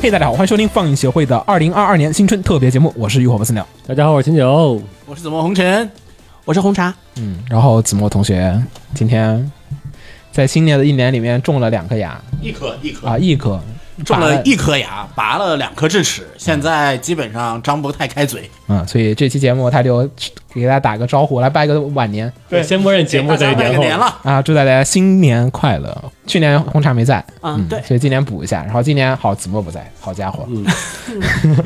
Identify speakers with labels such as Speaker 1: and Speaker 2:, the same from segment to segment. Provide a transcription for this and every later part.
Speaker 1: 嘿、大家好，欢迎收听放映协会的二零二二年新春特别节目，我是浴火不死鸟。
Speaker 2: 大家好，我是秦九。
Speaker 3: 我是怎么红尘，我是红茶，
Speaker 1: 嗯，然后子墨同学今天在新年的一年里面种了两颗牙
Speaker 3: 一颗一颗
Speaker 1: 啊，一颗，
Speaker 3: 种
Speaker 1: 拔
Speaker 3: 了一颗牙，拔了两颗智齿，现在基本上张不太开嘴。
Speaker 1: 嗯，所以这期节目他就给大家打个招呼，来拜个晚年
Speaker 2: 对，先默认节目在
Speaker 3: 大家拜
Speaker 2: 年
Speaker 3: 个
Speaker 2: 后。
Speaker 3: 年了
Speaker 1: 啊，祝大家新年快乐。去年红茶没在，
Speaker 3: 啊
Speaker 1: 嗯，，
Speaker 3: 对，嗯
Speaker 1: 所以今年补一下。然后今年好子墨不在，好家伙，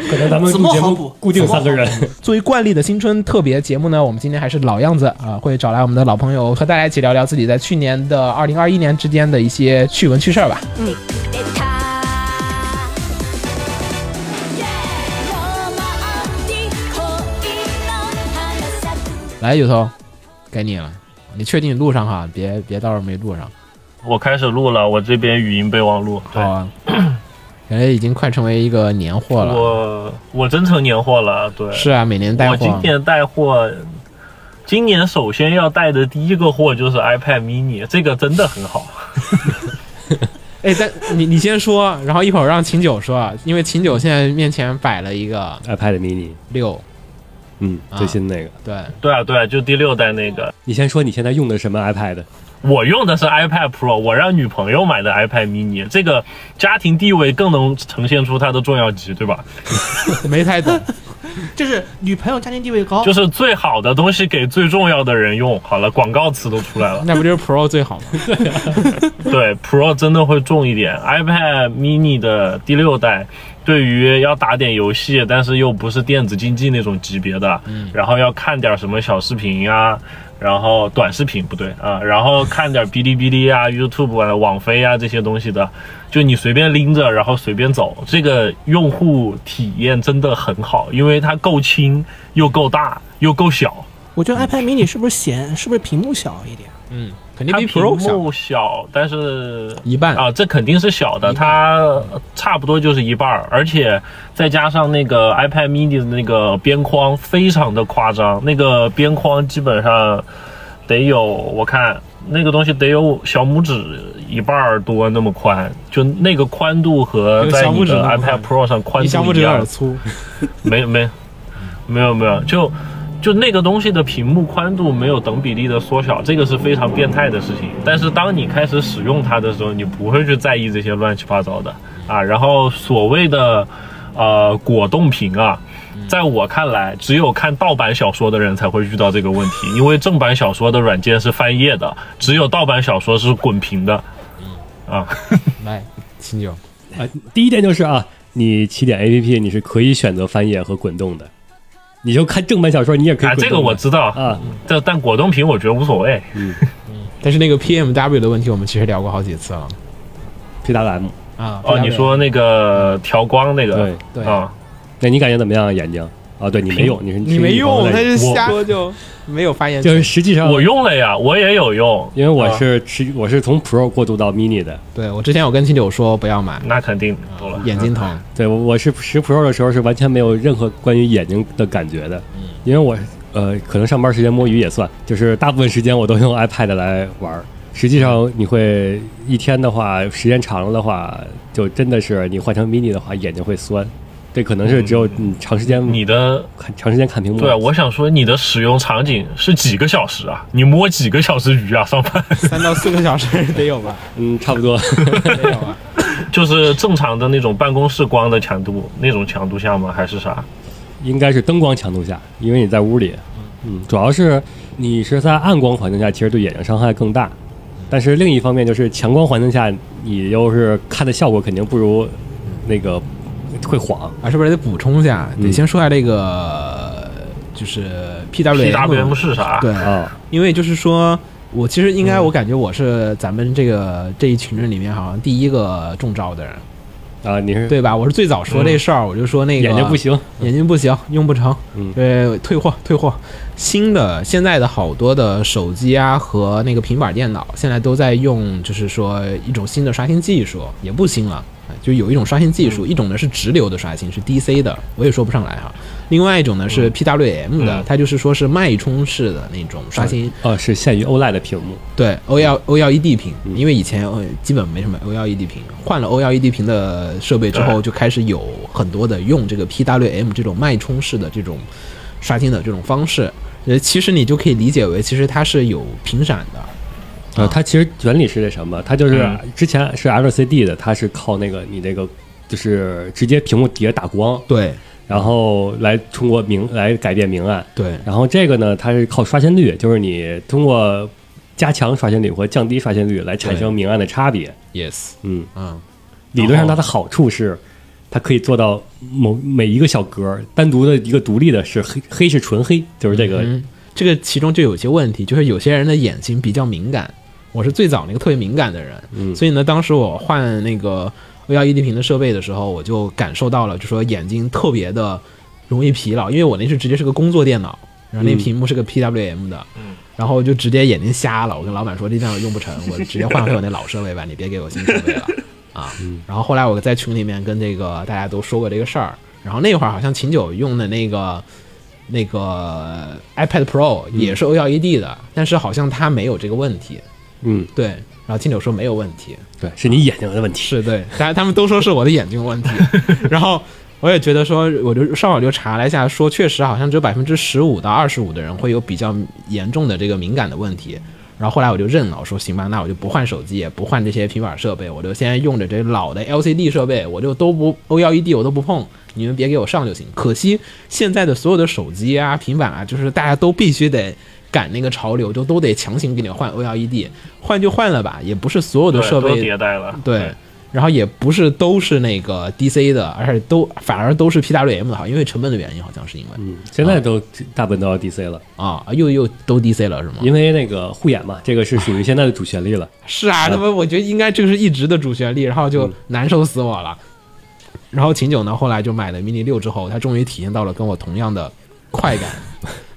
Speaker 2: 可能咱们
Speaker 3: 子
Speaker 2: 录
Speaker 3: 墨
Speaker 2: 节
Speaker 3: 好
Speaker 2: 目
Speaker 3: 补
Speaker 2: 固定
Speaker 3: 子墨
Speaker 2: 三个人，
Speaker 1: 作为惯例的新春特别节目呢，我们今天还是老样子啊、会找来我们的老朋友和大家一起聊聊自己在去年的二零二一年之间的一些趣闻趣事儿吧。来，雨桐，该你了，你确定路上哈，别别到时候没路上。
Speaker 4: 我开始录了，我这边语音备忘录。
Speaker 1: 好啊， 感觉已经快成为一个年货了。
Speaker 4: 我我真成年货了，对，
Speaker 1: 是啊，每年带
Speaker 4: 我今
Speaker 1: 货。
Speaker 4: 年带货，今年首先要带的第一个货就是 iPad mini，这个真的很好。
Speaker 1: 哎，但你你先说，然后一会儿让秦九说，因为秦九现在面前摆了一个
Speaker 2: iPad mini，
Speaker 1: 六，
Speaker 2: 嗯，
Speaker 1: 啊
Speaker 2: 最新那个。
Speaker 1: 对，
Speaker 4: 对啊，对啊，就第六代那个。
Speaker 2: 你先说你现在用的什么 iPad？
Speaker 4: 我用的是 iPad Pro，我让女朋友买的 iPad mini，这个家庭地位更能呈现出它的重要级，对吧？
Speaker 1: 没太 懂。
Speaker 3: 就是女朋友家庭地位高，
Speaker 4: 就是最好的东西给最重要的人用。好了，广告词都出来了。
Speaker 1: 那不就是 Pro 最好吗？
Speaker 4: 对，Pro 真的会重一点。iPad mini 的第六代，对于要打点游戏，但是又不是电子竞技那种级别的，
Speaker 1: 嗯
Speaker 4: 然后要看点什么小视频啊，然后短视频不对啊，然后看点哔哩哔哩啊、YouTube 啊、网飞啊这些东西的，就你随便拎着，然后随便走，这个用户体验真的很好，因为它够轻又够大又够小。
Speaker 3: 我觉得 iPad mini 是不是显，是不是屏幕小一点？
Speaker 1: 嗯，肯定
Speaker 4: 它
Speaker 1: 比
Speaker 4: 屏
Speaker 1: Pro 小
Speaker 4: 幕小，但是
Speaker 1: 一半。
Speaker 4: 啊，这肯定是小的，它呃差不多就是一半儿，而且再加上那个 iPad mini 的那个边框非常的夸张，那个边框基本上得有，我看那个东西得有小拇指一半儿多那么宽，就那个宽度和
Speaker 1: 有
Speaker 4: 在
Speaker 1: 小拇
Speaker 4: 你
Speaker 1: 指
Speaker 4: 的
Speaker 1: 那么
Speaker 4: iPad
Speaker 1: 宽
Speaker 4: Pro 上宽
Speaker 1: 你小拇
Speaker 4: 度
Speaker 1: 指
Speaker 4: 一
Speaker 1: 有
Speaker 4: 样
Speaker 1: 点，粗，
Speaker 4: 没没没有没有，就就那个东西的屏幕宽度没有等比例的缩小，这个是非常变态的事情。但是当你开始使用它的时候，你不会去在意这些乱七八糟的啊。然后所谓的呃果冻屏啊。在我看来，只有看盗版小说的人才会遇到这个问题，因为正版小说的软件是翻页的，只有盗版小说是滚屏的。啊，
Speaker 1: 来，秦九，
Speaker 2: 啊，第一点就是啊，你起点 APP 你是可以选择翻页和滚动的，你就看正版小说，你也可以
Speaker 4: 啊，
Speaker 2: 滚动的。
Speaker 4: 这个我知道，
Speaker 2: 啊，
Speaker 4: 这但果冻屏我觉得无所谓。
Speaker 1: 但是那个 PMW 的问题，我们其实聊过好几次了
Speaker 2: PWM
Speaker 1: 啊。
Speaker 4: 哦，你
Speaker 1: PWM
Speaker 4: 说那个调光那个，
Speaker 2: 对。
Speaker 1: 对，
Speaker 4: 啊，
Speaker 2: 那你感觉怎么样？眼睛啊，对你没 用，你是
Speaker 1: 你没用，他
Speaker 2: 那
Speaker 1: 就
Speaker 4: 我
Speaker 1: 瞎说就没有发言
Speaker 2: 就是
Speaker 1: 权。
Speaker 2: 实际上
Speaker 4: 我，用了呀，我也有用，
Speaker 2: 因为我
Speaker 4: 啊
Speaker 2: 是吃我是从 Pro 过渡到 mini 的。
Speaker 1: 对我之前我跟秦九说不要买，
Speaker 4: 那肯定懂了。
Speaker 1: 眼睛疼。
Speaker 2: 对，我我是十 Pro 的时候是完全没有任何关于眼睛的感觉的，
Speaker 4: 嗯
Speaker 2: 因为我呃可能上班时间摸鱼也算，就是大部分时间我都用 iPad 来玩儿。实际上你会一天的话，时间长了的话，就真的是你换成 mini 的话，眼睛会酸。这可能是只有你长时间
Speaker 4: 嗯你的
Speaker 2: 看长时间看屏幕。
Speaker 1: 嗯
Speaker 4: 对啊，我想说你的使用场景是几个小时啊？你摸几个小时鱼啊？上班
Speaker 1: 三到四个小时得有吧？
Speaker 2: 嗯，差不多。
Speaker 1: 得有吧？
Speaker 4: 就是正常的那种办公室光的强度，那种强度下吗？还是啥？
Speaker 2: 应该是灯光强度下，因为你在屋里，嗯，主要是你是在暗光环境下，其实对眼睛伤害更大。但是另一方面就是强光环境下，你又是看的效果肯定不如那个会晃。
Speaker 1: 啊，是不是得补充一下？得
Speaker 2: 嗯
Speaker 1: 先说下这个，就是
Speaker 4: PWM
Speaker 1: PWM
Speaker 4: 是啥？
Speaker 1: 对，
Speaker 2: 啊，
Speaker 1: 因为就是说。我其实应
Speaker 2: 嗯
Speaker 1: 该，我感觉我是咱们这个这一群人里面好像第一个中招的人，
Speaker 2: 啊，你是
Speaker 1: 对吧？我是最早说这事儿，我就说那个
Speaker 2: 嗯眼睛不行，
Speaker 1: 眼睛不行，用不成，
Speaker 2: 嗯
Speaker 1: 呃，退货退货。新的现在的好多的手机啊和那个平板电脑，现在都在用，就是说一种新的刷新技术，也不新了。呃就有一种刷新技
Speaker 4: 嗯
Speaker 1: 术，一种呢是直流的刷新，是 DC 的，我也说不上来哈。另外一种呢是 PWM 的，
Speaker 4: 嗯
Speaker 1: 它就是说是脉冲式的那种刷新，
Speaker 2: 哦，是限于 OLED 的屏幕，
Speaker 1: 对 O L O L E D 屏，因为以前呃基本没什么 O L E D 屏，换了 O L E D 屏的设备之后，
Speaker 4: 对
Speaker 1: 就开始有很多的用这个 P W M 这种脉冲式的这种刷新的这种方式。呃，其实你就可以理解为，其实它是有屏闪的，啊
Speaker 2: 呃，它其实原理是那什么，它就是
Speaker 4: 嗯
Speaker 2: 之前是 LCD 的，它是靠那个你那个就是直接屏幕底下打光，
Speaker 1: 对
Speaker 2: 然后来通过明来改变明暗，
Speaker 1: 对
Speaker 2: 然后这个呢，它是靠刷新率，就是你通过加强刷新率或降低刷新率来产生明暗的差别。
Speaker 1: ，yes，
Speaker 2: 嗯，
Speaker 1: 嗯，
Speaker 2: 理论上它的好处是，它可以做到某每一个小格单独的一个独立的是黑，黑是纯黑，就是这个。
Speaker 1: 嗯，这个其中就有些问题，就是有些人的眼睛比较敏感，我是最早那个特别敏感的人，
Speaker 2: 嗯
Speaker 1: 所以呢，当时我换那个 V L E D 屏的设备的时候，我就感受到了，就说眼睛特别的容易疲劳，因为我那是直接是个工作电脑，然后那
Speaker 2: 嗯
Speaker 1: 屏幕是个 P W M 的，然后就直接眼睛瞎了，我跟老板说这电脑用不成，我直接换回我那老设备吧，你别给我新设备了。啊。然后后来我在群里面跟这个大家都说过这个事儿，然后那会儿好像秦九用的那个那个 iPad Pro 也是 OLED 的，但是好像它没有这个问题。
Speaker 2: 嗯，
Speaker 1: 对，然后秦九说没有问题，
Speaker 2: 对，是你眼睛的问题。
Speaker 1: 是对，大家他们都说是我的眼睛有问题，然后。我也觉得说，我就上网就查了一下，说确实好像只有百分之十五到二十五的人会有比较严重的这个敏感的问题。然后后来我就认了，我说行吧，那我就不换手机，也不换这些平板设备，我就先用着这老的 LCD 设备，我就都不 OLED 我都不碰，你们别给我上就行。可惜现在的所有的手机啊、平板啊，就是大家都必须得赶那个潮流，就都得强行给你换 OLED，换就换了吧，也不是所有的
Speaker 4: 对，
Speaker 1: 设
Speaker 4: 都
Speaker 1: 备
Speaker 4: 迭代了，
Speaker 1: 对，然后也不是都是那个 DC 的，而且都反而都是 PWM 的好，因为成本的原因，好像是因为
Speaker 2: 嗯，哦现在都大部分都要 DC 了，
Speaker 1: 啊，又又都 DC 了是吗？
Speaker 2: 因为那个护眼嘛，这个是属于现在的主旋律了。
Speaker 1: 是啊，他妈，
Speaker 4: 嗯
Speaker 1: 我觉得应该这个是一直的主旋律，然后就难受死我了。然后秦九呢，后来就买了 mini 六之后，他终于体验到了跟我同样的快 感，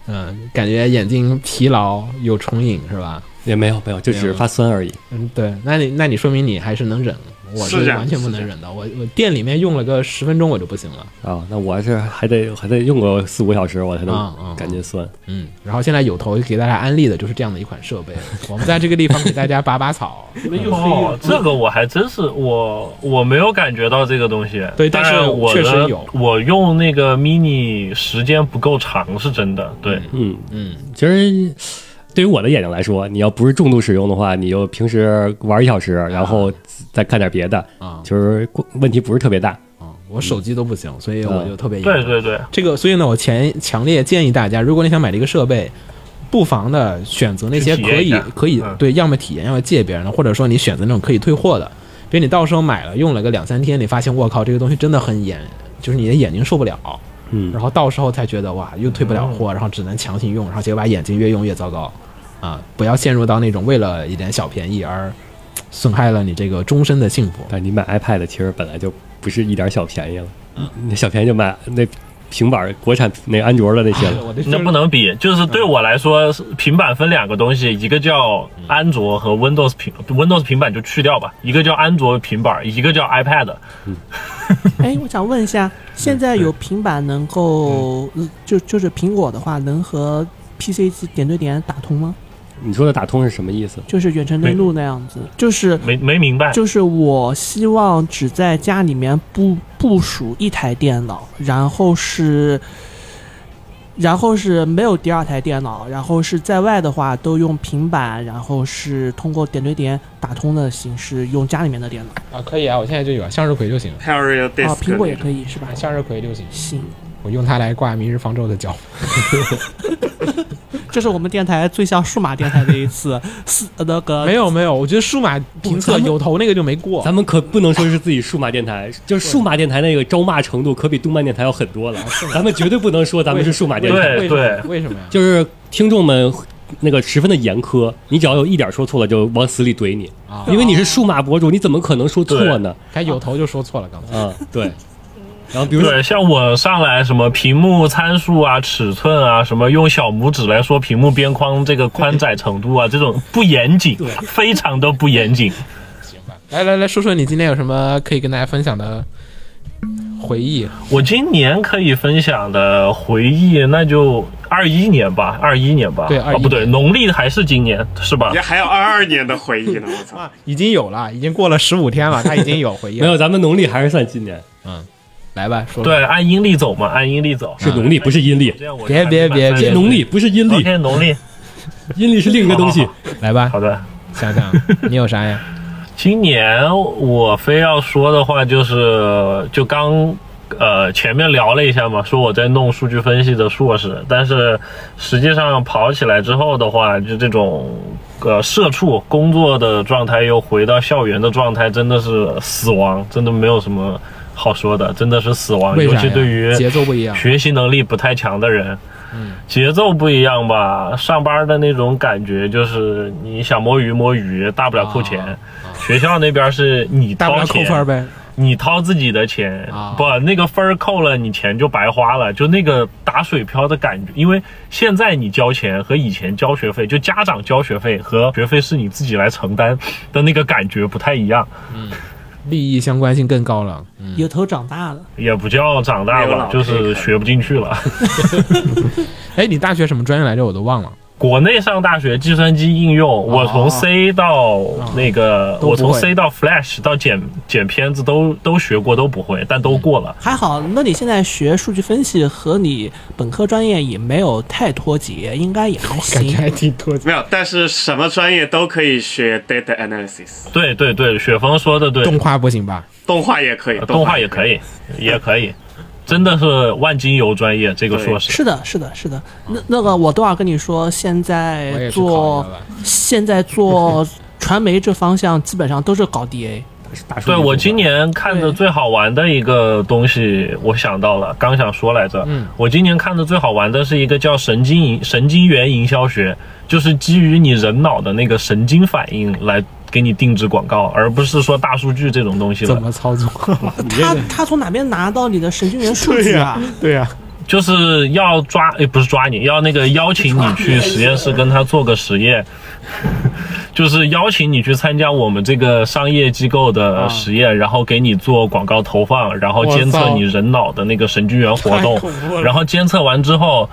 Speaker 1: 嗯，感觉眼睛疲劳有重影是吧？
Speaker 2: 也没有没有，就只是发酸而已。
Speaker 1: 嗯，对，那你那你说明你还是能忍，我
Speaker 4: 是这样
Speaker 1: 完全不能忍的。我我店里面用了个十分钟我就不行了。
Speaker 2: 啊，那我是还得还得用个四五小时，我才
Speaker 1: 啊啊
Speaker 2: 能感觉酸。
Speaker 1: 嗯，然后现在有头给大家安利的就是这样的一款设备，我们在这个地方给大家拔拔草。
Speaker 4: 哦，这个我还真是我我没有感觉到这个东西。
Speaker 1: 对但是
Speaker 4: 当然我的
Speaker 1: 确实有
Speaker 4: 我用那个 mini 时间不够长是真的。对，
Speaker 2: 嗯，
Speaker 1: 嗯，
Speaker 2: 其实对于我的眼睛来说，你要不是重度使用的话，你就平时玩一小时，然后再看点别的，
Speaker 1: 啊
Speaker 2: 其实问题不是特别大。
Speaker 1: 啊，我手机都不行，所以我就特别
Speaker 4: 对对对，
Speaker 1: 这个，所以呢，我前强烈建议大家，如果你想买这个设备，不妨的选择那些
Speaker 4: 去体
Speaker 1: 可
Speaker 4: 验一
Speaker 1: 以
Speaker 4: 下
Speaker 1: 可以
Speaker 4: 嗯
Speaker 1: 对，要么体验，要么借别人的，或者说你选择那种可以退货的。比如你到时候买了，用了个两三天，你发现我靠，这个东西真的很眼，就是你的眼睛受不了，
Speaker 2: 嗯
Speaker 1: 然后到时候才觉得哇，又退不了货，
Speaker 4: 嗯
Speaker 1: 然后只能强行用，然后结果把眼睛越用越糟糕，啊，不要陷入到那种为了一点小便宜而损害了你这个终身的幸福。
Speaker 4: 嗯
Speaker 2: 但你买 iPad 其实本来就不是一点小便宜了，那小便宜就买那平板儿国产那安卓的那些了。
Speaker 1: 我的
Speaker 4: 那不能比，就是对我来说，是平板分两个东西，一个叫安卓和 Windows 平 Windows 平板就去掉吧，一个叫安卓平板，一个叫 iPad。
Speaker 5: 哎，我想问一下，现在有平板能够，呃就就是苹果的话，能和 PC 机点对点打通吗？
Speaker 2: 你说的打通是什么意思？
Speaker 5: 就是远程登录那样子，就是
Speaker 4: 没没明白，
Speaker 5: 就是我希望只在家里面部部署一台电脑，然后是，然后是没有第二台电脑，然后是在外的话都用平板，然后是通过点对点打通的形式用家里面的电脑
Speaker 1: 啊，可以啊，我现在就有啊向日葵就行，
Speaker 6: Parallel
Speaker 5: 啊，苹
Speaker 6: Disk
Speaker 5: 果也可以是吧
Speaker 1: 买？向日葵就行，
Speaker 5: 行，
Speaker 1: 我用它来挂《明日方舟》的脚。
Speaker 5: 这是我们电台最像数码电台的 一次，是呃那个
Speaker 1: 没有没有，我觉得数码评测
Speaker 2: 咱们
Speaker 1: 有头那个就没过。
Speaker 2: 咱们可不能说是自己数码电台，就是数码电台那个招骂程度可比动漫电台要很多了。咱们绝对不能说咱们是数码电台。
Speaker 1: 为
Speaker 4: 对
Speaker 1: 什么
Speaker 4: 对
Speaker 1: 为什么呀？
Speaker 2: 就是听众们那个十分的严苛，你只要有一点说错了，就往死里怼你
Speaker 1: 啊，
Speaker 2: 因为你是数码博主，你怎么可能说错呢？
Speaker 1: 该有头就说错了，刚才
Speaker 2: 啊，对，然后比如说
Speaker 4: 对，像我上来什么屏幕参数啊、尺寸啊，什么用小拇指来说屏幕边框这个宽窄程度啊，这种不严谨，非常的不严谨。
Speaker 1: 来来来说说你今天有什么可以跟大家分享的回忆？
Speaker 4: 我今年可以分享的回忆，那就二一年吧，二一年吧，
Speaker 1: 对
Speaker 4: 啊不对，
Speaker 1: 21年
Speaker 4: 农历还是今年是吧
Speaker 6: 也？还有二二年的回忆呢，我操！
Speaker 1: 啊，已经有了，已经过了十五天 了，他已经有回忆
Speaker 2: 没
Speaker 1: 了。
Speaker 2: 有，咱们农历还是算今年，
Speaker 1: 来吧，说吧。
Speaker 4: 对，按阴历走嘛，按阴历走。
Speaker 2: 是农历不是阴历，
Speaker 4: 这样我
Speaker 1: 别别别别
Speaker 2: 是农历不是阴历，
Speaker 4: ，OK，农历，
Speaker 2: 阴历是另一个东西
Speaker 4: 好。
Speaker 1: 来吧，
Speaker 4: 好的。
Speaker 1: 想 想你有啥呀？
Speaker 4: 今年我非要说的话，就是就刚呃前面聊了一下嘛，说我在弄数据分析的硕士，但是实际上跑起来之后的话，就这种呃社畜工作的状态又回到校园的状态，真的是死亡，真的没有什么好说的，真的是死亡，
Speaker 1: 为
Speaker 4: 尤
Speaker 1: 啥
Speaker 4: 其
Speaker 1: 呀？
Speaker 4: 对于
Speaker 1: 节奏不一样。嗯
Speaker 4: 学习能力不太强的人，节奏不一样吧？上班的那种感觉就是你想摸鱼摸鱼，大不了扣钱。
Speaker 1: 啊
Speaker 4: 学校那边是你
Speaker 1: 大不
Speaker 4: 掏
Speaker 1: 了扣
Speaker 4: 钱，
Speaker 1: 分儿呗，
Speaker 4: 你掏自己的钱，
Speaker 1: 啊
Speaker 4: 不，那个分儿扣了，你钱就白花了，就那个打水漂的感觉。因为现在你交钱和以前交学费，就家长交学费和学费是你自己来承担的那个感觉不太一样。
Speaker 1: 利益相关性更高了。
Speaker 5: 有头长大了，
Speaker 4: 也不叫长大
Speaker 6: 没有
Speaker 4: 吧
Speaker 6: 老，
Speaker 4: 就是学不进去了。
Speaker 1: 哎，你大学什么专业来着？我都忘了。
Speaker 4: 国内上大学计算机应用，我从 C 到那个，
Speaker 1: 都不会
Speaker 4: 我从 C 到 Flash 到剪剪片子都都学过，都不会，但都过了。
Speaker 5: 还好。那你现在学数据分析和你本科专业也没有太脱节，应该也还
Speaker 1: 感觉
Speaker 5: 行。
Speaker 1: 还挺多。
Speaker 6: 没有，但是什么专业都可以学 data analysis，
Speaker 4: 对对对，雪峰说的对，
Speaker 1: 动画不行吧？
Speaker 6: 动画也可以，
Speaker 4: 呃动画也
Speaker 6: 以。
Speaker 4: 可以，也可以，真的是万金油专业这个硕士。
Speaker 5: 是的，是的，是的。那那个，我多少跟你说，现
Speaker 1: 我也
Speaker 5: 在
Speaker 1: 去考
Speaker 5: 做
Speaker 1: 虑了吧。
Speaker 5: 现 在做传媒这方向，基本上都是搞 DA。
Speaker 2: 大数据
Speaker 4: 对我
Speaker 2: 部分
Speaker 4: 今年看的
Speaker 5: 对
Speaker 4: 最好玩的一个东西，我想到了，刚想说来着。
Speaker 1: 嗯
Speaker 4: 我今年看的最好玩的是一个叫神经营神经元营销学，就是基于你人脑的那个神经反应来给你定制广告，而不是说大数据这种东西
Speaker 1: 怎
Speaker 4: 了。
Speaker 1: 么操作？
Speaker 5: 他他从哪边拿到你的神经元数据啊？
Speaker 1: 对呀、
Speaker 4: 就是要抓，诶，不是抓你，要那个邀请你去实验室跟他做个实验， 就是邀请你去参加我们这个商业机构的实验，然后给你做广告投放，然后监测你人脑的那个神经元活动，然后监测完之后。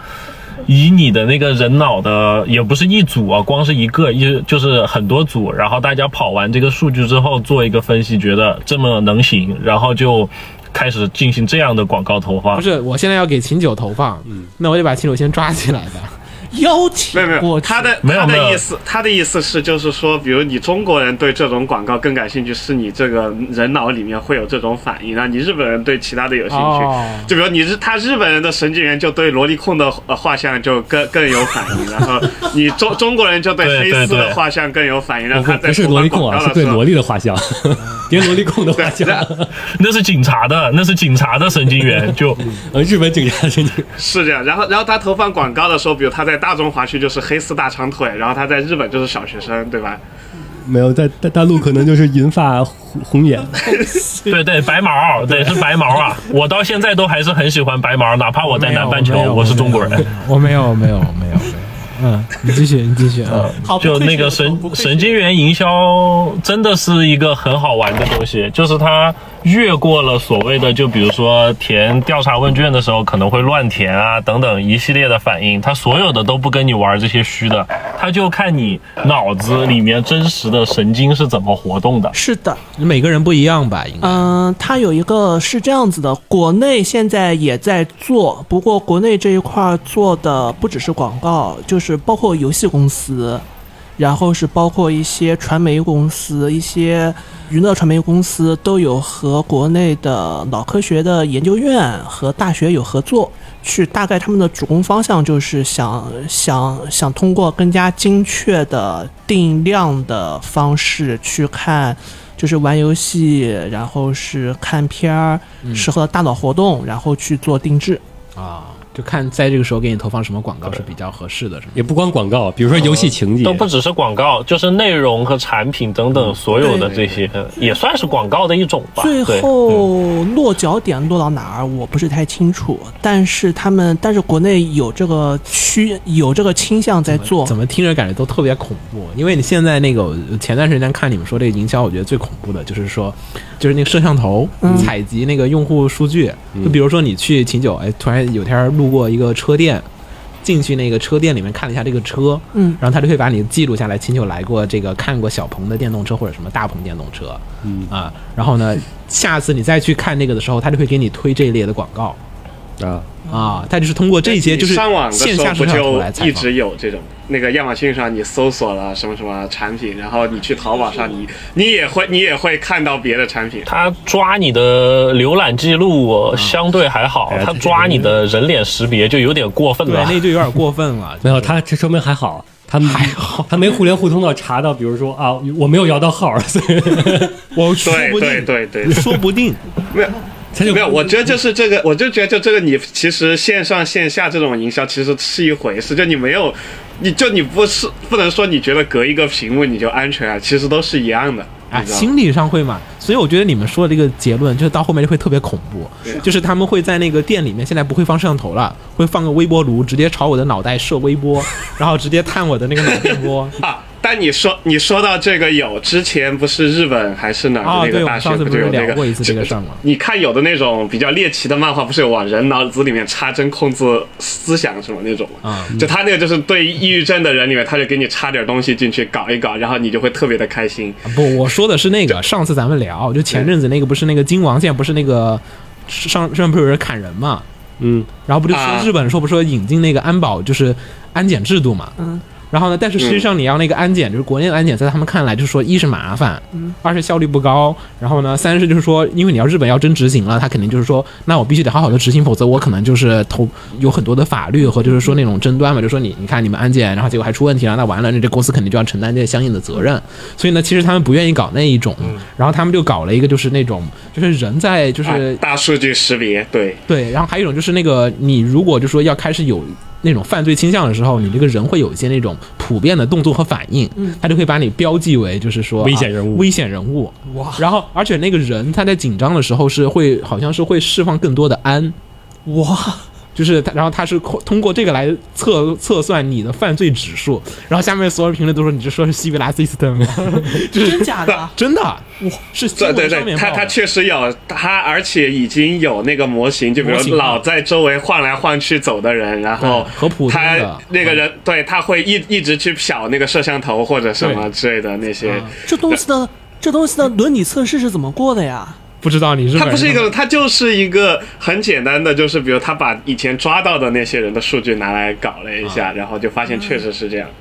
Speaker 4: 以你的那个人脑的也不是一组啊，光是一个一就是很多组，然后大家跑完这个数据之后做一个分析，觉得这么能行，然后就开始进行这样的广告投放
Speaker 1: 不。是，我现在要给秦九投放，那我得把秦九先抓起来吧。
Speaker 5: 邀请
Speaker 6: 没有没有，
Speaker 5: 过去
Speaker 6: 他的
Speaker 4: 没有
Speaker 6: 他
Speaker 4: 没有
Speaker 6: 的意思，他的意思是就是说，比如你中国人对这种广告更感兴趣，是你这个人脑里面会有这种反应，那你日本人对其他的有兴趣，
Speaker 1: 哦
Speaker 6: 就比如你日他日本人的神经元就对萝莉控的呃画像就更更有反应，然后你中中国人就对
Speaker 4: 对
Speaker 6: 黑
Speaker 4: 对
Speaker 6: 丝的
Speaker 4: 对
Speaker 6: 画像更有反应，
Speaker 2: 不
Speaker 6: 然后他在
Speaker 2: 不是
Speaker 6: 投
Speaker 2: 萝
Speaker 6: 放
Speaker 2: 莉控
Speaker 6: 广
Speaker 2: 啊，
Speaker 6: 告
Speaker 2: 是
Speaker 6: 的
Speaker 2: 对
Speaker 6: 时
Speaker 2: 萝
Speaker 6: 候。
Speaker 2: 莉的画像，别萝莉控的画像。
Speaker 4: 那是警察的，那是警察的神经元，就
Speaker 2: 呃，日本警察神经
Speaker 6: 是这样，然后然后他投放广告的时候，比如他在大中华区就是黑丝大长腿，然后他在日本就是小学生，对吧？
Speaker 2: 没有在大大陆可能就是银发红红眼，
Speaker 4: 对对白毛，对是白毛啊！我到现在都还是很喜欢白毛，哪怕 我在南半球
Speaker 1: 哎没有没，有
Speaker 4: 我是中国人。
Speaker 1: 我没有，没有，没有，没有。嗯，你继续，你继续。嗯，
Speaker 5: 好不
Speaker 4: 就
Speaker 5: 愧
Speaker 4: 那
Speaker 5: 是
Speaker 4: 个
Speaker 5: 我
Speaker 4: 神
Speaker 5: 不愧是
Speaker 4: 神经元营销真的是一个很好玩的东西，就是它越过了所谓的，就比如说填调查问卷的时候可能会乱填啊等等一系列的反应，它所有的都不跟你玩这些虚的，它就看你脑子里面真实的神经是怎么活动的。
Speaker 5: 是的，
Speaker 1: 每个人不一样吧？应该。
Speaker 5: 嗯，它有一个是这样子的，国内现在也在做，不过国内这一块儿做的不只是广告，就是包括游戏公司，然后是包括一些传媒公司、一些娱乐传媒公司都有和国内的脑科学的研究院和大学有合作，去大概他们的主攻方向就是想想想通过更加精确的定量的方式去看，就是玩游戏，然后是看片儿，适合大脑活动，然后去做定制。
Speaker 1: 啊，就看在这个时候给你投放什么广告是比较合适的，是吗？
Speaker 2: 也不光广告，比如说游戏情节，
Speaker 4: 都不只是广告，就是内容和产品等等所有的这些，也算是广告的一种吧。
Speaker 5: 最
Speaker 4: 对
Speaker 5: 后落脚点落到哪儿，我不是太清楚。但是他们，但是国内有这个趋，有这个倾向在做
Speaker 1: 怎。么听着感觉都特别恐怖？因为你现在那个我前段时间看你们说这个营销，我觉得最恐怖的就是说，就是那个摄像头采集那个用户数据，就比如说你去秦九，哎，突然有天路过一个车店，进去那个车店里面看了一下这个车，
Speaker 5: 嗯
Speaker 1: 然后他就会把你记录下来，秦九来过这个看过小鹏的电动车或者什么大鹏电动车，
Speaker 2: 嗯
Speaker 1: 啊，然后呢，下次你再去看那个的时候，他就会给你推这一列的广告
Speaker 2: 啊，
Speaker 1: 啊，他就是通过这些就是
Speaker 6: 你上网的
Speaker 1: 线
Speaker 6: 时候
Speaker 1: 下
Speaker 6: 不
Speaker 1: 市场图
Speaker 6: 就
Speaker 1: 来采
Speaker 6: 一
Speaker 1: 访。
Speaker 6: 直有这种？那个亚马逊上你搜索了什么什么产品，然后你去淘宝上你你也会你也会看到别的产品。
Speaker 4: 它抓你的浏览记录相对还好，
Speaker 2: 哎
Speaker 4: 它抓你的人脸识别就有点过分
Speaker 1: 对，
Speaker 4: 了。
Speaker 1: 那就有点过分了。
Speaker 2: 没有，他这说明还好，他还好，他没互联互通到查到，比如说啊，我没有摇到号，所以
Speaker 1: 我说
Speaker 6: 对
Speaker 1: 不定，
Speaker 6: 对对对，
Speaker 1: 说不 定，
Speaker 6: 没有。
Speaker 2: 他就
Speaker 6: 没有，我觉得就是这个，我就觉得就这个，你其实线上线下这种营销其实是一回事，就你没有，你就你不是不能说你觉得隔一个屏幕你就安全啊，其实都是一样的，
Speaker 1: 哎，
Speaker 6: 你知道吗？
Speaker 1: 心理上会嘛。所以我觉得你们说的这个结论，就是到后面就会特别恐怖，
Speaker 6: 啊
Speaker 1: 就是他们会在那个店里面，现在不会放摄像头了，会放个微波炉，直接朝我的脑袋射微波，然后直接探我的那个脑电波。
Speaker 6: 啊，但你说你说到这个有，之前不是日本还是
Speaker 1: 哦
Speaker 6: 哪儿的那
Speaker 1: 对
Speaker 6: 个
Speaker 1: 我
Speaker 6: 大
Speaker 1: 们
Speaker 6: 学
Speaker 1: 上次
Speaker 6: 就有
Speaker 1: 不是
Speaker 6: 那
Speaker 1: 聊过一次这个事儿吗
Speaker 6: 你看有的那种比较猎奇的漫画，不是有往人脑子里面插针控制思想什么那种吗？
Speaker 1: 啊
Speaker 6: 就他那个就是对抑郁症的人里面，他就给你插点东西进去搞一搞，然后你就会特别的开心。
Speaker 1: 不，我说的是那个上次咱们聊，就前阵子那个不是那个金王县不是那个上上面不是有人砍人嘛，
Speaker 2: 嗯，
Speaker 1: 然后不就说
Speaker 6: 啊
Speaker 1: 日本说不说引进那个安保就是安检制度嘛，
Speaker 5: 嗯，
Speaker 1: 然后呢，但是实际上你要那个安检，就是国内的安检，在他们看来就是说一是麻烦，嗯，二是效率不高，然后呢，三是就是说，因为你要日本要真执行了，他肯定就是说，那我必须得好好的执行，否则我可能就是投有很多的法律和就是说那种争端嘛，就说你你看你们安检，然后结果还出问题了，那完了，那这公司肯定就要承担这相应的责任，所以呢，其实他们不愿意搞那一种，然后他们就搞了一个就是那种就是人在就是、
Speaker 6: 啊、大数据识别，对，
Speaker 1: 对，然后还有一种就是那个，你如果就说要开始有那种犯罪倾向的时候，你这个人会有一些那种普遍的动作和反应，他就会把你标记为就是说
Speaker 2: 危险人物
Speaker 1: 啊危险人物。哇！然后而且那个人他在紧张的时候是会好像是会释放更多的胺，
Speaker 5: 哇，
Speaker 1: 就是他，然后他是通过这个来测测算你的犯罪指数，然后下面所有评论都说你这说是西比拉 system，吗就是
Speaker 5: 真假的？
Speaker 1: 真的哇，是新
Speaker 6: 对
Speaker 1: 闻
Speaker 6: 对
Speaker 1: 上
Speaker 6: 对，
Speaker 1: 面
Speaker 6: 它
Speaker 1: 报
Speaker 6: 它
Speaker 1: 的
Speaker 6: 确实有它，而且已经有那个模型，就比
Speaker 1: 模型
Speaker 6: 如
Speaker 1: 化
Speaker 6: 老在周围晃来晃去走的人，然后
Speaker 1: 对和普通
Speaker 6: 他
Speaker 1: 的嗯
Speaker 6: 那个人，对他会一一直去瞟那个摄像头或者什么
Speaker 1: 对
Speaker 6: 之类的那
Speaker 1: 啊
Speaker 6: 些。
Speaker 5: 这东西的这东西的伦理测试是怎么过的呀？
Speaker 1: 不知道你是
Speaker 6: 它不是一个，它就是一个很简单的，就是比如他把以前抓到的那些人的数据拿来搞了一下，
Speaker 1: 啊
Speaker 6: 然后就发现确实是这样。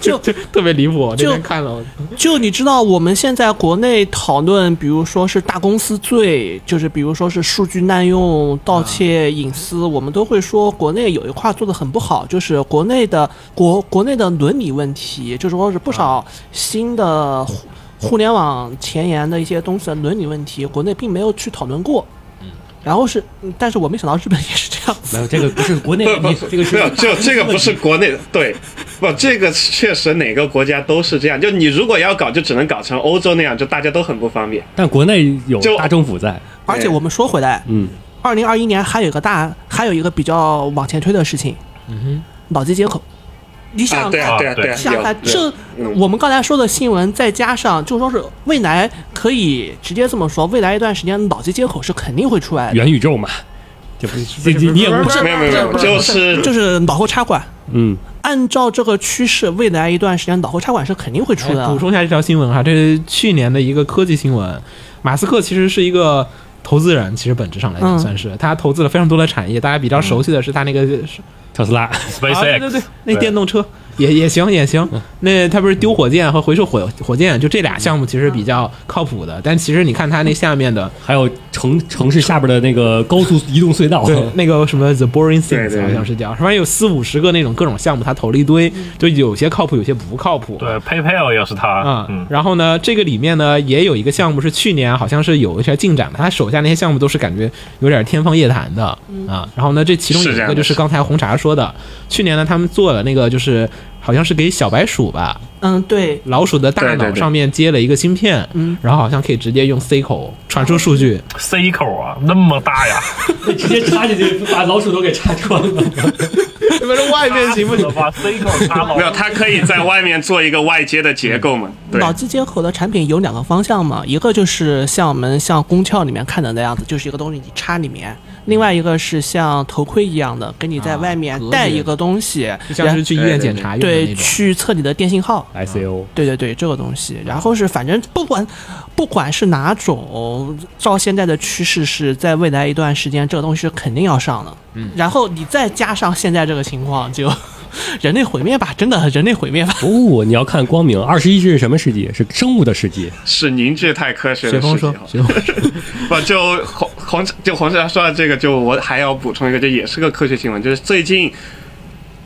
Speaker 1: 就就特别离谱，我那
Speaker 5: 就
Speaker 1: 天看了。
Speaker 5: 就你知道，我们现在国内讨论，比如说是大公司罪，就是比如说是数据滥用、盗窃隐私，我们都会说国内有一块做的很不好，就是国内的国国内的伦理问题，就是说是不少新的互互联网前沿的一些东西的伦理问题，国内并没有去讨论过。然后是，嗯但是我没想到日本也是这样子
Speaker 2: 没。有呃这个不是国内，
Speaker 6: 不
Speaker 2: 你
Speaker 6: 不，
Speaker 1: 嗯
Speaker 2: 这个是
Speaker 6: 没有，就这个不是 国内的，对，不，这个确实哪个国家都是这样。就你如果要搞，就只能搞成欧洲那样，就大家都很不方便。
Speaker 2: 但国内有
Speaker 6: 就
Speaker 2: 大政府在，
Speaker 5: 而且我们说回来，
Speaker 2: 嗯，
Speaker 5: 二零二一年还有一个大，还有一个比较往前推的事情，
Speaker 1: 嗯
Speaker 5: 脑机接口。你想
Speaker 6: 啊，
Speaker 5: 想
Speaker 6: 对
Speaker 5: 看，
Speaker 6: 啊，对啊，对啊，
Speaker 5: 想想看
Speaker 6: 有
Speaker 5: 这
Speaker 6: 嗯
Speaker 5: 我们刚才说的新闻，再加上就说是未来可以直接这么说，未来一段时间脑机接口是肯定会出来的，
Speaker 2: 元宇宙嘛，这不这这你也无
Speaker 6: 没有没有没有，就是
Speaker 5: 就是脑后插管。
Speaker 2: 嗯，
Speaker 5: 按照这个趋势，未来一段时间脑后插管是肯定会出的
Speaker 1: 哎补
Speaker 5: 啊。
Speaker 1: 充一下这条新闻哈，这是去年的一个科技新闻。马斯克其实是一个投资人，其实本质上来讲
Speaker 5: 嗯
Speaker 1: 算是、他投资了非常多的产业，大家比较熟悉的是他那个、
Speaker 2: 特斯拉，
Speaker 1: 啊对
Speaker 4: SpaceX
Speaker 1: 对对，那电动车也也行也行。
Speaker 6: 嗯
Speaker 1: 那他不是丢火箭和回收火火箭，啊就这俩项目其实比较靠谱的。但其实你看他那下面 的，
Speaker 2: 还有城城市下边的那个高速移动隧道，
Speaker 1: 对那个什么 The Boring Things
Speaker 6: 对
Speaker 1: 好像是叫，反正有四五十个那种各种项目，他投了一堆，就有些靠谱，有些不靠谱。
Speaker 4: 对，PayPal 也是他
Speaker 1: 啊，，
Speaker 4: 嗯，
Speaker 1: 然后呢，这个里面呢也有一个项目是去年好像是有一些进展的，他手下那些项目都是感觉有点天方夜谭的啊。然后呢，这其中有一
Speaker 6: 是这样
Speaker 1: 个
Speaker 6: 嗯的
Speaker 1: 就是刚才红茶说的，去年呢他们做了那个就是好像是给小白鼠吧，
Speaker 5: 嗯，对，
Speaker 1: 老鼠的大
Speaker 6: 对对
Speaker 1: 脑
Speaker 6: 对
Speaker 1: 上面接了一个芯片，
Speaker 5: 嗯
Speaker 1: 然后好像可以直接用 C 口传输数据，
Speaker 4: C 口啊，那么大呀，
Speaker 2: 直接插进去，把老鼠都给插穿了。
Speaker 5: 嗯
Speaker 1: 不是外面行 不行？
Speaker 4: 把 C 口插老
Speaker 6: 没有，它可以在外面做一个外接的结构嘛？对，
Speaker 5: 脑机接口的产品有两个方向嘛，一个就是像我们像宫壳里面看的那样子，就是一个东西你插里面；另外一个是像头盔一样的，给你在
Speaker 1: 啊
Speaker 5: 外面
Speaker 1: 隔
Speaker 5: 带
Speaker 1: 绝
Speaker 5: 一个东西，
Speaker 1: 就像是去医院检查用的那
Speaker 5: 啊对，
Speaker 1: 种。哎
Speaker 5: 去测你的电信号。
Speaker 2: ICO
Speaker 5: 对对对，这个东西。然后是反正不管不管是哪种，照现在的趋势是在未来一段时间，这个东西是肯定要上的。嗯，然后你再加上现在这个情况，就 人类毁灭吧，真的人类毁 灭吧。
Speaker 2: 哦不，你要看光明，二十一世纪是什么世纪？是生物的世纪。
Speaker 6: 是凝聚太科学
Speaker 1: 随
Speaker 6: 的事
Speaker 1: 风
Speaker 6: 情
Speaker 1: 说
Speaker 6: 了。，
Speaker 1: 随风说，
Speaker 6: 不就红红就红茶说到这个，就我还要补充一个，就也是个科学新闻，就是最近。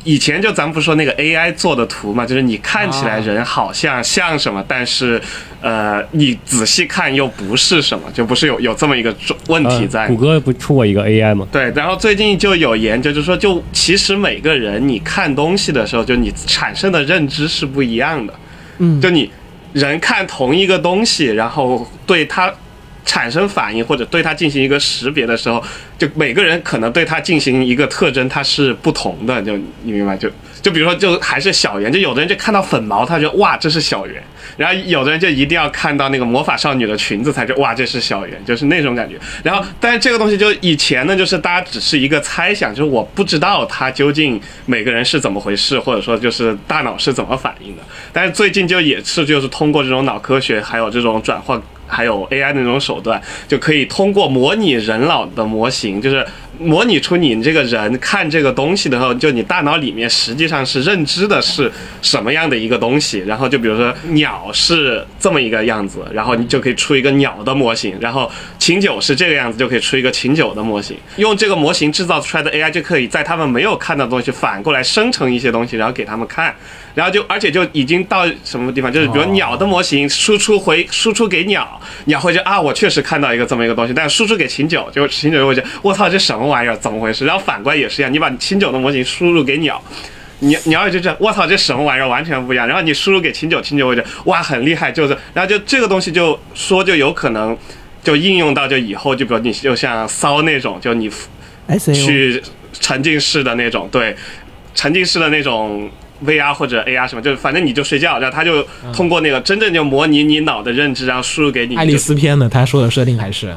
Speaker 6: 以前就咱们不说那个 AI 做的图嘛，就是你看起来人好像像什么，但是，呃，你仔细看又不是什么，就不是有有这么一个状问题在。
Speaker 2: 谷歌不出过一个 AI 吗？
Speaker 6: 对，然后最近就有研究，就是说，就其实每个人你看东西的时候，就你产生的认知是不一样的。
Speaker 5: 嗯
Speaker 6: 就你人看同一个东西，然后对它产生反应或者对它进行一个识别的时候，就每个人可能对它进行一个特征，它是不同的。就你明白？就就比如说，就还是小圆，就有的人就看到粉毛，他就哇这是小圆，然后有的人就一定要看到那个魔法少女的裙子才就哇这是小圆，就是那种感觉。然后，但是这个东西就以前呢，就是大家只是一个猜想，就是我不知道它究竟每个人是怎么回事，或者说就是大脑是怎么反应的。但是最近就也是就是通过这种脑科学，还有这种转换，还有 AI 的那种手段，就可以通过模拟人脑的模型，就是模拟出你这个人看这个东西的时候，就你大脑里面实际上是认知的是什么样的一个东西。然后就比如说鸟是这么一个样子，然后你就可以出一个鸟的模型，然后琴酒是这个样子，就可以出一个琴酒的模型。用这个模型制造出来的 AI 就可以在他们没有看到的东西反过来生成一些东西，然后给他们看。然后就而且就已经到什么地方，就是比如鸟的模型输出回输出给鸟，鸟会觉得啊，我确实看到一个这么一个东西，但输出给秦九，就秦九就会觉得我操，这什么玩意儿，怎么回事？然后反过来也是一样，你把秦九的模型输入给鸟。鸟鸟也就这样，我操，这什么玩意儿，完全不一样。然后你输入给秦九，秦九会觉得哇，很厉害，就是，然后就这个东西就说就有可能就应用到就以后，就比如你就像骚那种，就你
Speaker 5: S A
Speaker 6: 去沉浸式的那种，对，沉浸式的那种 VR 或者 AR 什么，就是反正你就睡觉，然后他就通过那个真正就模拟你脑的认知，然后输入给你。
Speaker 1: 爱丽丝篇呢，他说的设定还是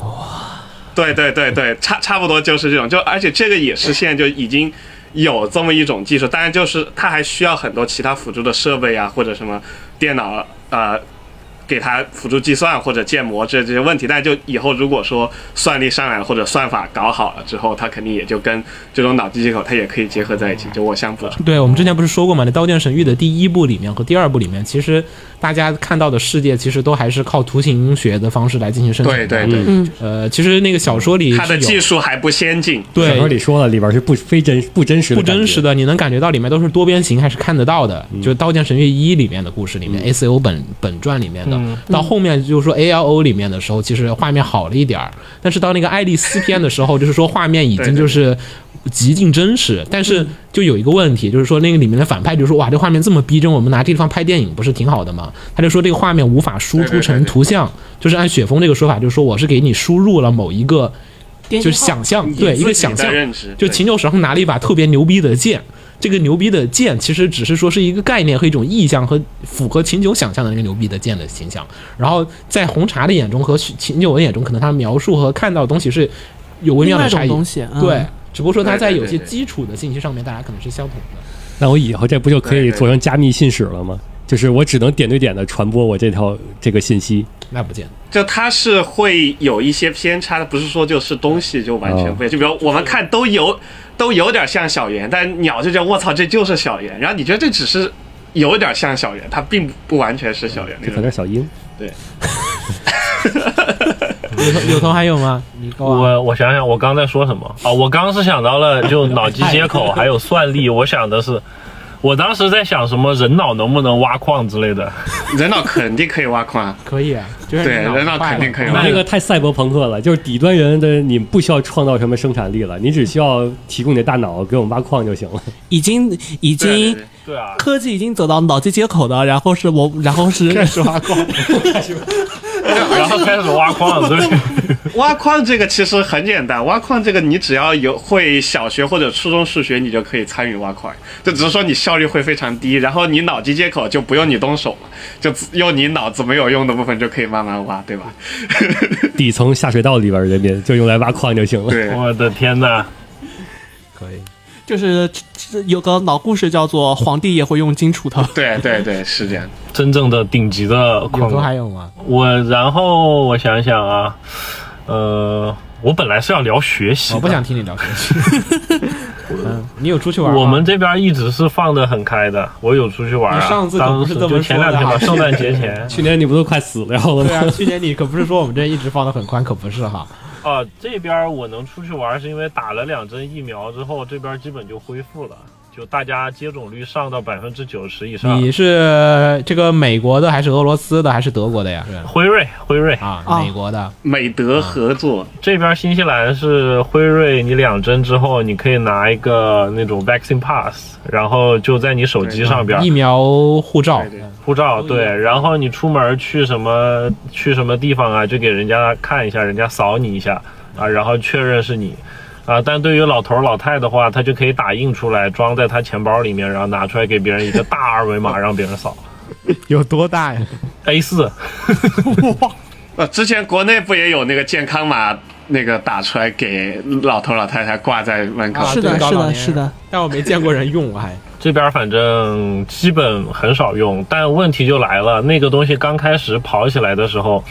Speaker 6: 对对对对，差差不多就是这种，就而且这个也是现在就已经有这么一种技术，当然就是它还需要很多其他辅助的设备啊，或者什么电脑呃。给它辅助计算或者建模这这些问题，但就以后如果说算力上来了或者算法搞好了之后，它肯定也就跟这种脑机接口它也可以结合在一起。就我相补充，
Speaker 1: 对，我们之前不是说过嘛，那《刀剑神域》的第一部里面和第二部里面，其实大家看到的世界其实都还是靠图形学的方式来进行生成
Speaker 6: 对
Speaker 1: 的。
Speaker 6: 对对，
Speaker 1: 呃，其实那个小说里
Speaker 6: 它的
Speaker 1: 是有
Speaker 6: 技术还不先进，
Speaker 2: 小说
Speaker 1: 对
Speaker 2: 里说了，里边是不非真不真实的
Speaker 1: 不真实
Speaker 2: 的。
Speaker 1: 的，你能感觉到里面都是多边形，还是看得到的。就是《刀剑神域一》里面的故事里面、a c o 本本传里面的，到后面就是说 ALO 里面的时候，其实画面好了一点儿，但是到那个爱丽丝篇的时候，就是说画面已经就是。极尽真实，但是就有一个问题，就是说那个里面的反派就说：“哇，这画面这么逼真，我们拿这地方拍电影不是挺好的吗？”他就说这个画面无法输出成图像，就是按雪峰这个说法，就是说我是给你输入了某一个
Speaker 5: 电
Speaker 1: 就是
Speaker 5: 信号
Speaker 1: 想象，对一个
Speaker 6: 哎你自己
Speaker 1: 想
Speaker 6: 的
Speaker 1: 象，
Speaker 6: 认知，
Speaker 1: 就
Speaker 6: 对
Speaker 1: 秦九手上拿了一把特别牛逼的剑，这个牛逼的剑其实只是说是一个概念和一种意象和符合秦九想象的那个牛逼的剑的形象。然后在红茶的眼中和秦九的眼中，可能他描述和看到的东西是有微妙
Speaker 5: 另外
Speaker 1: 的
Speaker 5: 一
Speaker 1: 差
Speaker 5: 种
Speaker 1: 异。
Speaker 5: 东西，嗯
Speaker 1: 对，只不过说他在有些
Speaker 6: 对对对对
Speaker 1: 基础的信息上面，大家可能是相同的。
Speaker 2: 那我以后这不就可以
Speaker 6: 对对
Speaker 2: 做成加密信使了吗？就是我只能点对点的传播我这条这个信息。
Speaker 1: 那不见得，
Speaker 6: 就它是会有一些偏差的，不是说就是东西就完全不一样。就比如我们看都有都有点像小圆，但鸟就觉得我操这就是小圆，然后你觉得这只是有点像小圆，它并不完全是小圆那
Speaker 2: 就有
Speaker 6: 个。
Speaker 2: 点小鹰，
Speaker 1: 有头有头还有吗？你告我，
Speaker 4: 我我想想，我刚在说什么啊？我刚是想到了就脑机接口还有算力，我想的是，我当时在想什么人脑能不能挖矿之类的。
Speaker 6: 人脑肯定可以挖矿啊，
Speaker 1: 可以啊，就是
Speaker 6: 对
Speaker 1: 你
Speaker 6: 人脑
Speaker 1: 坏了
Speaker 6: 肯定可以
Speaker 2: 你
Speaker 6: 挖
Speaker 2: 这个太赛博朋克了，就是底端人的你不需要创造什么生产力了，你只需要提供你的大脑给我们挖矿就行了。
Speaker 5: 已经已
Speaker 6: 对对
Speaker 5: 经
Speaker 6: 对
Speaker 4: 对啊，
Speaker 5: 科技已经走到脑机接口的，然后是我，然后是
Speaker 4: 然后开始挖矿，对，
Speaker 6: 挖矿这个其实很简单，挖矿这个你只要有会小学或者初中数学，你就可以参与挖矿。就只是说你效率会非常低，然后你脑机接口就不用你动手了，就只用你脑子没有用的部分就可以慢慢挖，对吧？
Speaker 2: 底层下水道里边的人民就用来挖矿就行了。
Speaker 6: 对，
Speaker 4: 我的天呐，
Speaker 1: 可以。
Speaker 5: 就是有个老故事叫做“皇帝也会用金锄头
Speaker 6: 对对对，是这样。
Speaker 4: 真正的顶级的
Speaker 1: 有头
Speaker 4: 矿。
Speaker 1: 还有吗？
Speaker 4: 我然后我想想啊，呃，我本来是要聊学习
Speaker 1: 我
Speaker 4: 的，
Speaker 1: 哦不想听你聊天。 嗯，你有出去玩吗？
Speaker 4: 我 们这边一直是放得很开的，我有出去玩
Speaker 1: 你
Speaker 4: 啊，
Speaker 1: 上次可
Speaker 4: 当
Speaker 1: 不是
Speaker 4: 时
Speaker 1: 这么
Speaker 4: 就前
Speaker 1: 说
Speaker 4: 两
Speaker 1: 的
Speaker 4: 天
Speaker 1: 啊
Speaker 4: 吧，圣诞 节前
Speaker 2: 去年你不都快死了了
Speaker 1: 对
Speaker 2: 吗？
Speaker 1: 啊，去年你可不是说我们这一直放的很宽，可不是哈。
Speaker 4: 啊，这边我能出去玩是因为打了两针疫苗之后，这边基本就恢复了，就大家接种率上到百分之九十以上。
Speaker 1: 你是呃这个美国的还是俄罗斯的还是德国的呀？
Speaker 4: 辉瑞，辉瑞
Speaker 1: 啊，
Speaker 5: 啊
Speaker 1: 美国的。
Speaker 6: 美德合作，
Speaker 4: 这边新西兰是辉瑞，你两针之后，你可以拿一个那种 vaccine pass，然后就在你手机上边
Speaker 1: 疫苗护照
Speaker 6: 对，对，
Speaker 4: 护照，对，然后你出门去什么去什么地方啊，就给人家看一下，人家扫你一下啊，然后确认是你啊。但对于老头儿老太的话，他就可以打印出来，装在他钱包里面，然后拿出来给别人一个大二维码，让别人扫
Speaker 1: 有多大呀？
Speaker 4: A 四。
Speaker 6: 呃，之前国内不也有那个健康码，那个打出来给老头老太太挂在门口？
Speaker 1: 啊
Speaker 5: 是的
Speaker 1: 对高
Speaker 5: 是的
Speaker 1: 老年人
Speaker 5: 是的”。
Speaker 1: 但我没见过人用，我还
Speaker 4: 这边反正基本很少用，但问题就来了，那个东西刚开始跑起来的时候，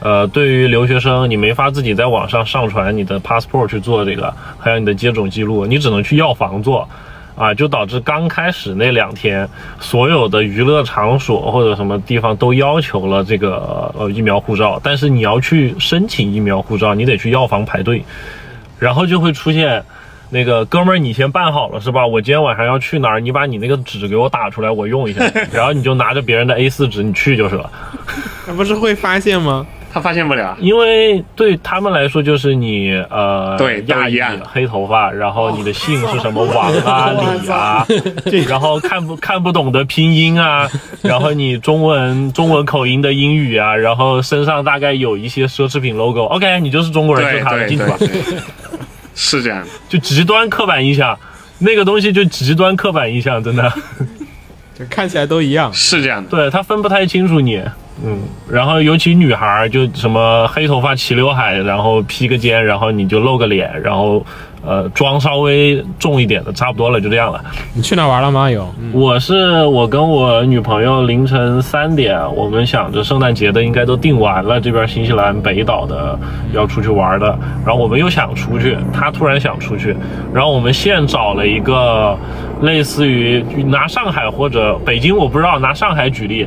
Speaker 4: 呃，对于留学生，你没法自己在网上上传你的 passport 去做这个，还有你的接种记录，你只能去药房做。啊，就导致刚开始那两天，所有的娱乐场所或者什么地方都要求了这个呃疫苗护照，但是你要去申请疫苗护照，你得去药房排队，然后就会出现那个哥们儿，你先办好了是吧？我今天晚上要去哪儿，你把你那个纸给我打出来，我用一 下。然后你就拿着别人的 A 4纸，你去就是了。
Speaker 1: 那不是会发现吗？
Speaker 6: 他发现不 了啊。
Speaker 4: 因为对他们来说，就是你呃，
Speaker 6: 对都
Speaker 4: 亚
Speaker 6: 一
Speaker 4: 裔
Speaker 6: 样
Speaker 4: 黑头发，然后你的姓是什么王 啊、李啊，然后看不看不懂的拼音啊，然后你中文中文口音的英语啊，然后身上大概有一些奢侈品 logo。OK，你就是中国人，
Speaker 6: 对
Speaker 4: 就他了，
Speaker 6: 对
Speaker 4: 进去吧
Speaker 6: 对。对，是这样的。
Speaker 4: 就极端刻板印象，那个东西就极端刻板印象，真的。
Speaker 1: 就看起来都一样。
Speaker 6: 是这样的，
Speaker 4: 对他分不太清楚你，嗯，然后尤其女孩儿就什么黑头发齐刘海，然后披个肩，然后你就露个脸，然后呃妆稍微重一点的，差不多了，就这样了。
Speaker 1: 你去哪玩了吗？有，
Speaker 4: 我是我跟我女朋友凌晨三点，我们想着圣诞节的应该都订完了，这边新西兰北岛的要出去玩的，然后我们又想出去，她突然想出去，然后我们现找了一个类似于拿上海或者北京，我不知道拿上海举例。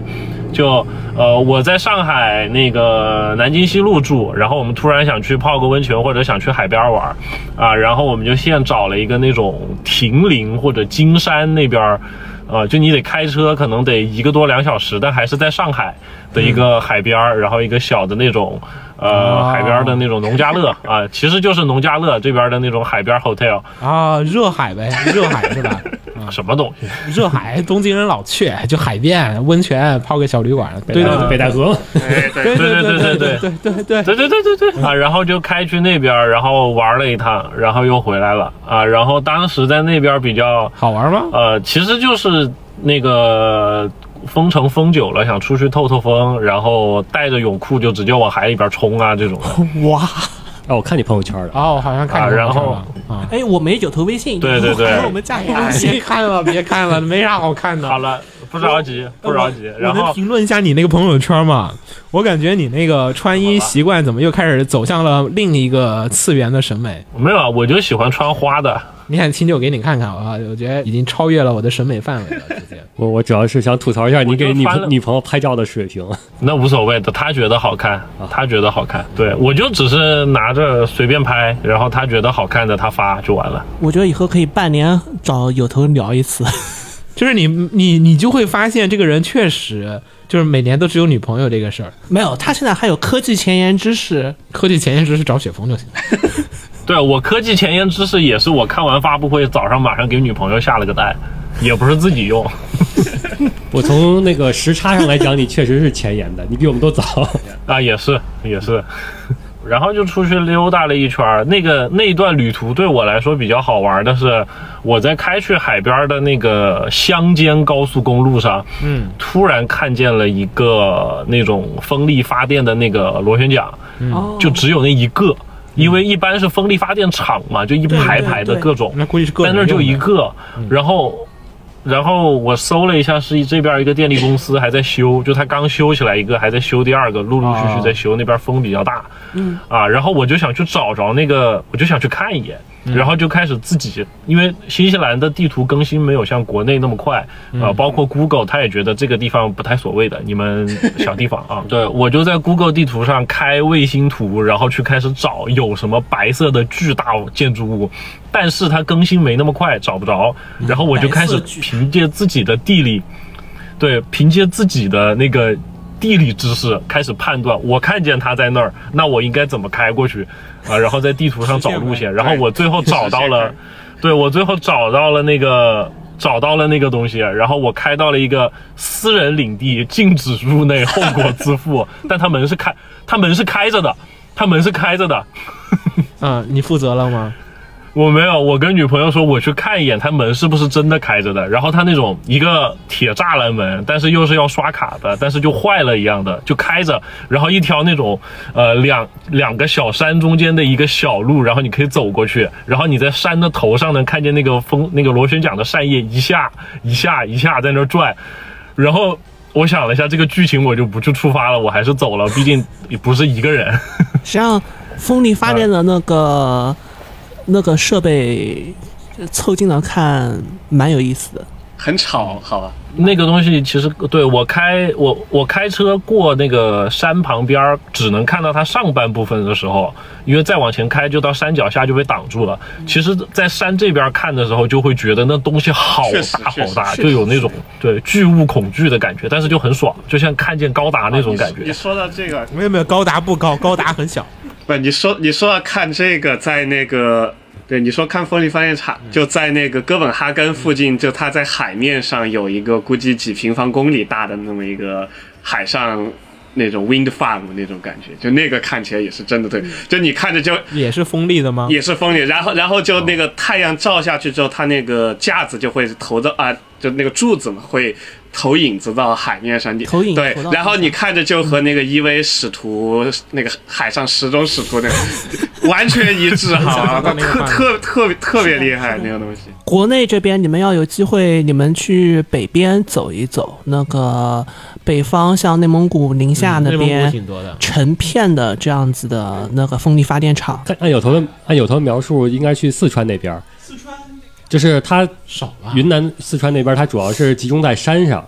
Speaker 4: 就呃，我在上海那个南京西路住，然后我们突然想去泡个温泉，或者想去海边玩儿，啊，然后我们就现找了一个那种亭林或者金山那边儿，呃，就你得开车，可能得一个多两小时，但还是在上海的一个海边儿，然后一个小的那种。呃，
Speaker 1: 哦
Speaker 4: 海边儿的那种农家乐啊，其实就是农家乐这边儿的那种海边儿 hotel，
Speaker 1: 啊，热海呗，热海是吧？ 啊，
Speaker 4: 什么东西？
Speaker 1: 热海，东京人老去，就海边、温泉，泡个小旅馆。对对
Speaker 2: 北戴河，
Speaker 6: 对
Speaker 1: 对
Speaker 6: 对，
Speaker 1: 对
Speaker 4: 对
Speaker 1: 对对对对，
Speaker 4: 对对对对对啊！然后就开去那边儿，然后玩了一趟，然后又回来了啊！然后当时在那边儿比较
Speaker 1: 好玩吗？
Speaker 4: 呃，其实就是那个封城封久了，想出去透透风，然后带着泳裤就直接往海里边冲啊这种的。
Speaker 5: 哇，
Speaker 2: 啊，我看你朋友圈了，
Speaker 1: 哦，我好像看
Speaker 4: 啊
Speaker 1: 你
Speaker 4: 然
Speaker 1: 朋友
Speaker 4: 后
Speaker 1: 圈了啊。哎
Speaker 5: 哎，我没有头微信，
Speaker 4: 对对对
Speaker 5: 还有我们加个微
Speaker 1: 别
Speaker 5: 信。
Speaker 1: 看了，别看了，没啥好看的。
Speaker 4: 好了，不着急，不着急。
Speaker 1: 呃我
Speaker 4: 然
Speaker 1: 能
Speaker 4: 后
Speaker 1: 评论一下你那个朋友圈吗？我感觉你那个穿衣习惯怎么又开始走向了另一个次元的审美？
Speaker 4: 没有，啊，我就喜欢穿花的。
Speaker 1: 你看清酒给你看看啊，我觉得已经超越了我的审美范围了，直接。
Speaker 2: 我我主要是想吐槽一下你给
Speaker 4: 我就
Speaker 2: 女
Speaker 4: 翻了
Speaker 2: 女朋友拍照的水平。
Speaker 4: 那无所谓的，他觉得好看，他觉得好看。对我就只是拿着随便拍，然后他觉得好看的他发就完了。
Speaker 5: 我觉得以后可以半年找有头聊一次。
Speaker 1: 就是你你你就会发现，这个人确实就是每年都只有女朋友这个事儿。
Speaker 5: 没有，他现在还有科技前沿知识，
Speaker 1: 科技前沿知识找雪峰就行。
Speaker 4: 对啊我科技前沿知识也是我看完发布会早上马上给女朋友下了个单，也不是自己用。
Speaker 2: 我从那个时差上来讲，你确实是前沿的，你比我们都早。
Speaker 4: 啊，也是也是。然后就出去溜达了一圈儿，那个那一段旅途对我来说比较好玩的是，我在开去海边的那个乡间高速公路上，嗯，突然看见了一个那种风力发电的那个螺旋桨，
Speaker 1: 嗯
Speaker 5: 哦
Speaker 4: 就只有那一个，因为一般是风力发电厂嘛，就一排排的
Speaker 5: 对对
Speaker 4: 各种，
Speaker 1: 那估计是个
Speaker 4: 但
Speaker 1: 人
Speaker 4: 那儿就
Speaker 1: 用
Speaker 4: 一
Speaker 1: 的嗯
Speaker 4: 个，然后。然后我搜了一下，是这边一个电力公司还在修，就他刚修起来一个，还在修第二个，陆陆续续在修。那边风比较大，嗯啊，然后我就想去找着那个，我就想去看一眼，然后就开始自己，因为新西兰的地图更新没有像国内那么快啊，包括 Google 他也觉得这个地方不太所谓的，你 们小地方啊。对我就在 Google 地图上开卫星图，然后去开始找有什么白色的巨大建筑物，但是它更新没那么快，找不着，然后我就开始
Speaker 5: 白色巨
Speaker 4: 凭借自己的地理，对，凭借自己的那个地理知识开始判断，我看见它在那儿，那我应该怎么开过去啊？然后在地图上找路线，然后我最后找到了，对我最后找到了那个。找到了那个东西，然后我开到了一个私人领地，禁止入内，后果自负。 但他门是开，他门是开着的，他门是开着的，
Speaker 1: 嗯，你负责了吗？
Speaker 4: 我没有，我跟女朋友说我去看一眼，他门是不是真的开着的。然后他那种一个铁栅栏门，但是又是要刷卡的，但是就坏了一样的，就开着。然后一条那种呃两两个小山中间的一个小路，然后你可以走过去，然后你在山的头上能看见那个风那个螺旋桨的扇叶一下一下一下在那转，然后。我想了一下这个剧情，我就不去触发了，我还是走了，毕竟也不是一个人。
Speaker 5: 实际上风力发电的那个、那个设备凑近了看蛮有意思的。
Speaker 6: 很吵，好吧？
Speaker 4: 那个东西其实对我开我我开车过那个山旁边儿，只能看到它上半部分的时候，因为再往前开就到山脚下就被挡住了。其实，在山这边看的时候，就会觉得那东西好
Speaker 6: 确实
Speaker 4: 大
Speaker 6: 确
Speaker 4: 好
Speaker 6: 实
Speaker 4: 大，
Speaker 6: 确实
Speaker 4: 就有那种对巨物恐惧的感觉，但是就很爽，就像看见高达那种感
Speaker 6: 啊你
Speaker 4: 觉。
Speaker 6: 说到这个，
Speaker 1: 没有没有，高达不高，高达很小。
Speaker 6: 不，你说你说要看这个，在那个。对，你说看风力发电厂，
Speaker 4: 嗯
Speaker 6: 就在那个哥本哈根附近，就它在海面上有一个估计几平方公里大的那么一个海上那种 wind farm 那种感觉，就那个看起来也是真的
Speaker 4: 嗯
Speaker 6: 对，就你看着就
Speaker 1: 也是锋利的吗？
Speaker 6: 也是风力，然后然后就那个太阳照下去之后，它那个架子就会投到啊，就那个柱子嘛，会投影子到海面上。你
Speaker 5: 投影
Speaker 6: 对
Speaker 5: 投到，
Speaker 6: 然后你看着就和那个 EV 使徒那个海上时钟使徒那个完全一致，好吧？
Speaker 1: 想到那个
Speaker 6: 特
Speaker 1: 画面
Speaker 6: 特特别特别厉害那个东西。
Speaker 5: 国内这边你们要有机会，你们去北边走一走，那个北方像内蒙古宁夏那
Speaker 1: 内蒙古
Speaker 5: 边。
Speaker 1: 挺多的。
Speaker 5: 成片的这样子的那个风力发电厂，
Speaker 2: 看按有头的按有头描述，应该去四川那边儿。四川就是它
Speaker 1: 少吧？
Speaker 2: 云南、四川那边儿，它主要是集中在山上，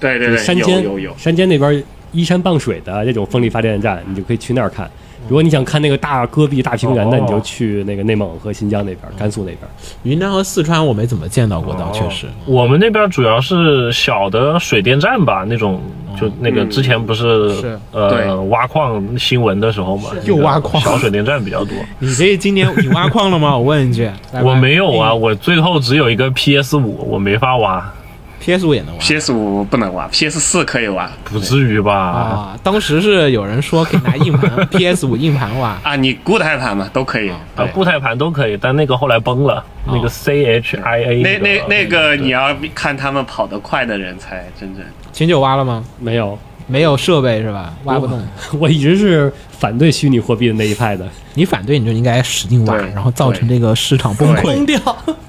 Speaker 6: 对对
Speaker 2: 就是
Speaker 6: 对，
Speaker 2: 山间
Speaker 6: 有有有，
Speaker 2: 山间那边依山傍水的这种风力发电站，你就可以去那儿看。如果你想看那个大戈壁、大平原的，
Speaker 4: 哦
Speaker 2: 你就去那个内蒙和新疆那边、甘肃那边。
Speaker 1: 云南和四川我没怎么见到过，倒确实。
Speaker 4: 我们那边主要是小的水电站吧，那种就那个
Speaker 6: 嗯
Speaker 4: 之前不是,、
Speaker 1: 是
Speaker 6: 对
Speaker 4: 呃挖矿新闻的时候嘛，
Speaker 1: 又挖矿
Speaker 4: 小水电站比较多。
Speaker 1: 你这今年你挖矿了吗？我问一 句。来吧
Speaker 4: 我没有啊，我最后只有一个 PS 五，我没法挖，
Speaker 1: ，PS 五也能挖
Speaker 6: PS 五不能玩，PS 四可以玩
Speaker 4: 不至于吧？
Speaker 1: 啊！当时是有人说可以拿硬 盘，PS 五硬盘挖。
Speaker 6: 啊，你固态盘嘛都可以。
Speaker 4: 啊，固态盘都可以，但那个后来崩了，那个 CHIA
Speaker 6: 那那那个你
Speaker 4: 对
Speaker 6: 要看他们跑得快的人才真正。
Speaker 1: 秦九挖了吗？
Speaker 2: 没有，
Speaker 1: 没有设备是吧？挖不动。
Speaker 2: 我一直是反对虚拟货币的那一派的。
Speaker 1: 你反对你就应该使劲挖，
Speaker 6: 对
Speaker 1: 然后造成这个市场崩溃
Speaker 5: 崩，掉，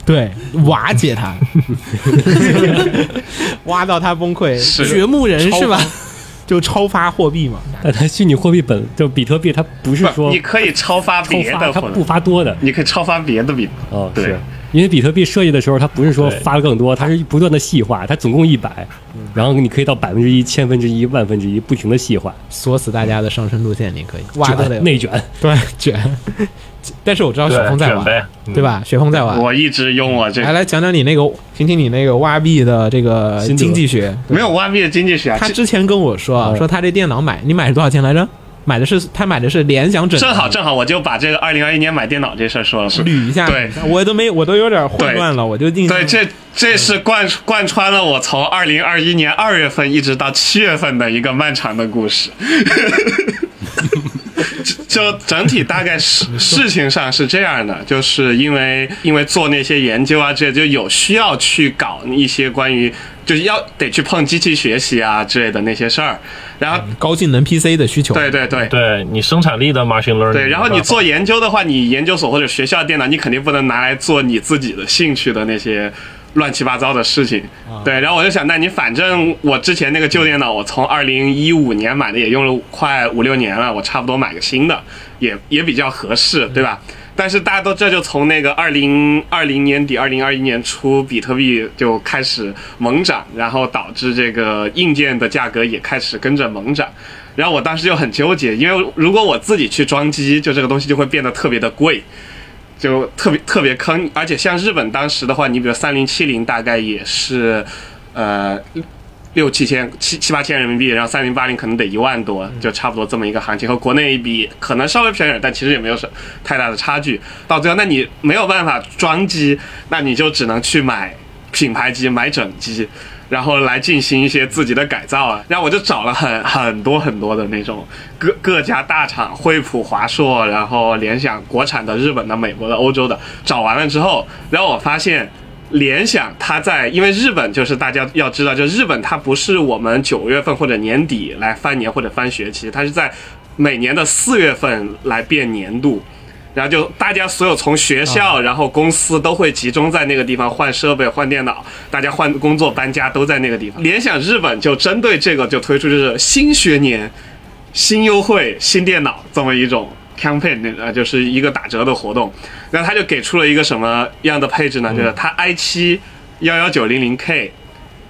Speaker 1: 对，瓦解 它，挖到它崩溃，
Speaker 6: 是
Speaker 5: 掘墓人是吧？
Speaker 1: 就超发货币嘛。
Speaker 2: 但它虚拟货币本就比特币，它不是
Speaker 6: 不，
Speaker 2: 说
Speaker 6: 你可以超发
Speaker 2: 超
Speaker 6: 别
Speaker 2: 发，
Speaker 6: 的
Speaker 2: 它
Speaker 6: 混
Speaker 2: 不发多的。
Speaker 6: 你可以超发别的比
Speaker 2: 哦，
Speaker 6: 对
Speaker 2: 是，因为比特币设计的时候，它不是说
Speaker 4: 对
Speaker 2: 发的更多，它是不断的细化，它总共一百，然后你可以到百分之一、千分之一、万分之一，不停的细化，
Speaker 1: 锁死大家的上升路线，你可以挖的
Speaker 2: 卷内卷。
Speaker 1: 对卷。但是我知道雪
Speaker 4: 对
Speaker 1: 峰在
Speaker 4: 卷
Speaker 1: 玩，
Speaker 4: 呗，嗯
Speaker 1: 对？吧？雪峰在玩，
Speaker 6: 我一直用我这
Speaker 1: 来来讲讲你那个，听听你那个挖币的这个
Speaker 2: 心得
Speaker 1: 经济学。
Speaker 6: 没有挖币的经济学啊，
Speaker 1: 他
Speaker 6: 这啊
Speaker 1: 之前跟我说，啊
Speaker 2: 嗯
Speaker 1: 说他这电脑买，你买是多少钱来着？买的是他买的是联想整，
Speaker 6: 正好正好我就把这个二零二一年买电脑这事儿说了是。
Speaker 1: 捋一下，
Speaker 6: 对，
Speaker 1: 我都没，我都有点混乱了，我就印象
Speaker 6: 对，这这是贯贯穿了我从二零二一年二月份一直到七月份的一个漫长的故事。 就整体大概事事情上是这样的，就是因为因为做那些研究啊之类的，就有需要去搞一些关于就是要得去碰机器学习啊之类的那些事儿，然后
Speaker 1: 高性能 PC 的需求，
Speaker 6: 对对对，
Speaker 4: 对你生产力的 machine learning，
Speaker 6: 对，然后
Speaker 4: 没
Speaker 6: 你
Speaker 4: 办法
Speaker 6: 做研究的话，你研究所或者学校的电脑，你肯定不能拿来做你自己的兴趣的那些乱七八糟的事情。对，然后我就想，那你反正我之前那个旧电脑，我从二零一五年买的，也用了快五六年了，我差不多买个新的，也也比较合适，对吧？但是大家都这就从那个二零二零年底、二零二一年初，比特币就开始猛涨，然后导致这个硬件的价格也开始跟着猛涨。然后我当时就很纠结，因为如果我自己去装机，就这个东西就会变得特别的贵，就特别特别坑。而且像日本当时的话，你比如三零七零大概也是，呃。六七千、七七八千人民币，然后三零八零可能得一万多，就差不多这么一个行情，和国内一比可能稍微偏远，但其实也没有什太大的差距。到最后，那你没有办法装机，那你就只能去买品牌机、买整机，然后来进行一些自己的改造啊。然后我就找了很很多很多的那种各 各家大厂，惠普、华硕，然后联想国产的、日本的、美国的、欧洲的，找完了之后，然后我发现。联想它在，因为日本就是大家要知道，就日本它不是我们九月份或者年底来翻年或者翻学期，它是在每年的四月份来变年度，然后就大家所有从学校，然后公司都会集中在那个地方换设备、换电脑，大家换工作、搬家都在那个地方。联想日本就针对这个就推出就是新学年新优惠、新电脑这么一种 campaign，呃，就是一个打折的活动。然后他就给出了一个什么样的配置呢？就是它 i 七幺幺九零零 K，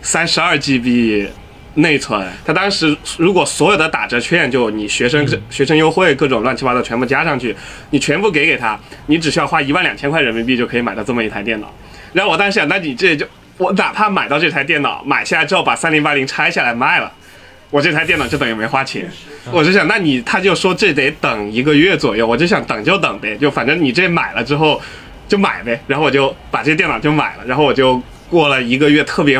Speaker 6: 三十二 GB 内存。它当时如果所有的打折券，就你学生、学生优惠各种乱七八糟全部加上去，你全部给给他，你只需要花一万两千块人民币就可以买到这么一台电脑。然后我当时想，那你这就我哪怕买到这台电脑，买下来之后把三零八零拆下来卖了。我这台电脑就等于没花钱，我就想，那你他就说这得等一个月左右，我就想等就等呗，就反正你这买了之后就买呗，然后我就把这电脑就买了，然后我就过了一个月特别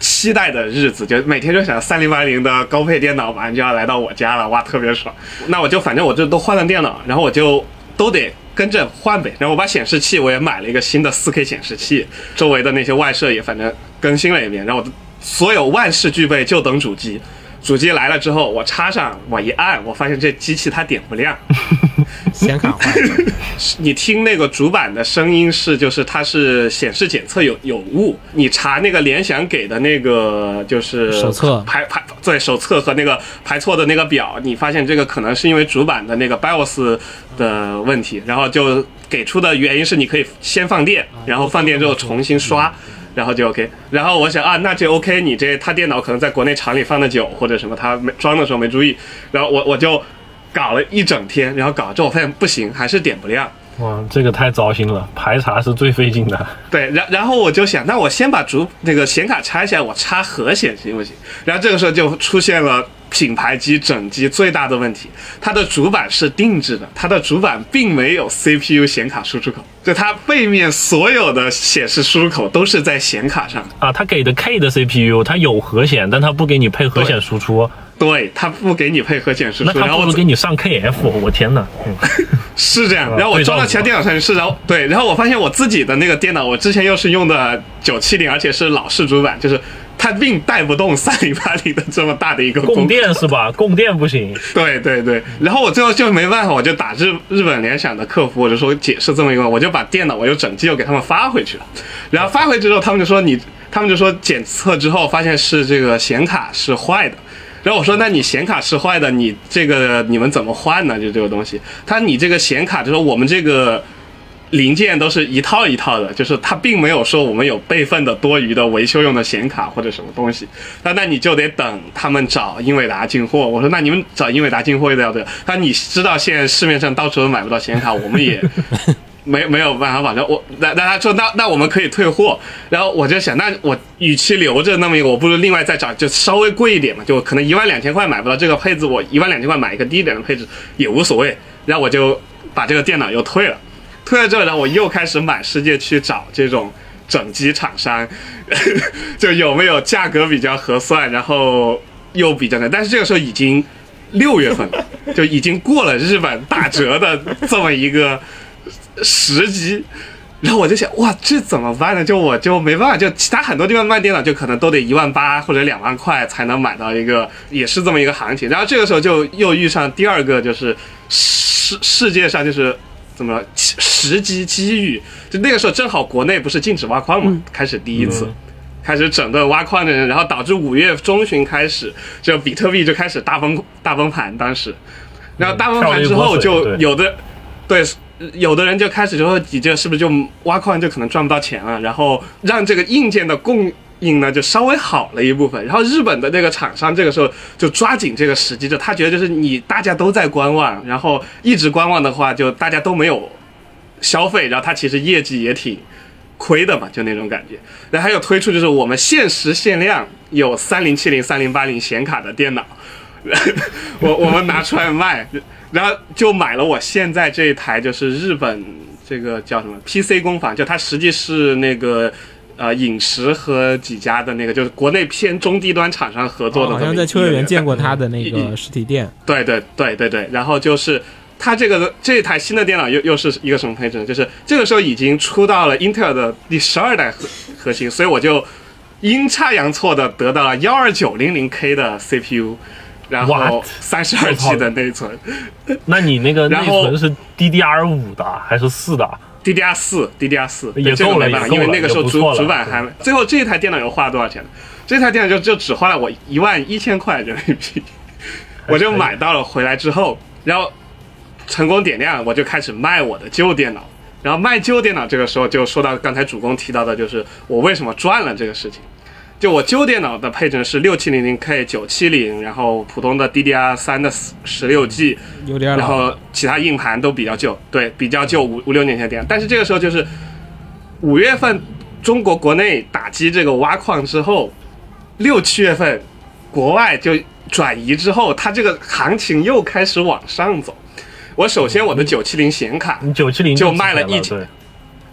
Speaker 6: 期待的日子，就每天就想三零八零的高配电脑马上就要来到我家了，哇，特别爽。那我就反正我这都换了电脑，然后我就都得跟着换呗。然后我把显示器我也买了一个新的四 K 显示器，周围的那些外设也反正更新了一遍，然后我所有万事俱备，就等主机。主机来了之后，我插上，我一按，我发现这机器它点不亮。
Speaker 1: 显 卡坏了，
Speaker 6: 你听那个主板的声音是，就是它是显示检测有有误。你查那个联想给的那个就是
Speaker 1: 手册
Speaker 6: 排排对手册和那个排错的那个表，你发现这个可能是因为主板的那个 BIOS 的问题，然后就给出的原因是你可以先放电，然后放电之后重新刷。然后就 OK，然后我想啊，那就 OK，你这他电脑可能在国内厂里放的久或者什么，他没装的时候没注意，然后我我就搞了一整天，然后搞了之后我发现不行，还是点不亮，
Speaker 4: 哇，这个太糟心了，排查是最费劲的。
Speaker 6: 对，然然后我就想，那我先把主那个显卡拆下来，我插核显行不行？然后这个时候就出现了品牌机整机最大的问题，它的主板是定制的，它的主板并没有 CPU 显卡输出口，就它背面所有的显示输出口都是在显卡上。
Speaker 4: 啊，它给的 K 的 CPU，它有核显，但它不给你配核显输出，
Speaker 6: 对，它不给你配合显示输
Speaker 4: 那
Speaker 6: 出，然
Speaker 4: 它
Speaker 6: 后
Speaker 4: 不
Speaker 6: 我
Speaker 4: 如给你上 KF，我天 哪！嗯
Speaker 6: 是这样，然后我
Speaker 4: 对照
Speaker 6: 装到其他
Speaker 4: 组
Speaker 6: 电脑上去试，然后对，然后我发现我自己的那个电脑，我之前又是用的九七零，而且是老式主板，就是它并带不动三零八零的这么大的一个
Speaker 4: 供
Speaker 6: 工
Speaker 4: 电是吧？供电不行，
Speaker 6: 对对对，然后我最后就没办法，我就打日日本联想的客服，我就说解释这么一个，我就把电脑我就整机又给他们发回去了，然后发回去之后，他们就说你，他们就说检测之后发现是这个显卡是坏的。然后我说，那你显卡是坏的，你这个你们怎么换呢？就这个东西，他说你这个显卡，就说我们这个零件都是一套一套的，就是它并没有说我们有备份的多余的维修用的显卡或者什么东西。那那你就得等他们找英伟达进货。我说那你们找英伟达进货要不要？那你知道现在市面上到处都买不到显卡，我们也 没没有办法保证。我那那他说那那我们可以退货，然后我就想，那我与其留着那么一个，我不如另外再找，就稍微贵一点嘛，就可能一万两千块买不到这个配置，我一万两千块买一个低一点的配置也无所谓。然后我就把这个电脑又退了，退了之后，然后我又开始满世界去找这种整机厂商， 就有没有价格比较合算，然后又比较难。但是这个时候已经六月份了，就已经过了日本打折的这么一个。十级，然后我就想，哇，这怎么办呢？就我就没办法，就其他很多地方卖电脑，就可能都得一万八或者两万块才能买到一个，也是这么一个行情。然后这个时候就又遇上第二个，就是世世界上就是怎么说时机机遇，就那个时候正好国内不是禁止挖矿嘛，开始第一次。开始整顿挖矿的人，然后导致五月中旬开始，就比特币就开始大崩大崩盘。当时，然后大崩盘之后，
Speaker 4: 嗯跳了一波
Speaker 6: 就
Speaker 4: 水对
Speaker 6: 有的对有的人就开始就说，你这是不是就挖矿就可能赚不到钱了？然后让这个硬件的供应呢就稍微好了一部分。然后日本的那个厂商这个时候就抓紧这个时机，就他觉得就是你大家都在观望，然后一直观望的话，就大家都没有消费，然后他其实业绩也挺亏的嘛，就那种感觉。然后还有推出就是我们限时限量有三零七零、三零八零显卡的电脑， 我我们拿出来卖，然后就买了我现在这一台，就是日本这个叫什么 PC 工坊，就它实际是那个呃饮食和几家的那个，就是国内偏中低端厂商合作的、
Speaker 1: 哦好像在秋叶原见过他的那
Speaker 6: 嗯
Speaker 1: 个实体店，
Speaker 6: 对对对对对，然后就是它这个这台新的电脑又又是一个什么配置呢？就是这个时候已经出到了英特尔的第十二代核核心，所以我就阴差阳错的得到了幺二九零零 K 的 CPU，然后
Speaker 4: What？
Speaker 6: 三十二 G 的内存
Speaker 4: 那你那个内
Speaker 6: 然后
Speaker 4: 存是 DDR 五的还是四的？
Speaker 6: ，DDR 四 DDR 四
Speaker 4: 也够了
Speaker 6: 没办法，
Speaker 4: 也够
Speaker 6: 因
Speaker 4: 了
Speaker 6: 为那个时候
Speaker 4: 也不
Speaker 6: 主
Speaker 4: 错了
Speaker 6: 主板还没最后这台电脑有花多少钱呢？这台电脑就就只花了我一万一千块人民币。我就买到了，回来之后，然后成功点亮，我就开始卖我的旧电脑。然后卖旧电脑这个时候就说到刚才主公提到的，就是我为什么赚了这个事情。就我旧电脑的配置是六七零零 K、九七零，然后普通的 DDR 三的十六 G，
Speaker 1: 有点
Speaker 6: 然
Speaker 1: 老。
Speaker 6: 后其他硬盘都比较旧，对，比较旧五五六年前的电脑。但是这个时候就是五月份中国国内打击这个挖矿之后，六七月份国外就转移之后，它这个行情又开始往上走。我首先我
Speaker 1: 嗯
Speaker 6: 的九七零显卡，
Speaker 4: 你九七零
Speaker 6: 就卖了一千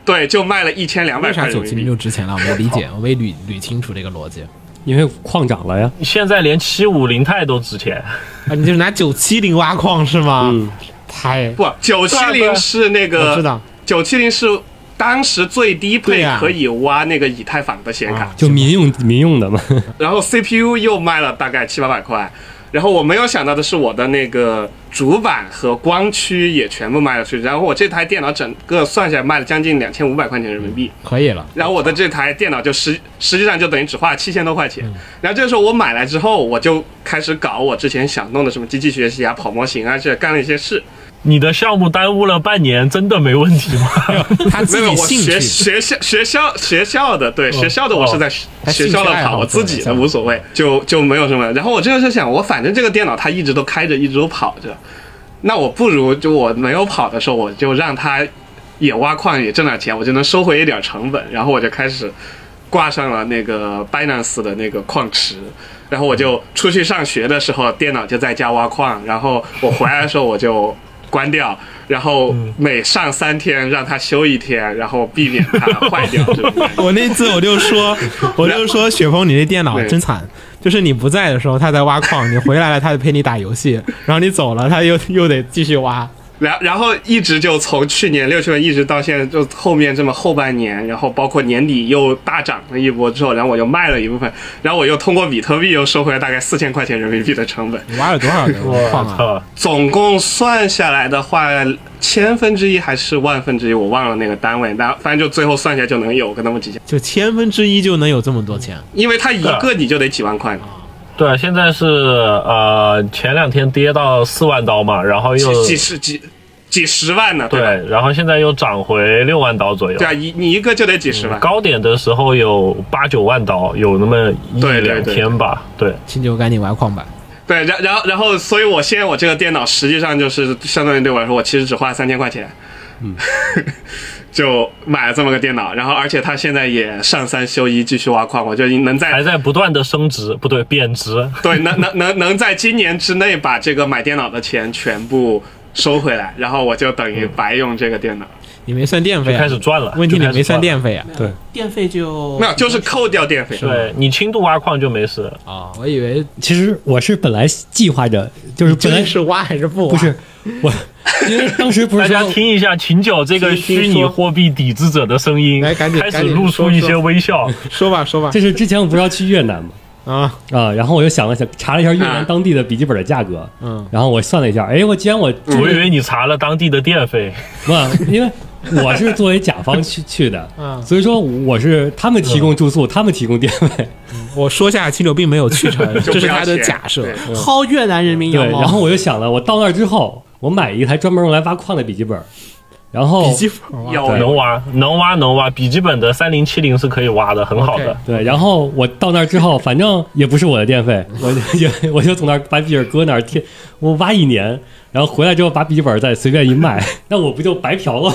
Speaker 4: 对，
Speaker 6: 对，就卖了一千两百
Speaker 1: 为
Speaker 6: 块
Speaker 1: 啥
Speaker 6: 人
Speaker 1: 九
Speaker 6: 民
Speaker 1: 七零
Speaker 6: 币
Speaker 1: 就。值钱 了？我没理解，我没捋捋清楚这个逻辑。
Speaker 2: 因为矿涨了呀。
Speaker 4: 现在连七五零钛都值钱。
Speaker 1: 啊，你就是拿九七零挖矿是吗？
Speaker 2: 嗯，
Speaker 1: 太
Speaker 6: 不，九七零是那
Speaker 1: 我知
Speaker 6: 个
Speaker 1: 道
Speaker 6: 九七零是当时最低
Speaker 1: 对啊呀
Speaker 6: 配可以挖那个以太坊的显卡，
Speaker 1: 啊，
Speaker 2: 就民用民用的嘛。
Speaker 6: 然后 CPU 又卖了大概七八百块，然后我没有想到的是，我的那个主板和光驱也全部卖了出去，然后我这台电脑整个算下来卖了将近两千五百块钱人民币，
Speaker 1: 可以了。
Speaker 6: 然后我的这台电脑就实实际上就等于只花了七千多块钱。然后这个时候我买来之后，我就开始搞我之前想弄的什么机器学习啊、跑模型啊，这干了一些事。
Speaker 4: 你的项目耽误了半年，真的没问题吗？
Speaker 1: 他
Speaker 6: 没
Speaker 1: 自
Speaker 6: 有，
Speaker 1: 己
Speaker 6: 我
Speaker 1: 兴
Speaker 6: 学
Speaker 1: 趣，
Speaker 6: 学校学校学校的，对、学校的我是在学
Speaker 1: 还兴
Speaker 6: 学
Speaker 1: 趣
Speaker 6: 校的
Speaker 1: 爱
Speaker 6: 跑，
Speaker 1: 好
Speaker 6: 我自
Speaker 1: 对
Speaker 6: 己的
Speaker 1: 像
Speaker 6: 无所谓，就就没有什么。然后我这个是想，我反正这个电脑它一直都开着，一直都跑着，那我不如就我没有跑的时候，我就让它也挖矿也挣点钱，我就能收回一点成本。然后我就开始挂上了那个 Binance 的那个矿池。然后我就出去上学的时候，电脑就在家挖矿，然后我回来的时候我就关掉，然后每上三天让它休一天，然后避免它坏掉。这种感觉
Speaker 1: 我那次我就 说，我就说雪峰，你这电脑
Speaker 6: 对
Speaker 1: 真惨，就是你不在的时候他在挖矿，你回来了他就陪你打游戏，然后你走了他又又得继续挖。
Speaker 6: 然然后一直就从去年六月份一直到现在，就后面这么后半年，然后包括年底又大涨了一波之后，然后我又卖了一部分，然后我又通过比特币又收回了大概四千块钱人民币的成本，
Speaker 1: 你挖了多少个
Speaker 4: 我
Speaker 1: 矿啊？
Speaker 4: 操！
Speaker 6: 总共算下来的话，千分之一还是万分之一，我忘了那个单位，但反正就最后算下来就能有个那么几千，
Speaker 1: 就千分之一就能有这么多钱？
Speaker 6: 因为它一个你就得几万块嘛，
Speaker 4: 对，现在是呃前两天跌到四万刀嘛，然后又
Speaker 6: 几几十几。几十万哎呢，对吧？
Speaker 4: 对，然后现在又涨回六万刀左右。
Speaker 6: 对啊，一你一个就得几十万，
Speaker 4: 高点的时候有八九万刀，有那么一
Speaker 6: 对对
Speaker 4: 两
Speaker 6: 对
Speaker 4: 天吧。对，
Speaker 1: 清酒赶紧玩矿版，
Speaker 6: 对，然然后然后，所以我现在我这个电脑实际上就是相当于对我来说，我其实只花了三千块钱，嗯 就买了这么个电脑，然后而且它现在也上三休一，继续挖矿，我就能在
Speaker 4: 还在不断的升值，不对，贬值。
Speaker 6: 对，能能能能在今年之内把这个买电脑的钱全部收回来，然后我就等于白用这个电脑，
Speaker 1: 你没算电费、
Speaker 4: 就
Speaker 1: 啊，
Speaker 4: 开始赚了
Speaker 1: 问题你
Speaker 4: 就开始
Speaker 1: 没算
Speaker 4: 赚
Speaker 1: 电费啊？
Speaker 2: 对，
Speaker 5: 电费就
Speaker 6: 没有，就是扣掉电费。
Speaker 4: 对你轻度挖矿就没事，
Speaker 1: 啊、我以为
Speaker 2: 其实我是本来计划着，就是
Speaker 1: 究
Speaker 2: 本来
Speaker 1: 竟是挖还是不挖？
Speaker 2: 不是我，因为当时不
Speaker 4: 大
Speaker 2: 是
Speaker 4: 家
Speaker 2: 说
Speaker 4: 听一下秦九这个
Speaker 1: 听听
Speaker 4: 虚拟
Speaker 1: 说
Speaker 4: 货币抵制者的声音，
Speaker 1: 来赶紧
Speaker 4: 开
Speaker 1: 赶
Speaker 4: 始
Speaker 1: 紧
Speaker 4: 露
Speaker 1: 说
Speaker 4: 出一
Speaker 1: 说
Speaker 4: 些微笑。
Speaker 1: 说吧说吧
Speaker 2: 这是之前我不是要去越南吗？
Speaker 1: 啊，
Speaker 2: 啊，然后我就想了想，查了一下越南
Speaker 6: 啊
Speaker 2: 当地的笔记本的价格，
Speaker 1: 嗯，
Speaker 2: 然后我算了一下，哎，我既然我不
Speaker 4: 我以为你查了当地的电费，
Speaker 2: 啊因为我是作为甲方去去的
Speaker 1: 嗯，
Speaker 2: 所以说我是他们提供住宿，他们提供电费，
Speaker 1: 我说下清酒并没有去 成，
Speaker 6: 就
Speaker 1: 这是
Speaker 6: 不要
Speaker 1: 他的
Speaker 6: 钱
Speaker 1: 假设
Speaker 6: 对。
Speaker 5: 薅越南人民
Speaker 2: 对，
Speaker 5: 羊毛。
Speaker 2: 然后我就想了，我到那儿之后，我买一台专门用来挖矿的笔记本，然后
Speaker 1: 笔记本挖
Speaker 6: 要
Speaker 2: 对
Speaker 4: 能挖，能挖，能挖。笔记本的三零七零是可以挖的，很好的。
Speaker 2: 对，然后我到那儿之后，反正也不是我的电费，我就我就从那儿把笔记本搁那儿贴，我挖一年，然后回来之后把笔记本再随便一卖， 那我不就白嫖了？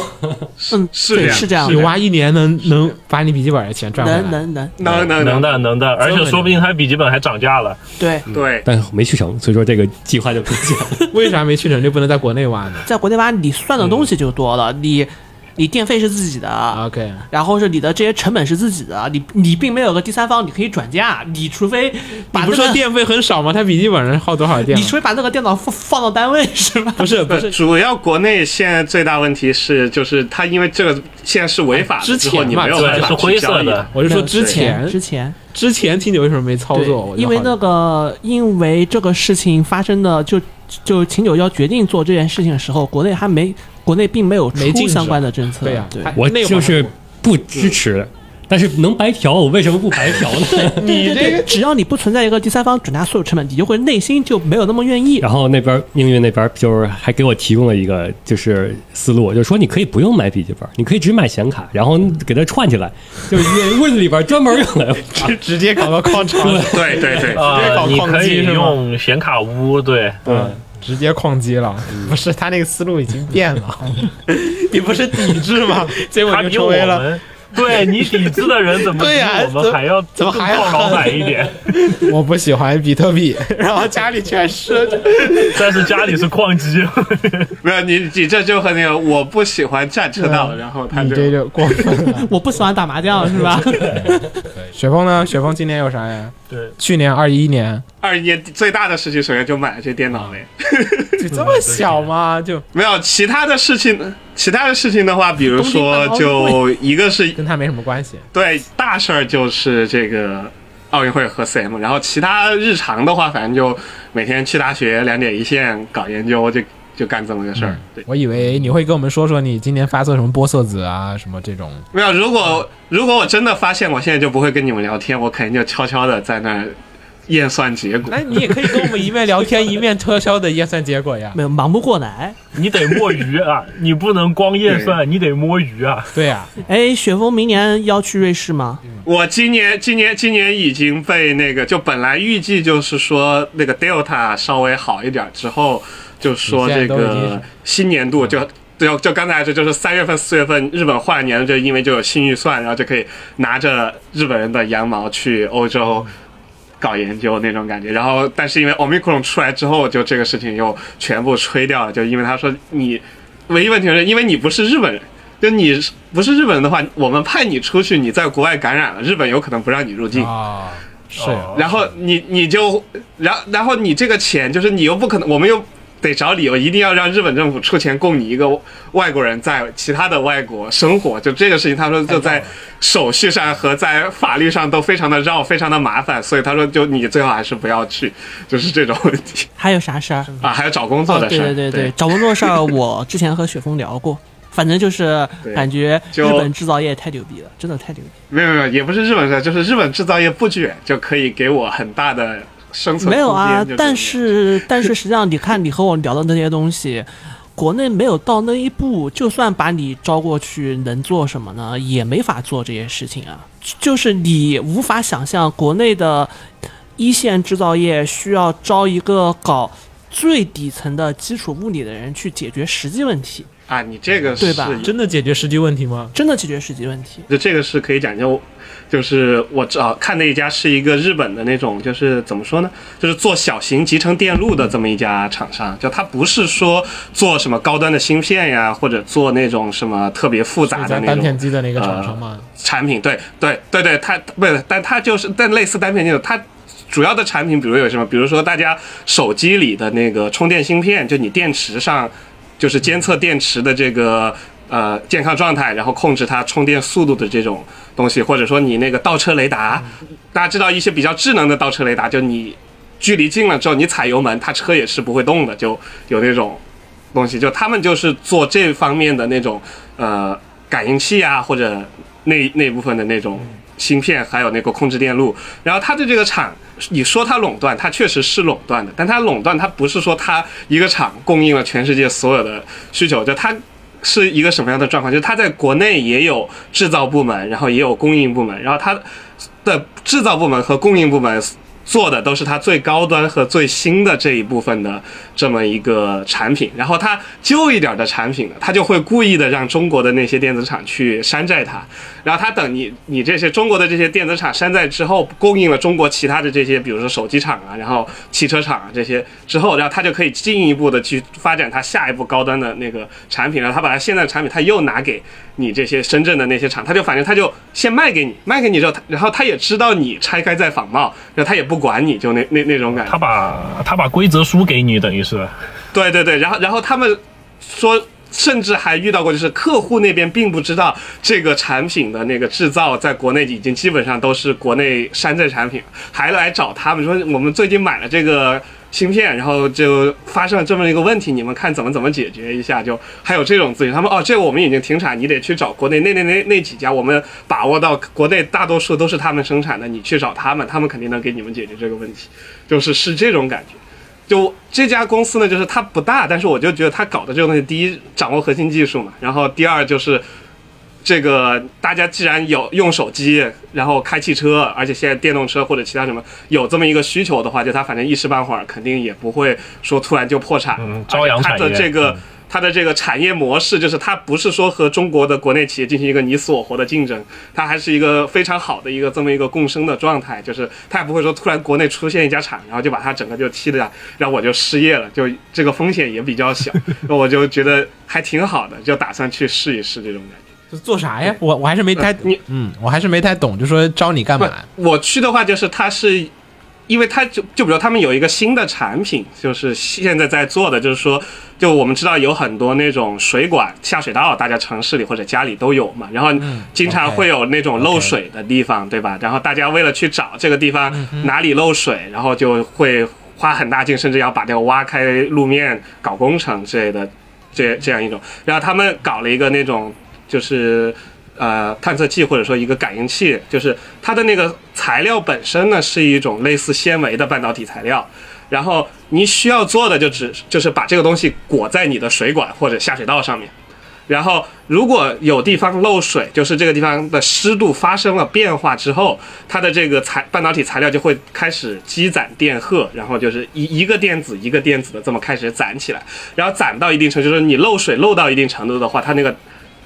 Speaker 5: 嗯，
Speaker 6: 是
Speaker 5: 对
Speaker 6: 这样
Speaker 5: 是这样
Speaker 1: 你，挖一年能能把你笔记本的钱赚回来？
Speaker 5: 能能能，
Speaker 6: 能能
Speaker 4: 能，的，能的，而且说不定他笔记本还涨价了。
Speaker 5: 对，
Speaker 6: 对，
Speaker 2: 但是没去成，所以说这个计划就搁浅了。
Speaker 1: 为啥没去成就不能在国内挖呢
Speaker 5: 在国内挖你算的东西就多了，你
Speaker 1: 嗯
Speaker 5: 你电费是自己的，
Speaker 1: ？OK，
Speaker 5: 然后是你的这些成本是自己的，你你并没有个第三方，你可以转嫁，你除非
Speaker 1: 你
Speaker 5: 把
Speaker 1: 不
Speaker 5: 那
Speaker 1: 是说
Speaker 5: 个，
Speaker 1: 电费很少吗？他笔记本上耗多少电
Speaker 5: 你
Speaker 1: 吗？
Speaker 5: 除非把那个电脑放放到单位是吧？
Speaker 1: 不是不是，
Speaker 6: 主要国内现在最大问题是，就是它因为这个现在是违法
Speaker 1: 之
Speaker 6: 的，之后
Speaker 1: 前
Speaker 6: 你
Speaker 1: 嘛
Speaker 6: 没有
Speaker 1: 对
Speaker 6: 办法
Speaker 4: 是灰
Speaker 6: 去交
Speaker 4: 色
Speaker 6: 易
Speaker 4: 的
Speaker 6: 它
Speaker 1: 我是说之
Speaker 5: 对
Speaker 1: 前
Speaker 5: 之前
Speaker 1: 之前清酒为什么没操
Speaker 5: 对
Speaker 1: 作？我就
Speaker 5: 因为
Speaker 1: 好
Speaker 5: 那个因为这个事情发生的就就秦九幺决定做这件事情的时候，国内还没国内并没有
Speaker 1: 没哎禁
Speaker 5: 出
Speaker 1: 止
Speaker 5: 相关的政策，
Speaker 1: 对呀
Speaker 5: 对
Speaker 1: 还
Speaker 2: 我
Speaker 1: 那会儿
Speaker 2: 就是不支持，但是能白嫖，我为什么不白嫖呢？
Speaker 5: 你这个只要你不存在一个第三方转嫁所有成本，你就会内心就没有那么 愿意。
Speaker 1: 啊
Speaker 2: 然后那边命运那边就是还给我提供了一个就是思路，就是说你可以不用买笔记本，你可以只买显卡，然后给它串起来，就是一个屋子里边专门用来。
Speaker 1: 直 接搞到矿场，
Speaker 6: 对 对对，
Speaker 4: 啊、
Speaker 1: 直接搞
Speaker 4: 你
Speaker 1: 矿
Speaker 4: 可
Speaker 1: 机
Speaker 4: 以
Speaker 1: 是吗
Speaker 4: 用显卡屋，对，
Speaker 1: 嗯，直接矿机了。不是他那个思路已经变了，嗯 你不是抵制 吗？结果
Speaker 4: 他
Speaker 1: 就
Speaker 4: 比
Speaker 1: 成
Speaker 4: 我
Speaker 1: 为了。
Speaker 4: 们。对你抵制的人怎么
Speaker 1: 对呀
Speaker 4: 比我们还要
Speaker 1: 怎么怎么还要
Speaker 4: 更靠老板一 点？
Speaker 1: 我不喜欢比特币， 然后家里全是。
Speaker 4: 但是家里是矿机，
Speaker 6: 没有你你这就和那个我不喜欢战车道，然后 他
Speaker 1: 你这
Speaker 6: 就
Speaker 1: 就过分了。
Speaker 5: 我不喜欢打麻将，是 吧？
Speaker 1: 雪峰呢？雪峰今年有啥呀？
Speaker 4: 对，
Speaker 1: 去年二一年
Speaker 6: 二一年最大的事情，首先就买了这电脑嘞。
Speaker 1: 就这么小吗？就
Speaker 6: 没有其他的事情，其他的事情的话，比如说
Speaker 5: 东京办奥
Speaker 6: 就一个是
Speaker 1: 跟他没什么关系。
Speaker 6: 对大事儿就是这个奥运会和 CM，然后其他日常的话，反正就每天去大学两点一线搞研究，就就干这么个事儿。对，
Speaker 1: 我以为你会跟我们说说你今年发测什么玻色子啊，什么这种。
Speaker 6: 没有如果如果我真的发现，我现在就不会跟你们聊天，我肯定就悄悄的在那儿验算结果
Speaker 1: 那。你也可以跟我们一面聊天一面悄悄的验算结果 呀。
Speaker 5: 没有忙不过来。
Speaker 4: 你得摸鱼啊，你不能光验算，你得摸鱼啊。
Speaker 1: 对呀、
Speaker 5: 哎，雪峰明年要去瑞士吗？
Speaker 6: 我今年今年今年已经被那个，就本来预计就是说那个 Delta 稍微好一点之后，就说这
Speaker 1: 现在都已经是
Speaker 6: 个新年度就。就就刚才这就是三月份四月份日本换年，就因为就有新预算，然后就可以拿着日本人的羊毛去欧洲搞研究那种感觉。然后，但是因为 Omicron 出来之后，就这个事情又全部吹掉了，就因为他说你唯一问题是因为你不是日本人，就你是不是日本人的话，我们派你出去，你在国外感染了，日本有可能不让你入境。
Speaker 1: 啊，是
Speaker 4: 哦
Speaker 6: 然后你你就，然然后你这个钱就是你又不可能，我们又得找理由，一定要让日本政府出钱供你一个外国人在其他的外国生活，就这个事情，他说就在手续上和在法律上都非常的绕，非常的麻烦，所以他说就你最好还是不要去，就是这种问题
Speaker 5: 还有啥事儿？
Speaker 6: 啊，还有找工作
Speaker 5: 哦，
Speaker 6: 的
Speaker 5: 对
Speaker 6: 事儿、
Speaker 5: 对对对，找工作事儿，我之前和雪峰聊过。 反正就是
Speaker 6: 对
Speaker 5: 感觉日
Speaker 6: 就
Speaker 5: 本制造业太牛逼了，真的太牛逼
Speaker 6: 没有没有，也不是日本事，就是日本制造业不卷，就可以给我很大的生
Speaker 5: 了。
Speaker 6: 存
Speaker 5: 没有
Speaker 6: 空
Speaker 5: 啊
Speaker 6: 间就，
Speaker 5: 但
Speaker 6: 这样
Speaker 5: 是但是实际上，你看你和我聊的那些东西，国内没有到那一步，就算把你招过去，能做什么呢？也没法做这些事情啊。就就是你无法想象，国内的一线制造业需要招一个搞最底层的基础物理的人去解决实际问题，
Speaker 6: 啊，你这个
Speaker 5: 对
Speaker 6: 是
Speaker 5: 吧
Speaker 1: 真的解决实际问题吗？
Speaker 5: 真的解决实际问题。
Speaker 6: 就这个是可以讲究，就是我找看的一家是一个日本的那种，就是怎么说呢，就是做小型集成电路的这么一家厂商，就它不是说做什么高端的芯片呀，或者做那种什么特别复杂
Speaker 1: 是
Speaker 6: 的
Speaker 1: 在
Speaker 6: 那
Speaker 1: 单
Speaker 6: 种
Speaker 1: 片机的那啊个厂商吗？
Speaker 6: 产品，对对对对，它不是，但它就是但类似单片那种，它主要的产品，比如有什么，比如说大家手机里的那个充电芯片，就你电池上就是监测电池的这个呃健康状态，然后控制它充电速度的这种东西，或者说你那个倒车雷达，大家知道一些比较智能的倒车雷达，就你距离近了之后，你踩油门，它车也是不会动的，就有那种东西，就他们就是做这方面的那种呃感应器啊，或者那那部分的那种芯片，还有那个控制电路。然后它的这个厂，你说它垄断，它确实是垄断的，但它垄断它不是说它一个厂供应了全世界所有的需求，就它。是一个什么样的状况？就是它在国内也有制造部门，然后也有供应部门，然后它的制造部门和供应部门做的都是它最高端和最新的这一部分的这么一个产品，然后它旧一点的产品呢，它就会故意的让中国的那些电子厂去山寨它，然后它等你你这些中国的这些电子厂山寨之后，供应了中国其他的这些，比如说手机厂啊，然后汽车厂啊这些之后，然后它就可以进一步的去发展它下一步高端的那个产品，然后它把它现在的产品它又拿给你这些深圳的那些厂，他就反正他就先卖给你，卖给你之后，他然后他也知道你拆开再仿冒，然后他也不管你，就那那那种感觉
Speaker 4: 他。把他把规则书给你，等于是
Speaker 6: 对对对，然后然后他们说，甚至还遇到过，就是客户那边并不知道这个产品的那个制造在国内已经基本上都是国内山寨产品，还来找他们说我们最近买了这个。芯片，然后就发生了这么一个问题，你们看怎么怎么解决一下？就还有这种咨询，他们哦，这个我们已经停产，你得去找国内那那那那几家，我们把握到国内大多数都是他们生产的，你去找他们，他们肯定能给你们解决这个问题，就是是这种感觉。就这家公司呢，就是它不大，但是我就觉得它搞的这个东西，第一掌握核心技术嘛，然后第二就是这个大家既然有用手机，然后开汽车，而且现在电动车或者其他什么有这么一个需求的话，就它反正一时半会儿肯定也不会说突然就破产，
Speaker 4: 嗯朝阳
Speaker 6: 它
Speaker 4: 产
Speaker 6: 的
Speaker 4: 业嗯
Speaker 6: 这个。它的这个产业模式，就是它不是说和中国的国内企业进行一个你死我活的竞争，它还是一个非常好的一个这么一个共生的状态，就是它也不会说突然国内出现一家厂，然后就把它整个就踢掉，然后我就失业了，就这个风险也比较小，那我就觉得还挺好的，就打算去试一试这种感觉。
Speaker 1: 就做啥呀？我我还是没太
Speaker 6: 你
Speaker 1: 嗯，我还是没太懂，就说招你干
Speaker 6: 不
Speaker 1: 嘛？，
Speaker 6: 我去的话就是它是，因为它就就比如他们有一个新的产品，就是现在在做的，就是说，就我们知道有很多那种水管下水道，大家城市里或者家里都有嘛，然后经常
Speaker 1: OK
Speaker 6: 会有那种漏水的地方，对吧？然后大家为了去找这个地方哪里漏水，然后就会花很大劲，甚至要把这个挖开路面搞工程之类的，这这样一种。然后他们搞了一个那种就是呃探测器或者说一个感应器，就是它的那个材料本身呢是一种类似纤维的半导体材料，然后你需要做的就只就是把这个东西裹在你的水管或者下水道上面。然后，如果有地方漏水，就是这个地方的湿度发生了变化之后，它的这个材半导体材料就会开始积攒电荷，然后就是一一个电子一个电子的这么开始攒起来，然后攒到一定程度，就是你漏水漏到一定程度的话，它那个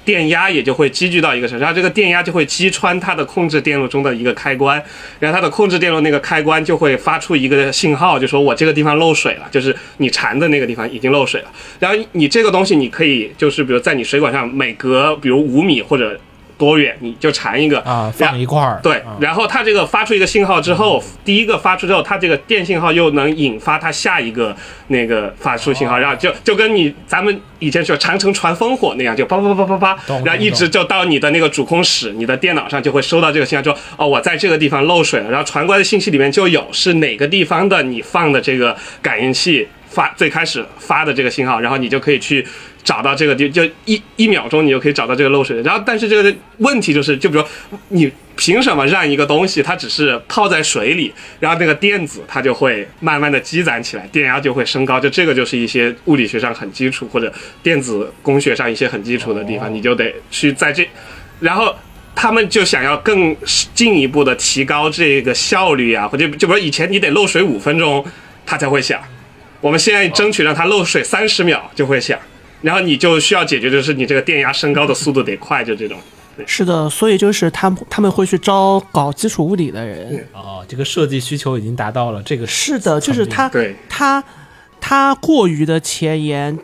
Speaker 6: 电压也就会积聚到一个程度，然后这个电压就会击穿它的控制电路中的一个开关，然后它的控制电路那个开关就会发出一个信号，就说我这个地方漏水了，就是你缠的那个地方已经漏水了。然后你这个东西你可以就是比如在你水管上每隔比如五米或者多远你就缠一个
Speaker 1: 啊，
Speaker 6: 然
Speaker 1: 放一块儿。
Speaker 6: 对
Speaker 1: 啊，
Speaker 6: 然后它这个发出一个信号之后，第一个发出之后，它这个电信号又能引发它下一个那个发出
Speaker 1: 哦
Speaker 6: 信号，然后就就跟你咱们以前说长城传烽火那样，就叭叭叭叭叭
Speaker 1: 懂，
Speaker 6: 然后一直就到你的那个主控室，你的电脑上就会收到这个信号，说哦我在这个地方漏水了，然后传过来的信息里面就有是哪个地方的你放的这个感应器。发最开始发的这个信号，然后你就可以去找到这个地，就一一秒钟你就可以找到这个漏水。然后，但是这个问题就是，就比如你凭什么让一个东西它只是泡在水里，然后那个电子它就会慢慢的积攒起来，电压就会升高。就这个就是一些物理学上很基础或者电子工学上一些很基础的地
Speaker 2: 哦
Speaker 6: 方，你就得去在这，然后。他们就想要更进一步的提高这个效率啊，或者就比如以前你得漏水五分钟，它才会响，我们现在争取让它漏水三十秒就会响，然后你就需要解决就是你这个电压升高的速度得快，就这种。
Speaker 5: 是的，所以就是他们他们会去招搞基础物理的人。
Speaker 1: 哦，这个设计需求已经达到了这个
Speaker 5: 是的，就是他
Speaker 6: 对
Speaker 5: 他他过于的前沿，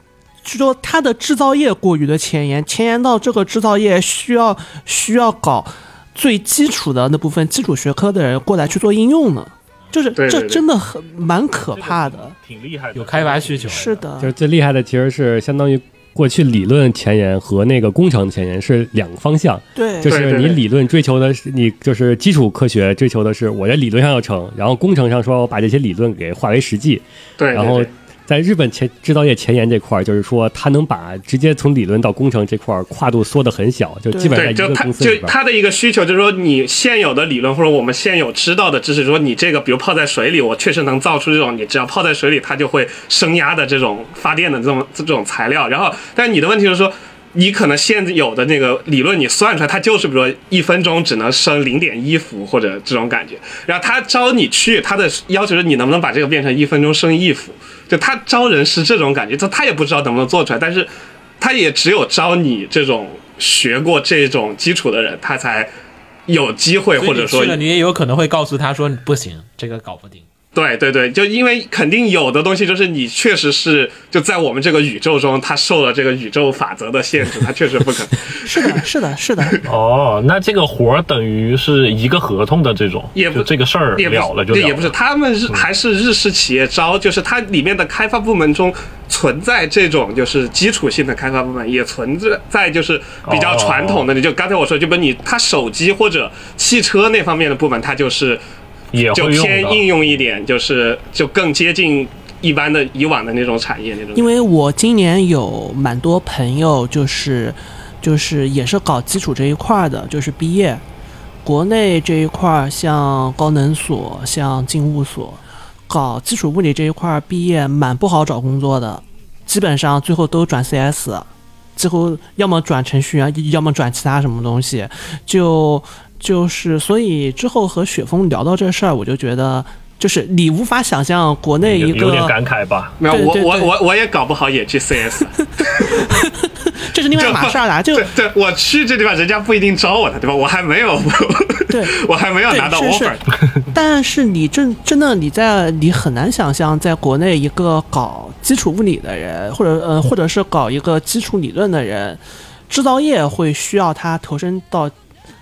Speaker 5: 就说他的制造业过于的前沿，前沿到这个制造业需要需要搞最基础的那部分基础学科的人过来去做应用呢，就是
Speaker 6: 对对
Speaker 5: 这
Speaker 6: 对
Speaker 5: 真的很蛮可怕的。
Speaker 4: 挺厉害的，
Speaker 1: 有开发需求。
Speaker 5: 是
Speaker 2: 就
Speaker 5: 的，
Speaker 2: 是最厉害的其实是相当于过去理论前沿和那个工程前沿是两个方向，
Speaker 5: 对，
Speaker 2: 就
Speaker 6: 对
Speaker 2: 是
Speaker 6: 对
Speaker 2: 你
Speaker 6: 对
Speaker 2: 理论追求的是你就是基础科学追求的是我在理论上要成，然后工程上说我把这些理论给化为实际，
Speaker 6: 对，
Speaker 2: 然后在日本前制造业前沿这块儿，就是说它能把直接从理论到工程这块儿跨度缩得很小，就基本上在
Speaker 6: 对，
Speaker 2: 一
Speaker 6: 就
Speaker 2: 个
Speaker 6: 他
Speaker 2: 公司
Speaker 6: 就
Speaker 2: 里边儿。
Speaker 6: 他的一个需求就是说，你现有的理论或者我们现有知道的知识，说你这个比如泡在水里，我确实能造出这种你只要泡在水里它就会升压的这种发电的这种这种材料。然后，但你的问题就是说。你可能现有的那个理论，你算出来它就是，比如说一分钟只能升零点一伏或者这种感觉。然后他招你去，他的要求是你能不能把这个变成一分钟升一伏，就他招人是这种感觉，他他也不知道能不能做出来，但是他也只有招你这种学过这种基础的人，他才有机会，
Speaker 1: 所以
Speaker 6: 或者说
Speaker 1: 你去了，你也有可能会告诉他说不行，这个搞不定。
Speaker 6: 对对对，就因为肯定有的东西就是你确实是就在我们这个宇宙中，他受了这个宇宙法则的限制，他确实不可 能，
Speaker 5: 是的，是的，是的，
Speaker 4: 哦，那这个活儿等于是一个合同的这种，
Speaker 6: 也不
Speaker 4: 就这个事儿
Speaker 6: 也不是
Speaker 4: 了了就
Speaker 6: 对
Speaker 4: 了
Speaker 6: 也不是，他们是还是日式企业招，就是它里面的开发部门中存在这种就是基础性的开发部门，也存在在就是比较传统
Speaker 1: 哦
Speaker 6: 的，你就刚才我说，就比如你它手机或者汽车那方面的部门，它就是
Speaker 4: 也
Speaker 6: 就
Speaker 4: 会用
Speaker 6: 偏
Speaker 4: 的
Speaker 6: 应用一点，就是就更接近一般的以往的那种产业那种。
Speaker 5: 因为我今年有蛮多朋友，就是就是也是搞基础这一块儿的，就是毕业，国内这一块儿像高能所、像静物所，搞基础物理这一块儿毕业蛮不好找工作的，基本上最后都转 CS，最后要么转程序员，要么转其他什么东西，就就是所以之后和雪峰聊到这事儿，我就觉得。就是你无法想象国内
Speaker 4: 有
Speaker 5: 一个
Speaker 4: 有点感慨吧？
Speaker 6: 没有，
Speaker 5: 对
Speaker 6: 我
Speaker 5: 对
Speaker 6: 我
Speaker 5: 对
Speaker 6: 我我也搞不好也去 CS，
Speaker 5: 这是另外一码事 儿啦， 就
Speaker 6: 对对，我去这地方人家不一定招我的，对吧？我还没有，
Speaker 5: 对
Speaker 6: 我还没有拿到
Speaker 5: 对是
Speaker 6: offer，
Speaker 5: 是但是你真真的你在你很难想象，在国内一个搞基础物理的人，或者呃，或者是搞一个基础理论的人，制造业会需要他投身到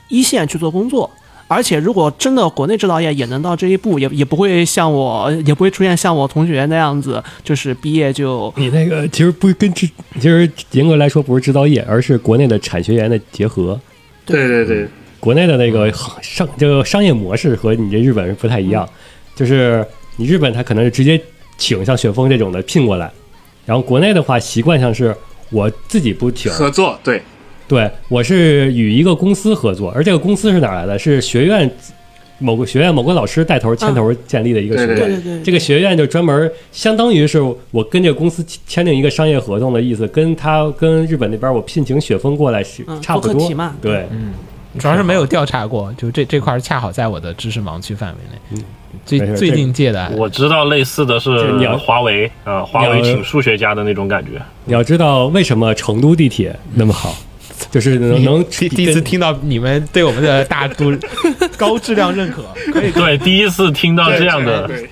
Speaker 5: 一线去做工作。而且，如果真的国内制造业也能到这一步，也也不会像我，也不会出现像我同学那样子，就是毕业就
Speaker 2: 你那个其实不跟制，其实严格来说不是制造业，而是国内的产学研的结合。
Speaker 6: 对对对。
Speaker 2: 国内的那
Speaker 6: 嗯
Speaker 2: 个商就商业模式和你这日本是不太一样，就是你日本它可能是直接请像雪峰这种的聘过来，然后国内的话习惯上是我自己不请，
Speaker 6: 合作，对
Speaker 2: 对我是与一个公司合作，而这个公司是哪儿来的？是学院某个学院某个老师带头牵头建立的一个学
Speaker 6: 对
Speaker 2: 院。
Speaker 6: 对
Speaker 5: 对
Speaker 2: 这个学院就专门相当于是我跟这个公司签订一个商业合同的意思，跟他跟日本那边我聘请雪峰过来是
Speaker 5: 嗯
Speaker 2: 差不
Speaker 5: 做课
Speaker 2: 多
Speaker 5: 题嘛
Speaker 2: 对，
Speaker 1: 主要是没有调查过，就这这块儿恰好在我的知识盲区范围内。最
Speaker 2: 没事
Speaker 1: 最
Speaker 2: 这个
Speaker 1: 近借的，
Speaker 4: 我知道类似的
Speaker 2: 就是是鸟
Speaker 4: 华为啊、华为
Speaker 2: 鸟
Speaker 4: 请数学家的那种感觉。
Speaker 2: 你要知道为什么成都地铁那么好，就是 能能
Speaker 1: 第第一次
Speaker 2: 跟
Speaker 1: 听到你们对我们的大 都高质量认可，可以
Speaker 4: 对，第一次听
Speaker 6: 啊
Speaker 4: 到这样的，
Speaker 6: 对对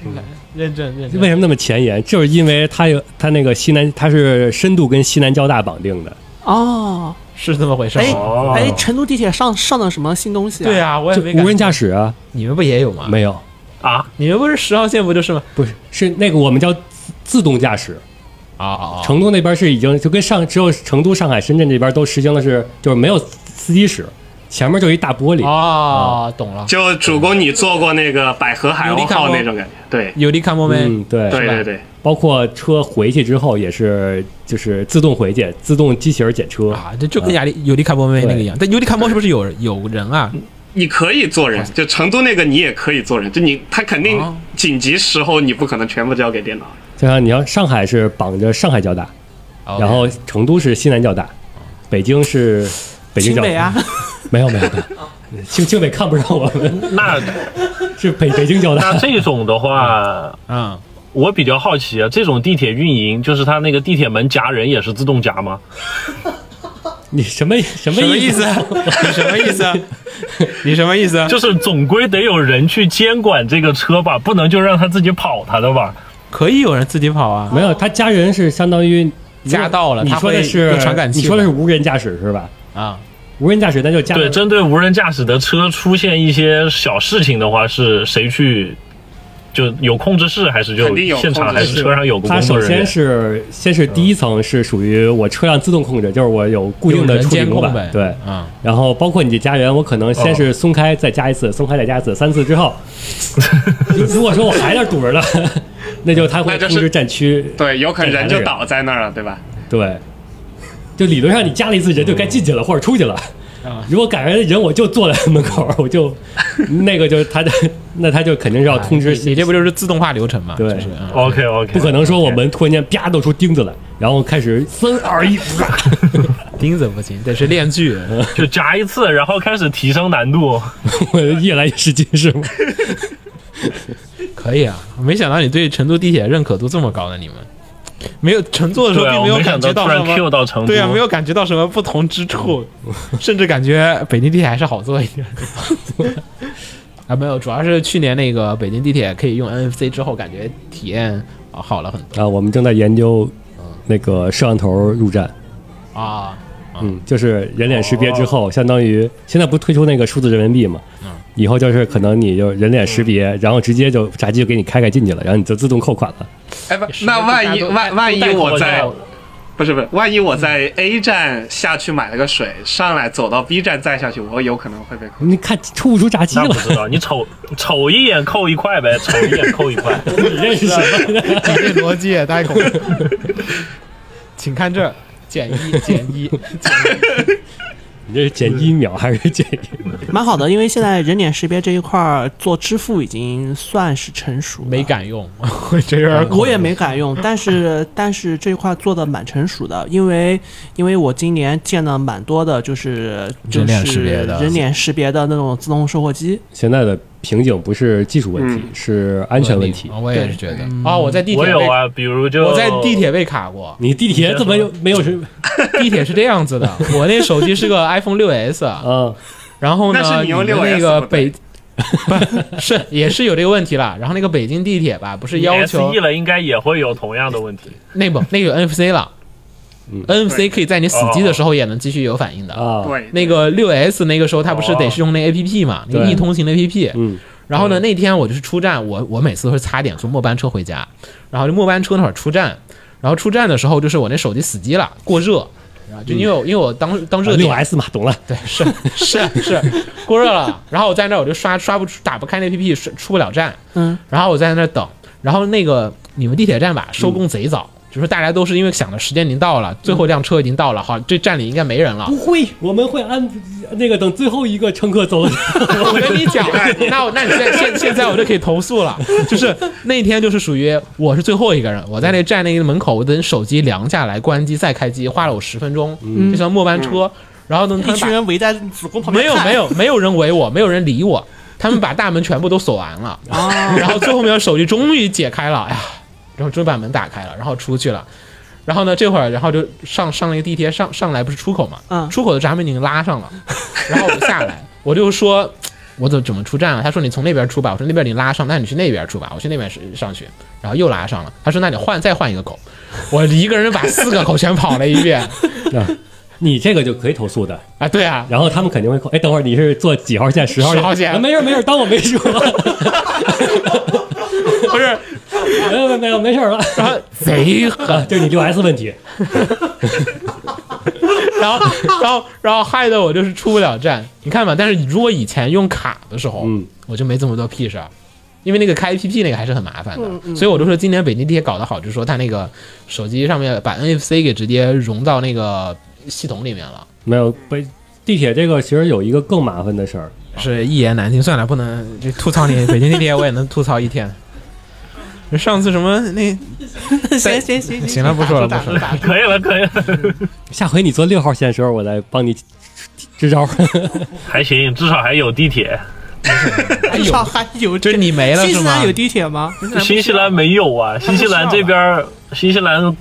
Speaker 1: 认证认
Speaker 2: 为
Speaker 1: 证。
Speaker 2: 什么那么前沿，就是因为它有它那个西南，它是深度跟西南交大绑定的。
Speaker 5: 哦，
Speaker 1: 是这么回事
Speaker 5: 哎
Speaker 1: 吗？
Speaker 4: 哦
Speaker 5: 哎，成都地铁上上的什么新东西啊？
Speaker 1: 对啊，我也
Speaker 2: 就
Speaker 1: 没感
Speaker 2: 无人驾驶啊，
Speaker 1: 你们不也有吗？
Speaker 2: 没有，
Speaker 4: 啊，
Speaker 1: 你们不是十号线不就是吗？
Speaker 2: 不是是那个我们叫自自动驾驶。
Speaker 1: 啊啊啊！
Speaker 2: 成都那边是已经就跟上只有成都、上海、深圳这边都实行的是，就是没有司机室，前面就一大玻璃，
Speaker 1: 哦，懂了。
Speaker 6: 就主公你做过那个百合海鸥号那种感觉，对
Speaker 1: 有利看莫妹，
Speaker 2: 嗯，对
Speaker 6: 对对对，
Speaker 2: 包括车回去之后也是，就是自动回去，自动机器人检车
Speaker 1: 啊，这就跟亚历尤利卡波妹那个一样，但尤利卡波是不是有有人啊？
Speaker 6: 你可以做
Speaker 5: 嗯
Speaker 6: 人，就成都那个你也可以做人，就你他肯定
Speaker 1: 哦
Speaker 6: 紧急时候你不可能全部交给电脑，
Speaker 2: 就像你要上海是绑着上海交大，
Speaker 1: 哦
Speaker 2: 然后成都是西南交大，北京是北京
Speaker 5: 清
Speaker 2: 交
Speaker 5: 北啊
Speaker 2: 大，，没有没有没 有，清清北看不上我们，
Speaker 4: 那
Speaker 2: 是北北京交
Speaker 4: 那
Speaker 2: 大。
Speaker 4: 这种的话，
Speaker 1: 嗯，
Speaker 4: 我比较好奇啊，这种地铁运营，就是它那个地铁门夹人也是自动夹吗？
Speaker 2: 你什么什么
Speaker 1: 什么意
Speaker 2: 意
Speaker 1: 思？啊你什么意思？ 你什么意思？啊
Speaker 4: 就是总归得有人去监管这个车吧，不能就让它自己跑它的吧？
Speaker 1: 可以有人自己跑啊？
Speaker 2: 没有，他家人是相当于
Speaker 1: 夹道了
Speaker 2: 你
Speaker 1: 他
Speaker 2: 说
Speaker 1: 会
Speaker 2: 的是
Speaker 1: 用传感器
Speaker 2: 你说的
Speaker 1: 吗
Speaker 2: 是无人驾驶是吧？
Speaker 1: 啊，
Speaker 2: 无人驾驶那就加
Speaker 4: 对，针对无人驾驶的车出现一些小事情的话，是谁去？就有控制室还是就
Speaker 6: 肯定有
Speaker 4: 现场
Speaker 6: 控制
Speaker 4: 还
Speaker 6: 室
Speaker 4: 是车上有个
Speaker 2: 它
Speaker 4: 工
Speaker 2: 首
Speaker 4: 作人
Speaker 2: 先
Speaker 4: 员？
Speaker 2: 是先是第一层是属于我车辆自动控制，就是我有固定
Speaker 1: 有
Speaker 2: 的
Speaker 1: 人
Speaker 2: 触
Speaker 1: 监
Speaker 2: 屏
Speaker 1: 控呗
Speaker 2: 板，。对。
Speaker 1: 嗯，
Speaker 2: 然后包括你的家人，我可能先是松开再加一次，松开再加一次，三次 之后，如果说我还在堵着了， 那就他会
Speaker 6: 那就
Speaker 2: 通
Speaker 6: 是
Speaker 2: 知战区，
Speaker 6: 对，有可能人
Speaker 2: 这
Speaker 6: 就
Speaker 2: 还是
Speaker 6: 倒在那儿了，对吧？
Speaker 2: 对，就理论上你加了一次人就该进去了或者出去了。
Speaker 1: 啊
Speaker 2: 如果赶上人我就坐在门口，我就那个就他的，那他就肯定是要通知
Speaker 1: 啊你你这不就是自动化流程吗？
Speaker 2: 对
Speaker 1: 就是嗯
Speaker 4: OK OK，
Speaker 2: 不可能说我们突然间啪露出钉子来，然后开始三二一，啪
Speaker 1: 钉子不行，得是链 锯。
Speaker 4: 就夹一次，然后开始提升难度。
Speaker 2: 我 越来越使劲是吗？
Speaker 1: 可以啊，没想到你对成都地铁认可度这么高呢，你们没有乘坐的时候
Speaker 4: 对啊，
Speaker 1: 并
Speaker 4: 我
Speaker 1: 有
Speaker 4: 没
Speaker 1: 感
Speaker 4: 想
Speaker 1: 觉
Speaker 4: 到突
Speaker 1: 什
Speaker 4: 然
Speaker 1: 么
Speaker 4: Q 到成都，
Speaker 1: 对啊，没有感觉到什么不同之 处，甚至感觉北京地铁还是好坐一点。 啊，没有，主要是去年那个北京地铁可以用 NFC 之后，感觉体验啊好了很
Speaker 2: 啊，我们正在研究那个摄像头入站，
Speaker 1: 多啊。哦
Speaker 2: 嗯，就是人脸识别之后，相当于现在不推出那个数字人民币嘛，
Speaker 1: 嗯
Speaker 2: 以后就是可能你就人脸识别，然后直接就闸机就给你开开进去了，然后你就自动扣款了。
Speaker 6: 哎不
Speaker 1: 也，是
Speaker 6: 那万一
Speaker 1: 大家都
Speaker 6: 万万一
Speaker 4: 戴口
Speaker 6: 我在
Speaker 4: 罩
Speaker 6: 不是不是，万一我在
Speaker 1: 嗯
Speaker 6: A 站下去买了个水，上来走到 B 站再下去，我有可能会被扣。
Speaker 2: 你看出不出闸机
Speaker 4: 那不
Speaker 2: 了？
Speaker 4: 知道，你瞅瞅一眼扣一块 呗，瞅一眼扣一块。
Speaker 2: 你认 识什啊么呢？
Speaker 1: 这逻辑也太恐怖了。 请看这减一减 一，
Speaker 2: 你这是减一秒还是减
Speaker 5: 蛮好的，因为现在人脸识别这一块儿做支付已经算是成熟了，呃
Speaker 1: 没敢用，嗯我 这有点恐怖
Speaker 5: 我也没敢用，但是但是这块做的蛮成熟的，因为因为我今年见了蛮多的，就是
Speaker 1: 人
Speaker 5: 就是
Speaker 1: 脸识别的
Speaker 5: 人脸识别的那种自动售货机，
Speaker 2: 现在的瓶颈不是技术问题，是安全问题。
Speaker 1: 嗯我也是觉得啊，我在地
Speaker 4: 我
Speaker 1: 铁
Speaker 4: 有
Speaker 1: 被
Speaker 4: 啊，比如就
Speaker 1: 我在地铁被卡过，
Speaker 2: 你地铁怎么有没有是
Speaker 1: 地铁是这样子的，我那手机是个 iPhone 六 S，
Speaker 2: 啊？
Speaker 1: 然后呢，
Speaker 6: 那是你用
Speaker 1: 的
Speaker 6: 6S
Speaker 1: 那个
Speaker 6: 不
Speaker 1: 北
Speaker 6: 对。
Speaker 1: 不是，也是有这个问题了。然后那个北京地铁吧，不是要求
Speaker 4: S E 了，应该也会有同样的问题。
Speaker 1: 那不那个有 NFC 了、n
Speaker 2: 嗯
Speaker 1: f c 可以在你死机的时候也能继续有反应的。
Speaker 2: 啊，
Speaker 6: 对，
Speaker 1: 那个六 S 那个时候它不是
Speaker 6: 哦
Speaker 1: 得是用那 APP 嘛，那个
Speaker 2: 对
Speaker 1: 易通行的 APP。
Speaker 2: 嗯，
Speaker 1: 然后呢，那天我就是出站，我我每次都是擦点坐末班车回家，然后就末班车那会儿出站，然后出站的时候就是我那手机死机了，过热，然后就因为我、因为我当当热
Speaker 2: 嗯啊六
Speaker 1: 点
Speaker 2: S 嘛，懂了。
Speaker 1: 对，是是是，过热了。然后我在那儿我就刷刷不出，打不开那 APP，出出不了站。
Speaker 5: 嗯，
Speaker 1: 然后我在那儿等，然后那个你们地铁站吧，收工贼早，
Speaker 5: 嗯
Speaker 1: 就是大家都是因为想着时间已经到了，最后一辆车已经到了，好，这站里应该没人了
Speaker 5: 嗯
Speaker 2: 不。会，我们会按那个等最后一个乘客走的时候。
Speaker 1: 我跟你 讲，那我那你现在现现在我就可以投诉了，就是那天就是属于我是最后一个人，我在那站那个门口，我等手机凉下来，关机再开机，花了我十分钟，就像末班车，然后呢，他们
Speaker 5: 嗯一
Speaker 1: 把
Speaker 5: 群人围在主公旁边
Speaker 1: 没有
Speaker 5: 看
Speaker 1: 没有没有人围我， 没有人理我，他们把大门全部都锁完了，
Speaker 5: 哦
Speaker 1: 然后最后面的手机终于解开了，哎呀，然后终于把门打开了，然后出去了。然后呢，这会儿然后就上上那个地铁上上来不是出口嘛，
Speaker 5: 嗯
Speaker 1: 出口的闸门已经拉上了， 然后我下来我就说。我怎么怎么出站啊？他说你从那边出吧，我说那边你拉上，那你去那边出吧，我去那边是上去，然后又拉上了。他说那你换再换一个口，我一个人把四个口全跑了一遍
Speaker 2: 你这个就可以投诉的，
Speaker 1: 啊！对啊，
Speaker 2: 然后他们肯定会扣。哎，等会儿你是坐几号线？十号线？
Speaker 1: 10号线
Speaker 2: 啊没事儿没事儿，当我没说。
Speaker 1: 不是，
Speaker 2: 没有没有没有， 没事儿了。
Speaker 1: 然后贼狠
Speaker 2: 啊，就是你六 S 问题。
Speaker 1: 然后然后然后害得我就是出不了站。你看吧，但是如果以前用卡的时候，
Speaker 2: 嗯
Speaker 1: 我就没这么多屁事儿。因为那个开 APP 那个还是很麻烦的，所以我就说今年北京地铁搞得好，就是说它那个手机上面把 NFC 给直接融到那个系统里面了，
Speaker 2: 没有被地铁这个其实有一个更麻烦的事儿，
Speaker 1: 是一言难尽。算了，不能这吐槽你北京地铁，我也能吐槽一天。 上次什么那
Speaker 5: 行行行
Speaker 1: 行了不说了不说了
Speaker 5: 了。
Speaker 4: 可以了，可以了，
Speaker 2: 下回你坐六号线的时候，我来帮你支招。
Speaker 4: 还行，至少还有地铁。
Speaker 5: 至少还有
Speaker 1: 哎就是你没了
Speaker 5: 新
Speaker 1: 是
Speaker 5: 西
Speaker 1: 吗
Speaker 5: 兰？有地铁吗？
Speaker 4: 新西兰没 有啊，新西兰这边儿，新西兰，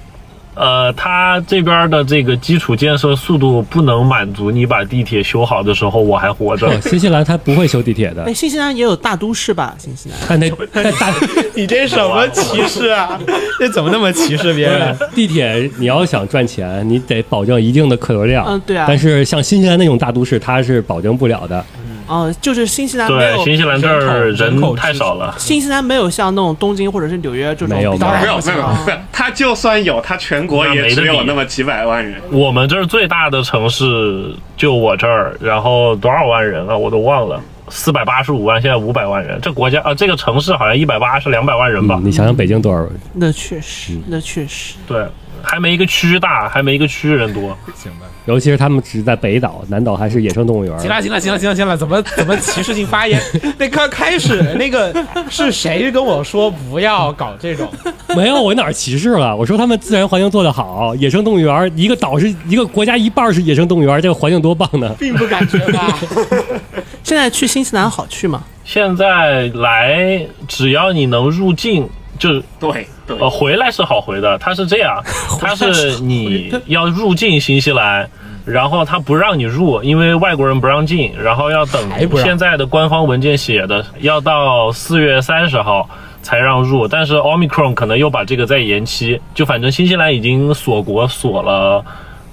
Speaker 4: 呃，它这边儿的这个基础建设速度不能满足你把地铁修好的时候我还活着
Speaker 2: 对，。哦新西兰它不会修地铁的
Speaker 5: 哎，，新西兰也有大都市吧？新西兰
Speaker 2: 但 那但大
Speaker 1: 你这什
Speaker 4: 哦
Speaker 1: 么歧视啊？这怎么那么歧视别
Speaker 5: 啊
Speaker 1: 人？
Speaker 2: 地铁你要想赚钱，你得保证一定的客流量。
Speaker 5: 嗯对啊
Speaker 2: 但是像新西兰那种大都市，它是保证不了的。
Speaker 5: 哦，就是新西兰没
Speaker 4: 对，新
Speaker 5: 有
Speaker 4: 西兰这儿
Speaker 1: 人口人口
Speaker 4: 人太少了。
Speaker 5: 新西兰没有像那种东京或者是纽约这种
Speaker 2: 没有
Speaker 5: 比较
Speaker 2: 没有
Speaker 6: 没有没有
Speaker 1: 啊
Speaker 6: 没有，他就算有，他全国
Speaker 4: 那
Speaker 6: 也
Speaker 4: 没得
Speaker 6: 只有
Speaker 4: 比
Speaker 6: 那么几百万人。
Speaker 4: 我们这儿最大的城市就我这儿，然后多少万人啊，我都忘了，四百八十五万，现在五百万人。这国家啊、这个城市好像一百八是两百万人吧？
Speaker 2: 嗯，你想想北京多少？
Speaker 5: 那确实，那确实，
Speaker 4: 对，还没一个区大，还没一个区人多。
Speaker 1: 行吧，
Speaker 2: 尤其是他们只在北岛，南岛还是野生动物园。
Speaker 1: 行了行了行了行了行了，怎么怎么歧视性发 言？那刚开始那个是谁跟我说不要搞这种？
Speaker 2: 没有，我哪儿歧视了？我说他们自然环境做得好，野生动物园一个岛是一个国家一半是野生动物园，这个环境多棒呢！
Speaker 1: 并不感觉 吧？
Speaker 5: 现在去新西兰好去吗？
Speaker 4: 现在来，只要你能入境，就是
Speaker 6: 对对，
Speaker 1: 哦
Speaker 4: 呃，回来是好回的，它是 这样，它是你要入境新西兰，然后它不让你入，因为外国人不让进，然后要等
Speaker 1: 还不让
Speaker 4: 现在的官方文件写的要到四月三十号才让入，但是 Omicron 可能又把这个再延期，就反正新西兰已经锁国锁了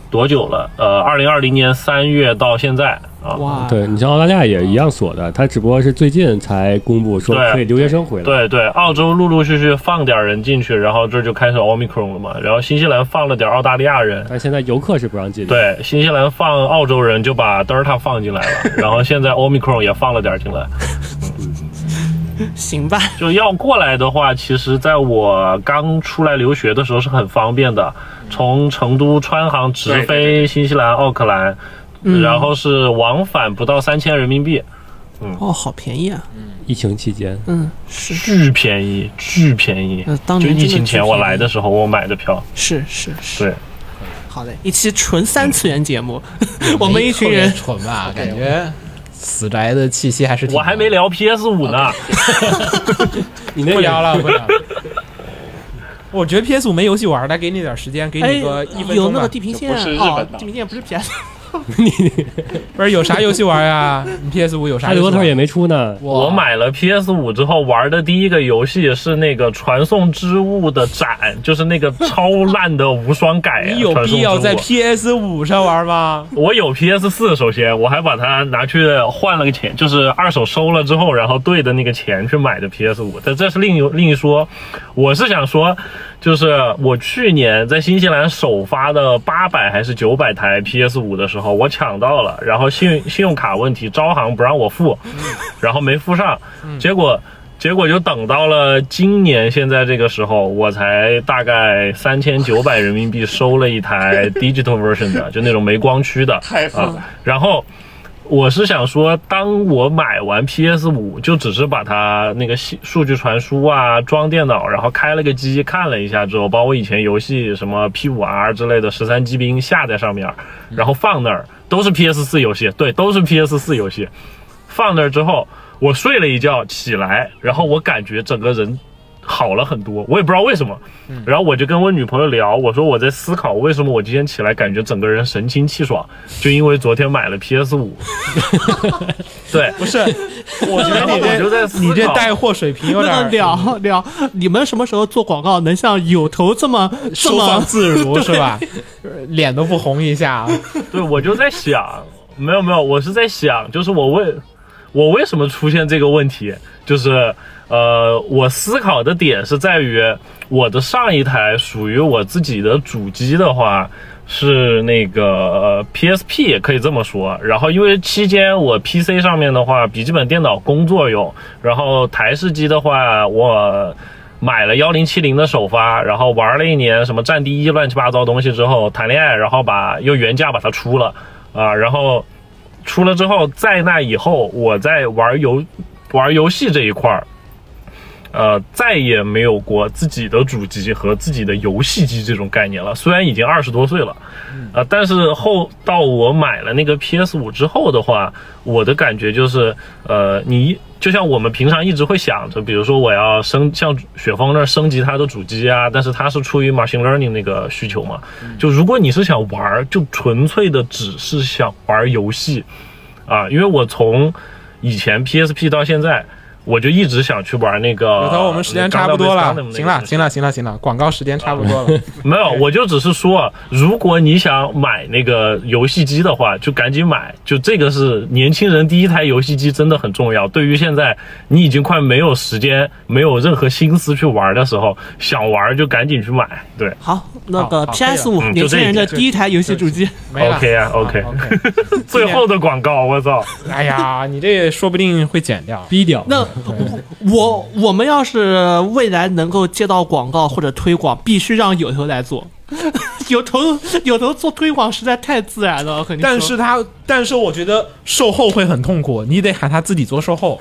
Speaker 4: 多久了？呃，二零二零年三月到现在啊，
Speaker 5: 哇，
Speaker 2: 对你像澳大利亚也一样锁的，它只不过是最近才公布说
Speaker 4: 对
Speaker 2: 可以留学生回来。
Speaker 4: 对对，澳洲陆陆续续放点人进去，然后这就开始哦 Omicron 了嘛，然后新西兰放了点澳大利亚人。
Speaker 2: 但现在游客是不让进的。
Speaker 4: 对，新西兰放澳洲人就把德尔塔放进来了，然后现在 Omicron 也放了点进来。
Speaker 5: 嗯行吧，
Speaker 4: 就要过来的话，其实在我刚出来留学的时候是很方便的，从成都川航直
Speaker 6: 对对
Speaker 4: 飞新西兰奥克兰，然后是往返不到三千人民币，
Speaker 5: 哦，好便宜啊，
Speaker 2: 疫情期间，
Speaker 5: 嗯，是，
Speaker 4: 巨便宜，巨便宜
Speaker 5: 呃。当
Speaker 4: 就
Speaker 5: 年
Speaker 4: 疫
Speaker 5: 真的
Speaker 4: 情
Speaker 5: 巨
Speaker 4: 前我
Speaker 5: 便宜
Speaker 4: 来的时候，我买的票。
Speaker 5: 是是是，
Speaker 4: 对，
Speaker 5: 好嘞，一期纯三次元节目，
Speaker 4: 嗯
Speaker 5: 我们一群
Speaker 1: 没
Speaker 5: 人
Speaker 1: 特别蠢吧， 感觉死宅的气息还是挺
Speaker 4: 我还没聊 PS 五呢。
Speaker 2: 你
Speaker 1: 不聊了不 聊了。我觉得 PS 五没游戏玩儿，来给你点时间，给
Speaker 5: 哎
Speaker 1: 你个一分
Speaker 5: 有
Speaker 1: 钟
Speaker 5: 那
Speaker 1: 吧
Speaker 5: 个。地平线
Speaker 6: 不是日
Speaker 5: 哦
Speaker 6: 本，的
Speaker 5: 地平线不是 PS，
Speaker 1: 不是有啥游戏玩呀？你 PS 五有啥
Speaker 2: 哈利
Speaker 1: 游
Speaker 2: 波
Speaker 1: 戏
Speaker 2: 特
Speaker 1: 玩？
Speaker 2: 也没出呢。
Speaker 1: 我
Speaker 4: 我买了 PS 五之后玩的第一个游戏是那个《传送之物》的展，就是那个超烂的无双改、啊。
Speaker 1: 你有
Speaker 4: 传送
Speaker 1: 必
Speaker 4: 之
Speaker 1: 要
Speaker 4: 物
Speaker 1: 在 PS 五上玩吗？
Speaker 4: 我有 PS 四，首先我还把它拿去换了个钱，就是二手收了之后，然后兑的那个钱去买的 PS 五。但这是另一另一说，我是想说，就是我去年在新西兰首发的八百还是九百台 PS 五的时候，我抢到了，然后信信用卡问题，招行不让我付，然后没付上，结果。结果就等到了今年现在这个时候，我才大概三千九百人民币收了一台 digital version 的，就那种没光驱的。
Speaker 6: 太复杂
Speaker 4: 啊。然后我是想说，当我买完 PS 五，就只是把它那个系数据传输啊，装电脑，然后开了个机看了一下之后，把我以前游戏什么 P 五 R 之类的十三机兵下在上面，然后放那儿，都是 PS 四游戏，对，都是 PS 四游戏，放那儿之后，我睡了一觉起来，然后我感觉整个人。好了很多，我也不知道为什么。然后我就跟我女朋友聊，我说我在思考为什么我今天起来感觉整个人神清气爽，就因为昨天买了 PS 五。 对，
Speaker 1: 不是，我觉
Speaker 4: 然
Speaker 1: 得
Speaker 4: 后
Speaker 1: 你
Speaker 4: 我就
Speaker 1: 这
Speaker 4: 在思考
Speaker 1: 你这带货水平 有
Speaker 5: 不
Speaker 1: 点
Speaker 5: 能
Speaker 1: 儿嗯
Speaker 5: 聊聊，你们什么时候做广告能像有头这么这
Speaker 1: 收放
Speaker 5: 么？
Speaker 1: 自如是吧？脸都不红一下，
Speaker 4: 对，我就在想，没有没有，我是在想，就是我为，我为什么出现这个问题，就是呃，我思考的点是在于我的上一台属于我自己的主机的话，是那个呃 PSP 也可以这么说。然后因为期间我 PC 上面的话，笔记本电脑工作用，然后台式机的话，我买了幺零七零的首发，然后玩了一年什么《战地一》乱七八糟东西之后谈恋爱，然后把又原价把它出了啊、然后出了之后，在那以后我在玩游玩游戏这一块儿。呃，再也没有过自己的主机和自己的游戏机这种概念了。虽然已经二十多岁了，呃，但是后到我买了那个 PS 五之后的话，我的感觉就是，呃，你就像我们平常一直会想着，比如说我要升像雪峰那儿升级他的主机啊，但是它是出于 machine learning 那个需求嘛，
Speaker 1: 嗯
Speaker 4: 就如果你是想玩儿，就纯粹的只是想玩儿游戏，啊，因为我从以前 PSP 到现在，我就一直想去玩那个。
Speaker 1: 有头，我们时间差不
Speaker 4: 哦
Speaker 1: 多了，行了，行
Speaker 4: 了。
Speaker 1: 了，行了，行了，广告时间差不多了。
Speaker 4: 没有，我就只是说，如果你想买那个游戏机的话，就赶紧买。就这个是年轻人第一台游戏机真的很重要。对于现在你已经快没有时间、没有任何心思去玩的时候，想玩就赶紧去买。 对
Speaker 5: 好，那
Speaker 1: 好
Speaker 5: 个
Speaker 1: 好可以了
Speaker 5: PS 五
Speaker 4: 嗯
Speaker 5: 年
Speaker 4: 就
Speaker 5: 轻
Speaker 4: 这一
Speaker 5: 人的
Speaker 1: 点
Speaker 5: 第一台游戏主机，
Speaker 1: 没了
Speaker 4: ，OK 啊
Speaker 1: 啊
Speaker 4: ，OK。
Speaker 1: OK
Speaker 4: 最后的广告，我操！
Speaker 1: 哎呀，你这说不定会剪 掉。
Speaker 2: 逼掉。
Speaker 5: 那我我们要是未来能够接到广告或者推广，必须让有头来做。 有头有头做推广实在太自然了，我跟你说
Speaker 1: 但是他，但是我觉得售后会很痛苦，你得喊他自己做售 后，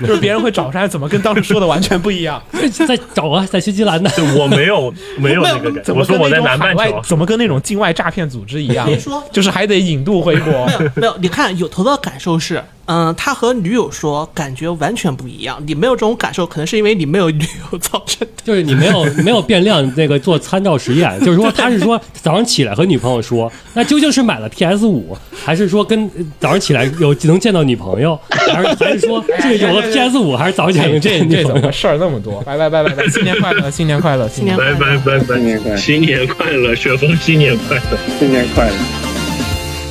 Speaker 1: 就是别人会找出来怎么跟当时说的完全不一样，
Speaker 2: 再找啊， 在新西兰的。
Speaker 4: 对我没有 没有那个感觉，
Speaker 1: 怎
Speaker 4: 我
Speaker 1: 么
Speaker 4: 说
Speaker 1: 跟
Speaker 4: 我
Speaker 1: 那
Speaker 4: 在
Speaker 1: 种
Speaker 4: 南
Speaker 1: 海
Speaker 4: 半
Speaker 1: 外
Speaker 4: 球，。
Speaker 1: 怎么跟那种境外诈骗组织一样
Speaker 5: 别说，
Speaker 1: 就是还得引渡回 国。
Speaker 5: 没有，你看有头的感受是，嗯，他和女友说感觉完全不一样。你没有这种感受，可能是因为你没有女友造成的。
Speaker 2: 就是你没有 没有变量那个做参照 实验，就是说他是说早上起来和女朋友说，那究竟是买了 PS 五，还是说跟呃早上起来有能见到女朋 友，还是还是
Speaker 1: 哎
Speaker 2: 说是有了 PS 五，还是早上起来
Speaker 1: 这
Speaker 2: 能见
Speaker 1: 这
Speaker 2: 到女
Speaker 1: 这怎
Speaker 2: 朋友
Speaker 1: 么？事儿那么多？拜拜拜拜拜！新年快乐，新年快乐，新
Speaker 5: 年
Speaker 4: 拜拜拜拜
Speaker 6: 新年快乐
Speaker 4: 新年快乐，雪峰新年快乐。
Speaker 6: 新年快乐！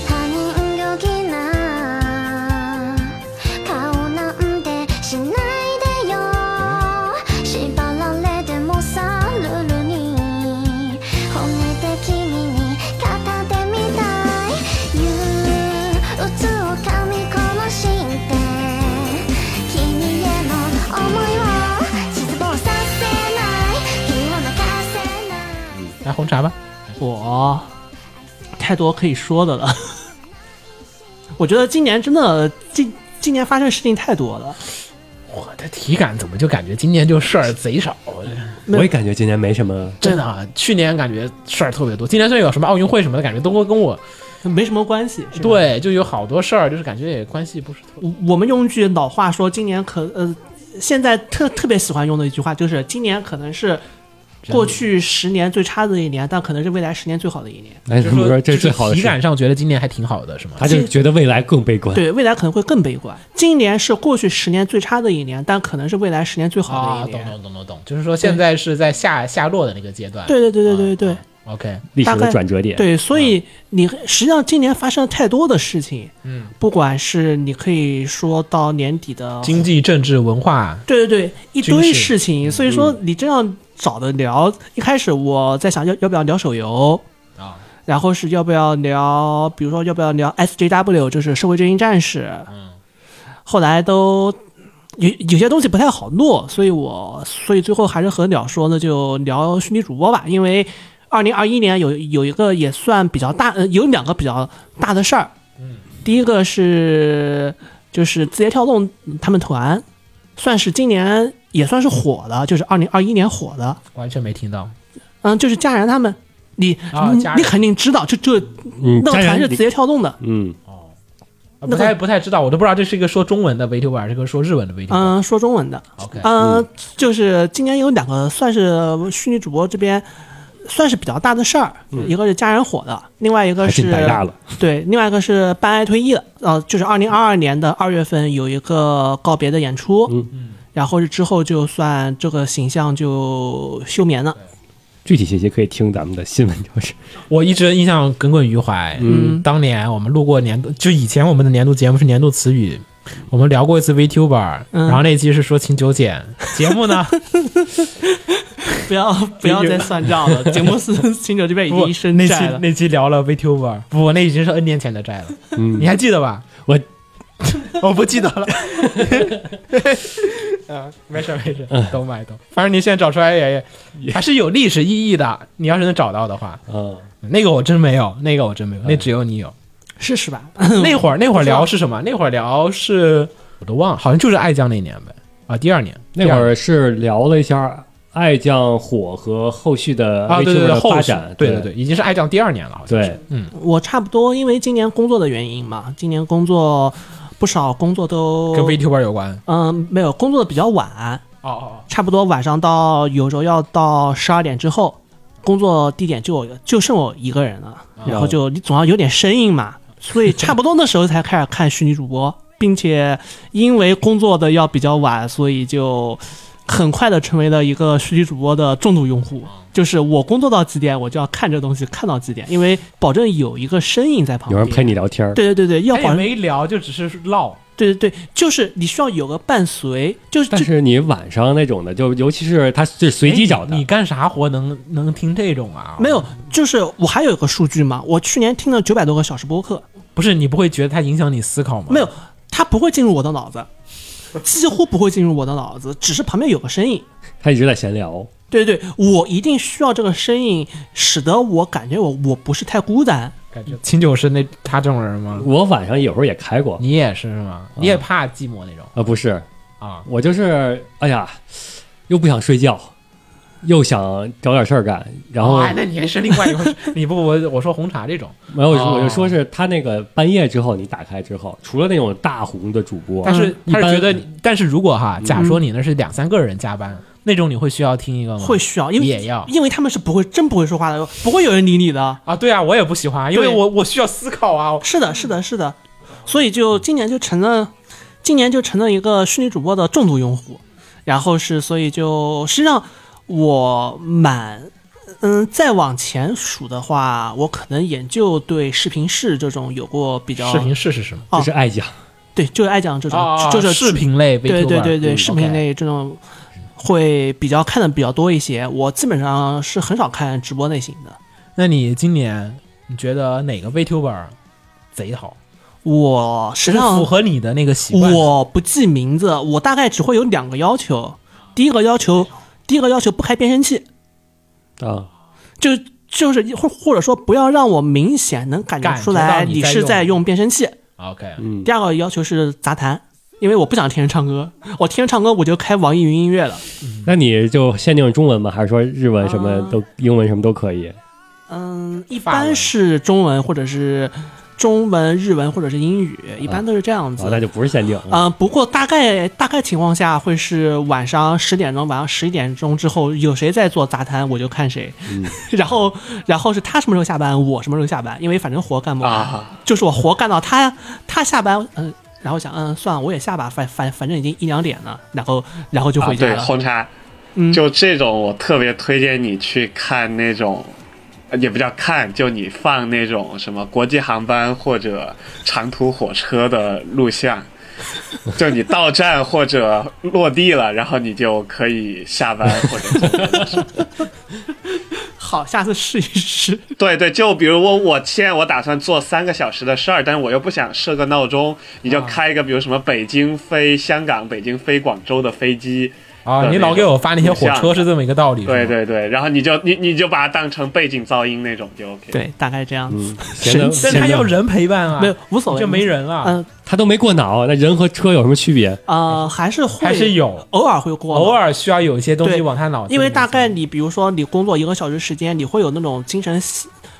Speaker 7: 他人行儀な顔なんてしないでよ縛られてもさルールに褒めて君に片手みたい憂鬱を噛み殺して君への思いを失望させない気を泣かせない
Speaker 1: 来红茶吧。
Speaker 5: 我太多可以说的了。我觉得今年真的，今今年发生的事情太多了。
Speaker 1: 我的体感怎么就感觉今年就事儿贼少？
Speaker 2: 我也感觉今年没什么，
Speaker 1: 真的啊，去年感觉事儿特别多，今年甚至有什么奥运会什么的，感觉都会跟我
Speaker 5: 没什么关系。是吧，
Speaker 1: 对，就有好多事儿，就是感觉也关系不是特别。
Speaker 5: 我我们用句老话说，今年可呃，现在特特别喜欢用的一句话就是，今年可能是过去十年最差的一年，但可能是未来十年最好的一年。
Speaker 2: 哎，
Speaker 1: 就
Speaker 2: 怎
Speaker 1: 是
Speaker 2: 么
Speaker 1: 说，
Speaker 2: 说这
Speaker 1: 就是
Speaker 2: 最好的
Speaker 1: 体
Speaker 2: 事，
Speaker 1: 感上觉得今年还挺好的，是吗？
Speaker 2: 他就觉得未来更悲观。
Speaker 5: 对未来可能会更悲观。今年是过去十年最差的一年，但可能是未来十年最好
Speaker 1: 啊，
Speaker 5: 的一
Speaker 1: 懂
Speaker 5: 年。
Speaker 1: 懂懂懂懂，就是说现在是在下下落的那个阶段。
Speaker 5: 对对对对对对
Speaker 1: ，OK，
Speaker 2: 啊历史
Speaker 5: 大概
Speaker 2: 的转折点，
Speaker 5: 对，所以你实际上今年发生了太多的事情，嗯，不管是你可以说到年底的
Speaker 1: 经济、政治、文化，
Speaker 5: 对对对，一
Speaker 1: 军
Speaker 5: 堆
Speaker 1: 事嗯
Speaker 5: 事情，所以说你这样找的聊，一开始我在想要要不要聊手游
Speaker 1: 啊，
Speaker 5: 然后是要不要聊，比如说要不要聊 SJW，就是社会正义战士，嗯，后来都。有有些东西不太好弄，所以我所以最后还是和鸟说呢，就聊虚拟主播吧，因为二零二一年有有一个也算比较大，呃，有两个比较大的事儿，嗯，第一个是就是字节跳动他们团，算是今年也算是火的，就是二零二一年火的。
Speaker 1: 完全没听到。
Speaker 5: 嗯，就是佳然他们，你、
Speaker 1: 啊
Speaker 5: 你
Speaker 1: 佳然
Speaker 5: 你肯定知道，这这
Speaker 2: 嗯，
Speaker 5: 那个
Speaker 2: 当然
Speaker 5: 团是
Speaker 2: 你
Speaker 5: 字节跳动的。
Speaker 2: 嗯，
Speaker 1: 啊不太不太知道，我都不知道这是一个说中文的 VTuber 还是个说日文的 VTuber。
Speaker 5: 嗯，说中文的。
Speaker 1: OK，
Speaker 5: 嗯，就是今年有两个算是虚拟主播这边算是比较大的事儿，一个是佳然火的，另外一个
Speaker 2: 嗯还
Speaker 5: 是
Speaker 2: 挺白大了。
Speaker 5: 对，另外一个是半爱退役了，呃，就是二零二二年的二月份有一个告别的演出，
Speaker 2: 嗯
Speaker 5: 然后是之后就算这个形象就休眠了。
Speaker 2: 具体信息可以听咱们的新闻，就是
Speaker 1: 我一直印象滚滚于怀。
Speaker 5: 嗯
Speaker 1: 当年我们录过年度，就以前我们的年度节目是年度词语，我们嗯聊过一次 VTuber，、
Speaker 5: 嗯
Speaker 1: 然后那期是说秦九简。节目呢，
Speaker 5: 不要不要再算账 了。节目四秦九这边已经
Speaker 1: 不
Speaker 5: 一，身
Speaker 1: 那期
Speaker 5: 债了，
Speaker 1: 那期聊了 VTuber，不，那已经是 N 年前的债了，
Speaker 2: 嗯
Speaker 1: 你还记得吧？
Speaker 2: 我
Speaker 1: 我不记得了。 啊，没事没事，懂买懂。反正你现在找出来也也还是有历史意义的。你要是能找到的话，
Speaker 2: 嗯，
Speaker 1: 那个我真没有，那个我真没有，那只有你有。
Speaker 5: 试试吧。
Speaker 1: 那会儿那会儿聊是什么？那会儿聊是我都忘了，好像就是爱将那年呗。啊，第二年
Speaker 2: 那会
Speaker 1: 第二
Speaker 2: 儿
Speaker 1: 年
Speaker 2: 是聊了一下爱将火和后续的
Speaker 1: 啊，对对
Speaker 2: VTuber
Speaker 1: 对，
Speaker 2: 的
Speaker 1: 后
Speaker 2: 发
Speaker 1: 续
Speaker 2: 展，
Speaker 1: 对
Speaker 2: 对
Speaker 1: 对，已经是爱将第二年了，好像是
Speaker 2: 对，
Speaker 5: 我差不多，因为今年工作的原因嘛，今年工作不少，工作都
Speaker 1: 跟 VTuber 有关。
Speaker 5: 嗯没有工作的比较晚，
Speaker 1: 哦哦，
Speaker 5: 差不多晚上到有时候要到十二点之后，工作地点就我就剩我一个人了，然后就你总要有点声音嘛，所以差不多那时候才开始看虚拟主播，并且因为工作的要比较晚，所以就很快的成为了一个虚拟主播的重度用户。就是我工作到几点，我就要看这东西看到几点，因为保证有一个声音在旁
Speaker 2: 有
Speaker 5: 边。
Speaker 2: 人陪你聊天儿，
Speaker 5: 对对对对，要
Speaker 1: 他也
Speaker 5: 保证。
Speaker 1: 哎没聊，就只是唠。
Speaker 5: 对对对，就是你需要有个伴随，就是
Speaker 2: 但
Speaker 5: 就是
Speaker 2: 你晚上那种的，就尤其是他是随机找
Speaker 1: 哎你
Speaker 2: 的，
Speaker 1: 干啥活能能听这种啊？
Speaker 5: 没有，就是我还有一个数据嘛，我去年听了九百多个小时播客，
Speaker 1: 不是你不会觉得它影响你思考吗？
Speaker 5: 没有，它不会进入我的脑子，几乎不会进入我的脑子，只是旁边有个声音。
Speaker 2: 他一直在闲聊。
Speaker 5: 对对，我一定需要这个声音，使得我感觉我我不是太孤单。
Speaker 1: 感觉秦九是那他这种人吗？
Speaker 2: 我晚上有时候也开过，
Speaker 1: 你也是吗？你
Speaker 2: 嗯
Speaker 1: 也怕寂寞那种
Speaker 2: 呃，不是，
Speaker 1: 啊？
Speaker 2: 我就是哎呀，又不想睡觉，又想找点事儿干，然后
Speaker 1: 哎，那你还是另外一回事。 你不，我我说红茶这种，
Speaker 2: 没有，我就
Speaker 1: 哦
Speaker 2: 我就说是他那个半夜之后你打开之后，除了那种大红的主播
Speaker 1: 但，是
Speaker 2: 一
Speaker 5: 嗯
Speaker 1: 他是
Speaker 2: 般
Speaker 1: 觉得，但是如果哈，假说你那是两三个人加班，那种你会需要听一个吗？
Speaker 5: 会需要，因为
Speaker 1: 嗯也要
Speaker 5: 因为他们是不会真不会说话的，不会有人理你的。
Speaker 1: 啊？对啊，我也不喜欢，因为
Speaker 5: 对
Speaker 1: 我我需要思考啊。
Speaker 5: 是的，是的，是的，所以就今年就成了，今年就成了一个虚拟主播的重度用户，然后是所以就实际上我满。嗯，再往前数的话，我可能也就对视频室这种有过比较
Speaker 1: 视频室是什么？
Speaker 5: 哦
Speaker 2: 就是爱讲，
Speaker 5: 对，就是爱讲这种，
Speaker 1: 啊，
Speaker 5: 就是
Speaker 1: 视频类，
Speaker 5: 对对对对，
Speaker 1: 嗯
Speaker 5: 视频
Speaker 1: OK
Speaker 5: 类这种会比较看的比较多一些。我基本上是很少看直播类型的。
Speaker 1: 那你今年你觉得哪个 VTuber 贼好？
Speaker 5: 我实
Speaker 1: 是
Speaker 5: 际上
Speaker 1: 符合你的那个习惯的？
Speaker 5: 我不记名字，我大概只会有两个要求。第一个要求，第一个要求不开变声器，
Speaker 2: 啊，
Speaker 5: 就就是或或者说不要让我明显能感觉
Speaker 1: 感
Speaker 5: 出
Speaker 1: 觉到
Speaker 5: 来
Speaker 1: 你
Speaker 5: 你
Speaker 1: 在
Speaker 5: 是
Speaker 1: 用
Speaker 5: 在用变声器。
Speaker 1: 啊 OK，
Speaker 2: 嗯
Speaker 5: 第，二个要求是杂谈，因为我不想听人唱歌，我听人唱歌我就开网易云音乐了。
Speaker 2: 那你就限定中文吗？还是说日文什
Speaker 5: 啊
Speaker 2: 么都，英文什么都可以？
Speaker 5: 嗯，一
Speaker 1: 法文
Speaker 5: 般是中文或者是中文、日文或者是英语，一
Speaker 1: 啊
Speaker 5: 般都是这样子
Speaker 2: 哦，。那就不是限定。
Speaker 5: 嗯，不过大概大概情况下会是晚上十点钟、晚上十一点钟之后，有谁在做杂谈，我就看谁。
Speaker 6: 嗯
Speaker 5: 然后，然后是他什么时候下班，我什么时候下班，因为反正活干不完，
Speaker 6: 啊
Speaker 5: 就是我活干到他他下班，嗯、然后想，嗯，算了，我也下吧，反反反正已经一两点了，然后然后就回
Speaker 6: 啊，
Speaker 5: 家
Speaker 6: 对，
Speaker 5: 了。
Speaker 6: 红茶，
Speaker 5: 嗯
Speaker 6: 就这种我特别推荐你去看那种。呃也不叫看，就你放那种什么国际航班或者长途火车的录像，就你到站或者落地了，然后你就可以下班或者走人了
Speaker 5: 好，下次试一 试。
Speaker 6: 对对，就比如我我现在我打算做三个小时的事儿，但是我又不想设个闹钟，你就开一个比如什么北京飞香港、北京飞广州的飞机，
Speaker 1: 啊，你老给我发那些火车是这么一个道理。
Speaker 6: 对
Speaker 1: 是吗，
Speaker 6: 对对，然后你就你你就把它当成背景噪音那种就 OK。，
Speaker 5: 对，大概这样
Speaker 6: 嗯
Speaker 5: 子，
Speaker 2: 闲的
Speaker 5: 神奇
Speaker 1: 但他要人陪伴啊，
Speaker 5: 没有无所谓，
Speaker 1: 就没。人了。
Speaker 5: 嗯
Speaker 2: 他都没过脑，那人和车有什么区别？
Speaker 5: 呃，还是会
Speaker 1: 还是有
Speaker 5: 偶尔会过，
Speaker 1: 偶。尔需要有一些东西
Speaker 5: 对
Speaker 1: 往他
Speaker 2: 啊
Speaker 1: 脑子里面
Speaker 5: 因为大概你比如说你工作一个小时时间，你会有那种精神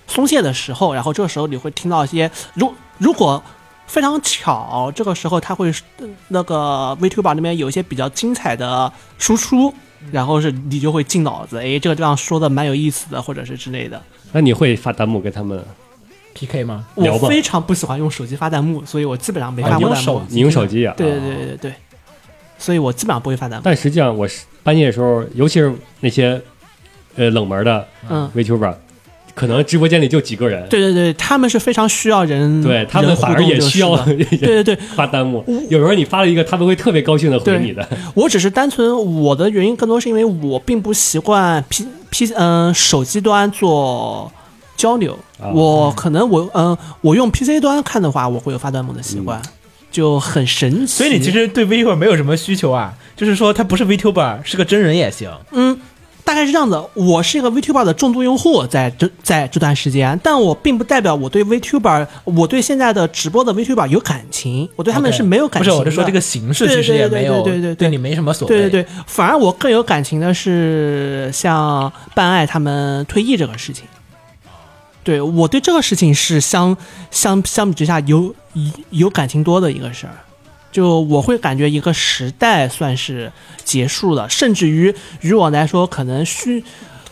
Speaker 5: 松懈的时候，然后这时候你会听到一些，如如果非常巧，这个时候他会呃那个 VTuber 那边有一些比较精彩的输出，
Speaker 2: 嗯
Speaker 5: 然后是你就会进脑子，哎，这个地方说的蛮有意思的，或者是之类的。
Speaker 2: 那你会发弹幕给他们？
Speaker 1: PK 吗？
Speaker 2: 聊
Speaker 5: 我
Speaker 2: 吧
Speaker 5: 非常不喜欢用手机发弹幕，所以我基本上没
Speaker 1: 啊
Speaker 5: 发
Speaker 1: 你
Speaker 5: 过
Speaker 1: 用
Speaker 5: 弹幕
Speaker 1: 手。
Speaker 2: 你用手机啊？
Speaker 5: 对对对对对，所以我基本上不会发弹幕。
Speaker 2: 但实际上，我是半夜的时候，尤其是那些呃冷门的
Speaker 5: 嗯
Speaker 2: VTuber，可能直播间里就几个人，
Speaker 5: 对对对，他们是非常需要人，
Speaker 2: 对他们
Speaker 5: 人互
Speaker 2: 反而
Speaker 5: 动
Speaker 2: 也
Speaker 5: 就
Speaker 2: 需
Speaker 5: 是
Speaker 2: 要
Speaker 5: 了对对对，
Speaker 2: 发弹幕。有时候你发了一个，他们会特别高兴的回
Speaker 5: 对
Speaker 2: 你的。
Speaker 5: 我只是单纯我的原因更多是因为我并不习惯 P P 嗯、手机端做交流，
Speaker 2: 啊
Speaker 5: 我可能我嗯、我用 PC 端看的话，我会有发弹幕的习惯，就很神
Speaker 1: 嗯
Speaker 5: 奇。
Speaker 1: 所以你其实对 VTuber 没有什么需求啊，就是说他不是 VTuber，是个真人也行。
Speaker 5: 嗯。大概是这样子，我是一个 VTuber 的重度用户，在这在这段时间，但我并不代表我对 VTuber，我对现在的直播的 VTuber 有感情，我对他们
Speaker 1: OK
Speaker 5: 是没有感
Speaker 1: 不
Speaker 5: 情
Speaker 1: 是，
Speaker 5: 的。
Speaker 1: 我是说这个形式
Speaker 5: 对
Speaker 1: 其实
Speaker 5: 对
Speaker 1: 也
Speaker 5: 对
Speaker 1: 没有
Speaker 5: 对对对对
Speaker 1: 你没什么所谓。
Speaker 5: 对对对，反而我更有感情的是像办爱他们退役这个事情。对我对这个事情是相相相比之下有有感情多的一个事儿，就我会感觉一个时代算是结束了，甚至于于我来说，可能虚，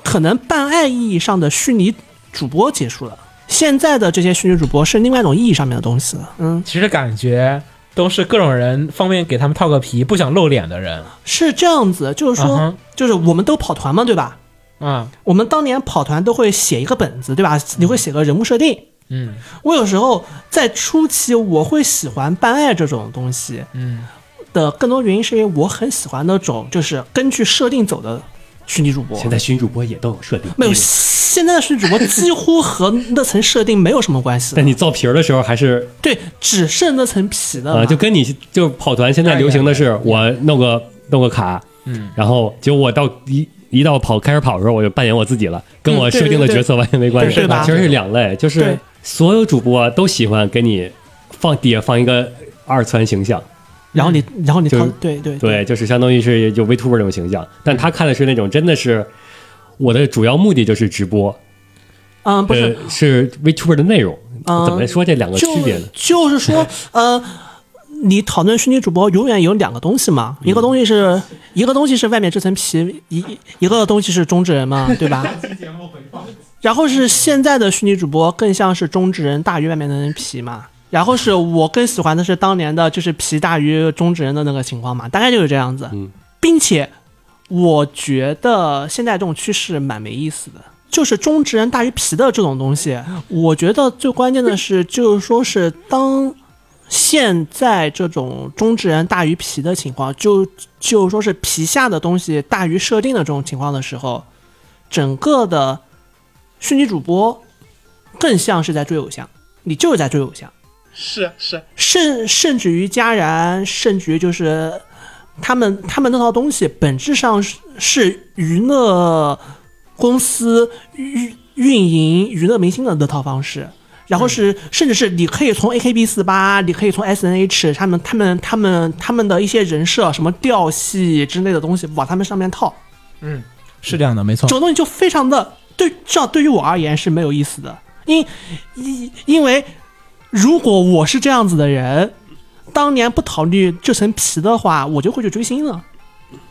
Speaker 5: 可能办爱意义上的虚拟主播结束了，现在的这些虚拟主播是另外一种意义上面的东西了。嗯，
Speaker 1: 其实感觉都是各种人方便给他们套个皮，不想露脸的人。
Speaker 5: 是这样子，就是说，
Speaker 1: 嗯哼
Speaker 5: 就是我们都跑团嘛，对吧？
Speaker 1: 啊，
Speaker 5: 我们当年跑团都会写一个本子，对吧？你会写个人物设定。
Speaker 1: 嗯，
Speaker 5: 我有时候在初期我会喜欢办爱这种东西，嗯，的更多原因是因为我很喜欢那种就是根据设定走的虚拟主播。
Speaker 2: 现在新主播也都有设定，嗯
Speaker 5: 没有，现在的虚拟主播几乎和那层设定没有什么关系了
Speaker 2: 但你造皮儿的时候还是
Speaker 5: 对，只剩那层皮了嘛。
Speaker 2: 啊，就跟你就跑团现在流行的是我弄个弄个卡，
Speaker 1: 嗯，
Speaker 2: 然后结果我到一一到跑开始跑的时候，我就扮演我自己了，跟我
Speaker 5: 嗯对
Speaker 2: 设定的角色完全没关系，
Speaker 5: 对对吧
Speaker 2: 其实是两类，就是
Speaker 5: 对
Speaker 2: 所有主播都喜欢给你放底下放一个二次元形象，
Speaker 5: 然后你，然后你
Speaker 2: 嗯就
Speaker 5: 掏
Speaker 2: 是，
Speaker 5: 对对嗯
Speaker 2: 对，就是相当于是有 Vtuber 这种形象，但他看的是那种真的是我的主要目的就是直播，
Speaker 5: 嗯，不是，
Speaker 2: 呃，是 Vtuber 的内容，
Speaker 5: 嗯
Speaker 2: 怎么说这两个区
Speaker 5: 就
Speaker 2: 别呢？
Speaker 5: 就是说，呃，你讨论虚拟主播永远有两个东西
Speaker 2: 嗯
Speaker 5: 嘛，一个东西是一个东西是外面这层皮，一一个东西是中之人 嘛，对吧？然后是现在的虚拟主播更像是中之人大于外面的那层皮嘛。然后是我更喜欢的是当年的就是皮大于中之人的那个情况嘛，大概就是这样子，
Speaker 2: 嗯
Speaker 5: 并且我觉得现在这种趋势蛮没意思的，就是中职人大于皮的这种东西。我觉得最关键的是，就是说是当现在这种中职人大于皮的情况，就就是说是皮下的东西大于设定的这种情况的时候，整个的虚拟主播更像是在追偶像，你就是在追偶像。
Speaker 6: 是啊是啊，
Speaker 5: 甚甚至于戛然，甚至于就是他们他们那套东西本质上是是娱乐公司运运营娱乐明星的那套方式。然后是，甚至是你可以从 AKB 四八，你可以从 SNH 他们、他们、他们、他们的一些人设、什么调系之类的东西往他们上面套，
Speaker 1: 是这样的，没错
Speaker 5: 这。种东西就非常的对，至少对于我而言是没有意思的。因因因为如果我是这样子的人，当年不考虑这层皮的话，我就会去追星了。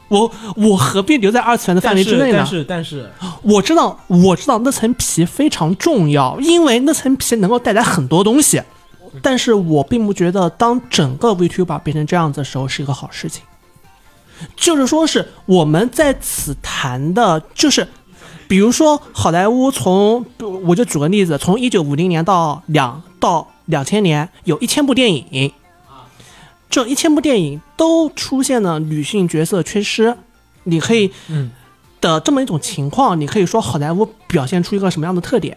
Speaker 5: 我我何必留在二次元的范围之内呢
Speaker 1: 但？是但是
Speaker 5: 我知道我知道那层皮非常重要，因为那层皮能够带来很多东西。但是我并不觉得当整个 VTuber 变成这样子的时候是一个好事情。就是说是我们在此谈的，就是比如说好莱坞从，我就举个例子，从一九五零年到两到两千年，有一千部电影，这一千部电影都出现了女性角色缺失，你可以的这么一种情况，你可以说好莱坞表现出一个什么样的特点？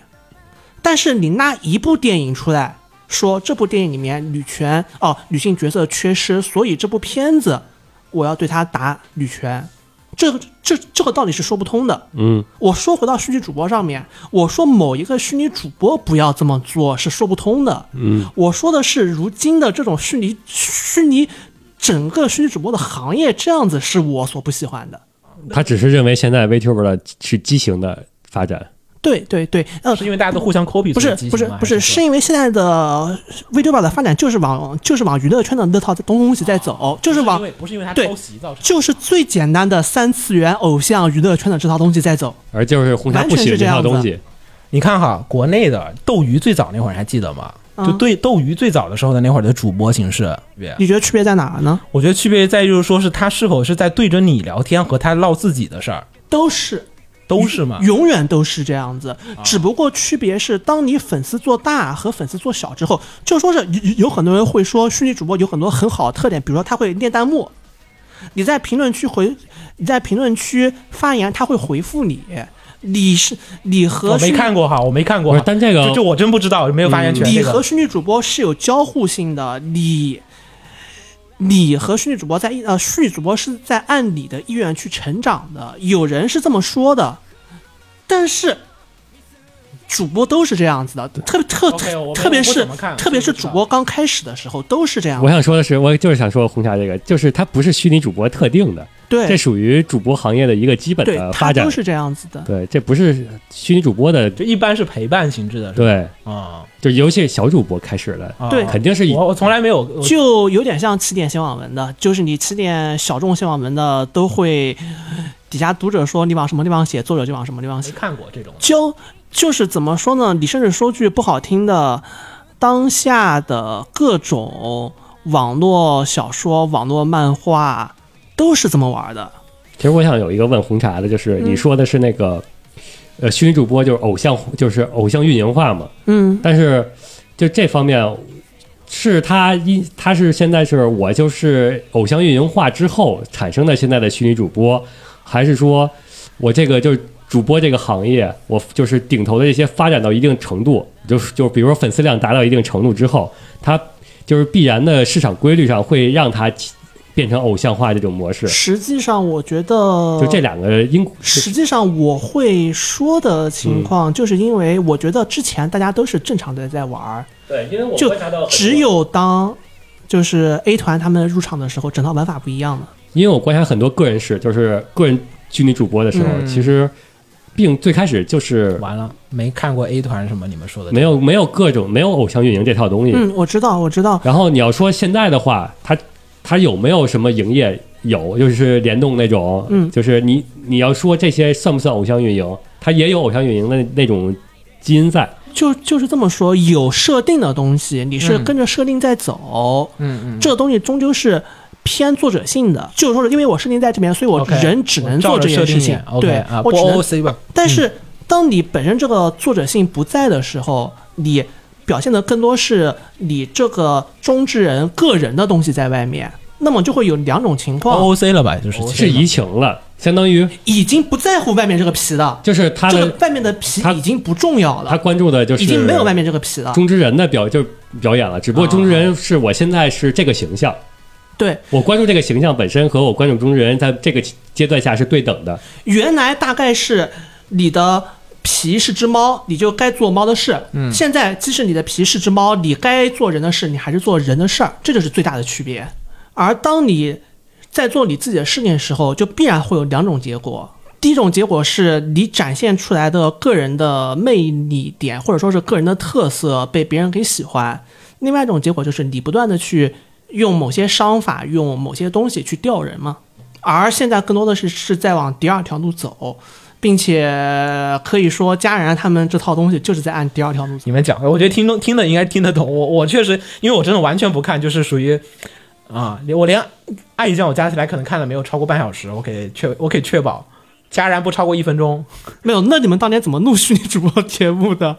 Speaker 5: 但是你拿一部电影出来说这部电影里面女权哦女性角色缺失，所以这部片子我要对它打女权，这个这这个道理是说不通的。
Speaker 2: 嗯，
Speaker 5: 我说回到虚拟主播上面，我说某一个虚拟主播不要这么做是说不通的。嗯，我说的是如今的这种虚拟虚拟整个虚拟主播的行业这样子是我所不喜欢的。
Speaker 2: 他只是认为现在 Vtuber 的是畸形的发展，
Speaker 5: 对对对，呃，
Speaker 1: 是因为大家都互相 copy，
Speaker 5: 不是
Speaker 1: 所以畸
Speaker 5: 不是
Speaker 1: 形吗
Speaker 5: 不是，
Speaker 1: 还
Speaker 5: 是
Speaker 1: 是
Speaker 5: 因为现在的 VTuber 的发展就是往就是往娱乐圈的那套东东西在走，就是
Speaker 1: 说
Speaker 5: 往
Speaker 1: 哦不是因为不是因为他
Speaker 5: 对
Speaker 1: 抄袭造成的。
Speaker 5: 就是最简单的三次元偶像娱乐圈的这套东西在走。
Speaker 2: 而就是红霞不喜欢这套东西，
Speaker 1: 你看哈，国内的斗鱼最早那会儿还记得吗？就对斗鱼最早的时候的那会儿的主播形式，
Speaker 5: 你觉得区别在哪儿呢？
Speaker 1: 我觉得区别在于就是说是他是否是在对着你聊天和他唠自己的事儿。
Speaker 5: 都是
Speaker 1: 都是嘛，啊
Speaker 5: 永远都是这样子，只不过区别是，当你粉丝做大和粉丝做小之后，就说是有有有很多人会说虚拟主播有很多很好的特点，比如说他会念弹幕，你在评论区回，你在评论区发言，他会回复你，你是你和
Speaker 1: 我
Speaker 5: 虚
Speaker 1: 没
Speaker 5: 拟
Speaker 1: 看过哈，我没看过
Speaker 2: 不
Speaker 1: 哈
Speaker 2: 是，，但这个嗯
Speaker 1: 就就我真不知道，没有发言权。
Speaker 5: 你
Speaker 1: 这个
Speaker 5: 和虚拟主播是有交互性的，你你和虚拟主播在一呃，虚拟主播是在按你的意愿去成长的，有人是这么说的，但是。主播都是这样子的，特特
Speaker 1: OK，我
Speaker 5: 特
Speaker 1: 没
Speaker 5: 特别
Speaker 1: 我不
Speaker 5: 是
Speaker 1: 怎么看
Speaker 5: 特别是
Speaker 1: 所以不知
Speaker 5: 主
Speaker 1: 道
Speaker 5: 播刚开始的时候都是这样
Speaker 2: 我，想说的是，我就是想说红霞这个，就是它不是虚拟主播特定的，这
Speaker 5: 对
Speaker 2: 属于主播行业的一个基本
Speaker 5: 对
Speaker 2: 的，
Speaker 5: 他
Speaker 2: 发展
Speaker 5: 都。是这样子的，
Speaker 2: 对，这不是虚拟主播的，
Speaker 1: 就一般是陪伴形式的，是吧
Speaker 2: 对，
Speaker 1: 啊，
Speaker 2: 就尤其是小主播开始的，
Speaker 1: 啊
Speaker 5: 对
Speaker 2: 肯定是以
Speaker 1: 我我从来没有，我
Speaker 5: 就有点像起点新网文的，就是你起点小众新网文的都会底下读者说你往什么地方写，作者就往什么地方写
Speaker 1: 没。看过这种。
Speaker 5: 教就是怎么说呢？你甚至说句不好听的，当下的各种网络小说、网络漫画都是这么玩的。
Speaker 2: 其实我想有一个问红茶的，就是
Speaker 5: 嗯
Speaker 2: 你说的是那个，呃，虚拟主播就是偶像，就是偶像运营化嘛。
Speaker 5: 嗯，
Speaker 2: 但是就这方面，是他一他是现在是我就是偶像运营化之后产生的现在的虚拟主播，还是说我这个就是主播这个行业，我就是顶头的这些发展到一定程度，就是就比如说粉丝量达到一定程度之后，它就是必然的市场规律上会让它变成偶像化这种模式。
Speaker 5: 实际上我觉得
Speaker 2: 就这两个因
Speaker 5: 实际上我会说的情况，
Speaker 2: 嗯
Speaker 5: 就是因为我觉得之前大家都是正常的在玩儿，
Speaker 1: 对，因为我
Speaker 5: 就只有当就是 A 团他们入场的时候，整套玩法不一样了。
Speaker 2: 因为我观察很多个人是，就是个人虚拟主播的时候，
Speaker 1: 嗯
Speaker 2: 其实并最开始就是
Speaker 1: 完了没看过 A 团什么你们说的
Speaker 2: 没有没有各种没有偶像运营这套东西。
Speaker 5: 嗯，我知道，我知道，
Speaker 2: 然后你要说现在的话，它它有没有什么营业？有，就是联动那种，
Speaker 5: 嗯
Speaker 2: 就是你你要说这些算不算偶像运营？它也有偶像运营的那种基因在。
Speaker 5: 就就是这么说，有设定的东西，你是
Speaker 1: 嗯
Speaker 5: 跟着设定在走，
Speaker 1: 嗯嗯，
Speaker 5: 这东西终究是偏作者性的。就是说，因为我设定在这边，所以我
Speaker 1: OK，
Speaker 5: 人只能
Speaker 1: 嗯
Speaker 5: 做
Speaker 1: 照着
Speaker 5: 这件
Speaker 1: 设定
Speaker 5: 事情
Speaker 1: 演。，OK，
Speaker 5: 对
Speaker 1: 啊，，嗯
Speaker 5: 我
Speaker 1: 不
Speaker 5: 只能。
Speaker 1: OOC 吧，
Speaker 5: 但是，当你本身这个作者性不在的时候，你表现的更多是你这个中之人个人的东西在外面，那么就会有两种情况，
Speaker 1: ，OOC 了吧，
Speaker 5: 哦
Speaker 1: 就是
Speaker 2: 是移情了，相当于
Speaker 5: 已经不在乎外面这个皮了，
Speaker 2: 就是他
Speaker 5: 这
Speaker 2: 的、
Speaker 5: 个外面的皮
Speaker 2: 他
Speaker 5: 已经不重要
Speaker 2: 他
Speaker 5: 了，
Speaker 2: 关注的就是
Speaker 5: 已经没有外面这个皮了。
Speaker 2: 中之人的表就是表演了，只不过中之人是我现在是这个形象，
Speaker 5: 对，
Speaker 2: 我关注这个形象本身和我关注中之人在这个阶段下是对等的。
Speaker 5: 原来大概是你的皮是只猫，你就该做猫的事。嗯，现在即使你的皮是只猫，你该做人的事，你还是做人的事儿，这就是最大的区别。而当你在做你自己的事情的时候，就必然会有两种结果。第一种结果是你展现出来的个人的魅力点，或者说是个人的特色被别人给喜欢；另外一种结果就是你不断的去用某些商法、用某些东西去钓人嘛。而现在更多的是是在往第二条路走，并且可以说佳然他们这套东西就是在按第二条路走。
Speaker 1: 你们讲，我觉得听众听的应该听得懂。我我确实，因为我真的完全不看，就是属于啊，我连《爱与酱》我加起来可能看了没有超过半小时，我可以确我可以确保，戛然不超过一分钟。
Speaker 5: 没有，那你们当年怎么录虚拟主播节目 的？